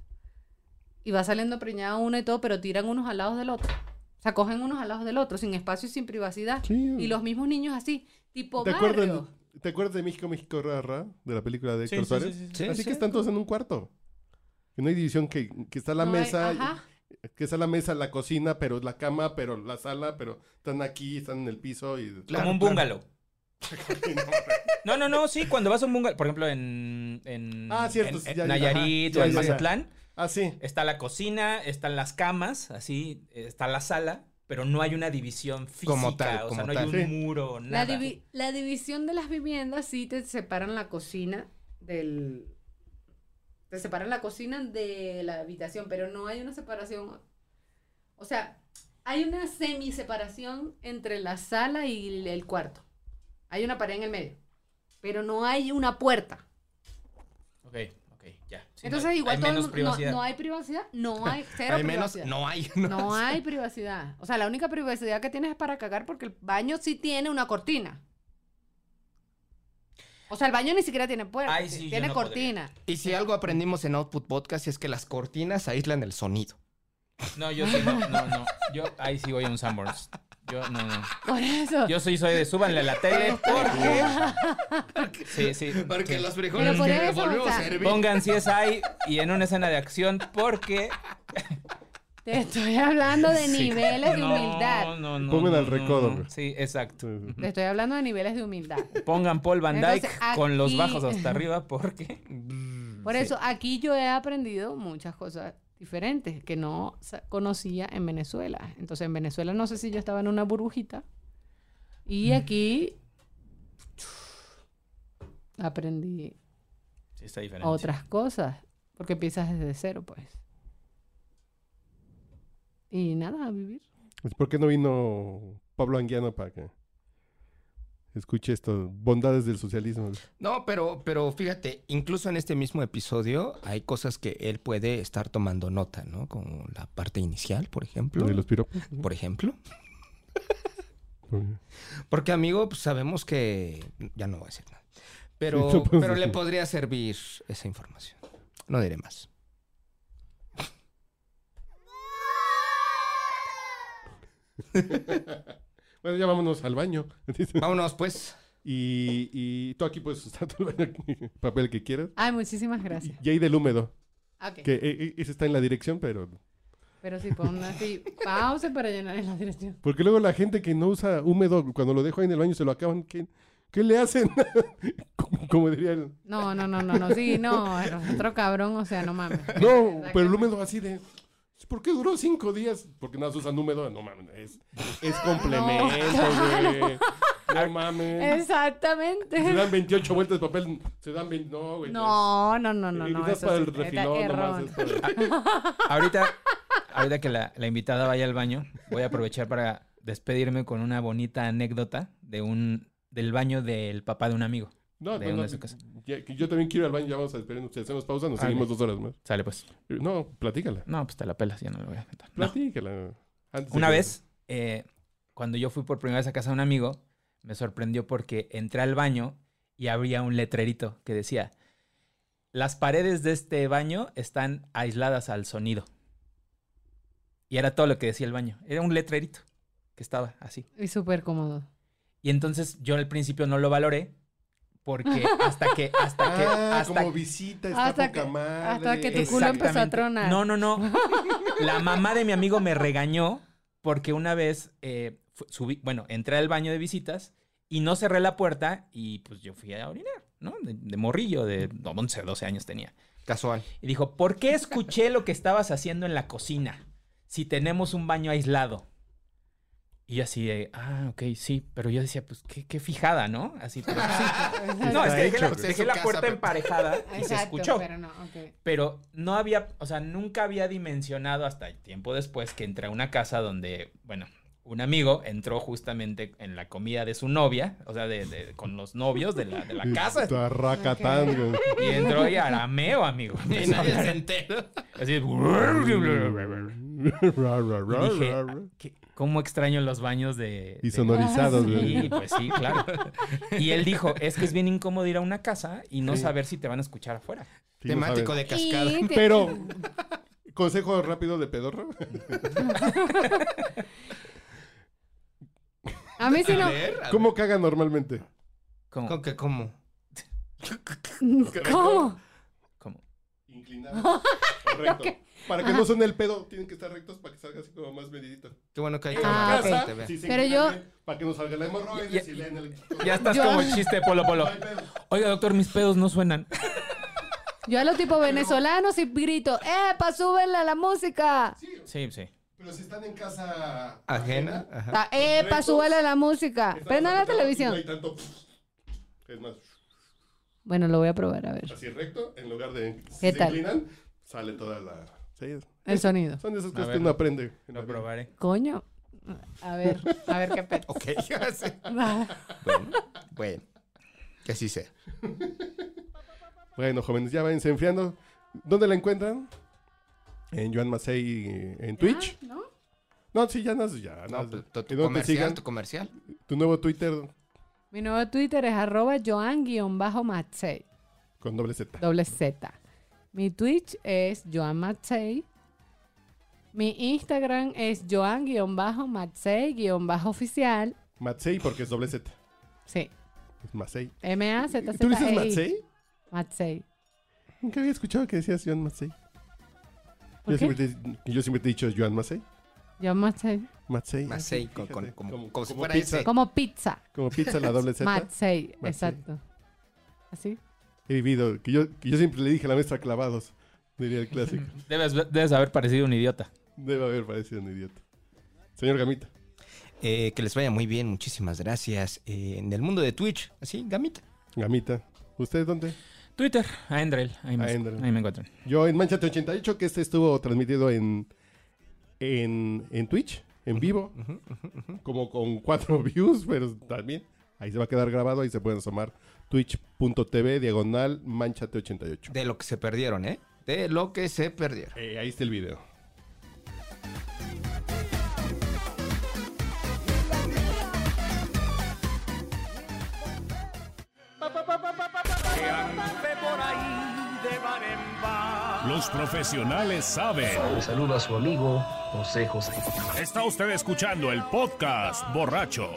Y va saliendo preñada una y todo, pero tiran unos al lado del otro. O sea, cogen unos al lado del otro, sin espacio y sin privacidad. Sí. Y los mismos niños así, tipo ¿Te barrio. acuerdas, ¿Te acuerdas de México, México Rara? De la película de Héctor Suárez. Sí, Así sí. que están todos en un cuarto. Que no hay división, que, que está la No hay- mesa, ajá. que está la mesa, la cocina, pero la cama, pero la sala, pero están aquí, están en el piso y... Como un bungalow. No, no, no, sí, cuando vas a un bungalow, por ejemplo, en, en, Ah, cierto, en- sí, en ya, ya, Nayarit ajá, ya, o en ya, ya. Mazatlán, Ah, sí. está la cocina, están las camas, así, está la sala, pero no hay una división física, Como tal, o sea, como no tal. hay un Sí. muro, La, nada. divi- la división de las viviendas sí te separan la cocina del... Te separan la cocina de la habitación, pero no hay una separación. O sea, hay una semi-separación entre la sala y el- el cuarto. Hay una pared en el medio, pero no hay una puerta. Ok, ok, ya. Sí, no Entonces hay- igual hay todo el mundo- menos no- privacidad. no, hay privacidad, no hay cero Al menos privacidad. no hay. No hay privacidad. O sea, la única privacidad que tienes es para cagar porque el baño sí tiene una cortina. O sea, el baño ni siquiera tiene puerta. Ay, sí, yo tiene no cortina. Y si algo aprendimos en Output Podcast es que las cortinas aíslan el sonido. No, yo sí, no, no, no. Yo ahí sí voy a un Sanborns. Yo no, no. Por eso. Yo soy, soy de súbanle a la tele. ¿Por qué? Sí, sí. sí. frijoles Pero por que eso, volvemos o sea, a servir- Pongan CSI y en una escena de acción porque... Te estoy hablando de Sí. niveles de No, humildad. no, no, Pongan no, al no, recodo, no. güey. Sí, exacto. Sí, Te estoy hablando de niveles de humildad. Pongan Paul Van Dyke Entonces, con los aquí- bajos hasta arriba porque... Por eso, aquí yo he aprendido muchas cosas diferentes que no sa- conocía en Venezuela. Entonces, en Venezuela no sé si yo estaba en una burbujita. Mm. Y aquí aprendí Sí, está diferente. otras cosas, porque empiezas desde cero, pues. Y nada, a vivir. Pues, ¿Por qué no vino Pablo Anguiano para que escuche esto? Bondades del socialismo. No, pero, pero fíjate, incluso en este mismo episodio hay cosas que él puede estar tomando nota, ¿no? Como la parte inicial, por ejemplo. De los piropos. Por ejemplo. Porque, amigo, pues sabemos que ya no va a decir nada. Pero, Sí, no puedo pero le decir. podría servir esa información. No diré más. Bueno, ya vámonos al baño. Vámonos, pues. y, y tú aquí puedes usar todo el baño, el papel que quieras. Ay, muchísimas gracias. Y ahí del húmedo. Ok, Que eh, eh, ese está en la dirección, pero... Pero si pon así, pausa para llenar en la dirección. Porque luego la gente que no usa húmedo, cuando lo dejo ahí en el baño, se lo acaban. ¿Qué, qué le hacen? como, como diría el... No, no, no, no, no, sí, no, el otro cabrón, o sea, no mames. No, pero el húmedo así de... ¿Por qué duró cinco días? Porque nada más usan húmedo. No mames, es, es complemento, güey. No mames. Se Exactamente. dan 28 vueltas de papel. Se dan 20... No, güey. No, no, no, no, Y no. das Eso para sí, el está refilón nomás. error. Ah, es para- Ahorita, ahorita que la, la invitada vaya al baño, voy a aprovechar para despedirme con una bonita anécdota de un del baño del papá de un amigo. No, De no, una no, de su casa. ya- que yo también quiero ir al baño. Ya vamos a esperar. Si hacemos pausa, nos Ah, seguimos ok. dos horas más. Eh, Sale pues. No, platícala. No, pues te la pelas, ya no lo voy a contar. No. Platícala. Antes de Una que- vez, eh, cuando yo fui por primera vez a casa de un amigo, me sorprendió porque entré al baño y había un letrerito que decía, las paredes de este baño están aisladas al sonido. Y era todo lo que decía el baño. Era un letrerito que estaba así. Y súper cómodo. Y entonces yo al principio no lo valoré porque hasta que, hasta que, Ah, hasta como visita, está Hasta poca que- madre. hasta que tu culo empezó a Exactamente. tronar. No, no, no. La mamá de mi amigo me regañó porque una vez, eh, fu- subí, bueno, entré al baño de visitas y no cerré la puerta y pues yo fui a orinar, ¿no? De, de morrillo, de 11, 12 años tenía. Casual. Y dijo, ¿por qué escuché lo que estabas haciendo en la cocina si tenemos un baño aislado? Y yo así de, ah, ok, sí, pero yo decía, pues qué, qué fijada, ¿no? Así, pero sí. No, es que dejé Está la, hecho, dejé güey. la puerta emparejada y se Exacto, escuchó. Pero no, ok. Pero no había, o sea, nunca había dimensionado hasta tiempo después que entré a una casa donde, bueno, un amigo entró justamente en la comida de su novia, o sea, de, de- con los novios de la, de la casa. Tu arracatán, güey. Y entró y arameo, amigo. Y nadie se entera. Así. Ra, ra, Y ra, dije, ra, ra. "¿Qué- ¿cómo extraño los baños de... Y de- sonorizados, güey. Sí, pues sí, claro. Y él dijo, es que es bien incómodo ir a una casa y no Sí. saber si te van a escuchar afuera. Sí, lo Temático saben. de cascada. Y te- Pero, consejo rápido de pedorro. A mí sí A no. ver, a- ¿Cómo caga normalmente? ¿Cómo? ¿Cómo que cómo? ¿Cómo? ¿Cómo? Inclinado. Recto. Para que no suene el pedo, tienen que estar rectos para que salga así como más medidito. Qué bueno que hay En cámara, la Ah, que casa, te vea. si se Pero inclinan yo- bien, Para que no salga la hemorroides y lean el... Ya estás Yo- como el chiste de Polo Polo. Oiga, doctor, mis pedos no suenan. Yo a los tipos venezolanos y grito, ¡epa, súbenle a la música! Sí, Sí, sí. pero si están en casa Ajena. ajá. Ta- ¡Epa, Rectos. súbele a la música! están Prenda la apretados y No televisión. hay tanto... Es más, Bueno, lo voy a probar, a ver. así recto, en lugar de... Si ¿Qué se tal? inclinan, sale toda la... Sí, El sonido. son de esas cosas ver. que uno aprende. Lo probaré. Coño. A ver, a ver qué pedo. Ok, ya sé. Bueno, bueno. Que así sea. Bueno, jóvenes, ya váyanse enfriando. ¿Dónde la encuentran? En Joan Macei eh, en Twitch. Ah, ¿no? No, sí, ya no, ya No, no. pues, tu, tu ¿Y dónde te comercial, sigan? tu comercial. Tu nuevo Twitter Mi nuevo Twitter es arroba joan-matsei, con doble Z. doble Z. Mi Twitch es joan-matsei. Mi Instagram es joan-matsei-oficial. Matsei porque es doble Z. Sí, Es Macei. m a z E z ¿Tú dices Matsei? Matsei. Nunca había escuchado que decías Joan Matsei. ¿Por Yo qué? siempre, te, yo siempre te he dicho Joan Matsei. Joan Matsei. Matsei. Matsei, así, con- con- fíjate, como- como si fuera pizza, ese. Como pizza. Como pizza la doble Z. Matsei, Matsei. exacto. ¿Así? He vivido, que yo, que yo siempre le dije a la maestra clavados, diría el clásico. Debes, debes haber parecido un idiota. Debe haber parecido un idiota. Señor Gamita. Eh, que les vaya muy bien, muchísimas gracias. Eh, en el mundo de Twitch, así, gamita. Gamita. ¿Usted dónde? Twitter, a Endrel. Ahí me, A Endrel. ahí me encuentran. Yo en Manchate 88, que este estuvo transmitido en, en, en Twitch, en vivo, como con cuatro views, pero también ahí se va a quedar grabado, ahí se pueden asomar. Twitch.tv, diagonal, Manchate 88. De lo que se perdieron, ¿eh? De lo que se perdieron. Eh, ahí está el video. Los profesionales saben. Le saluda a su amigo José José. Está usted escuchando el podcast borracho.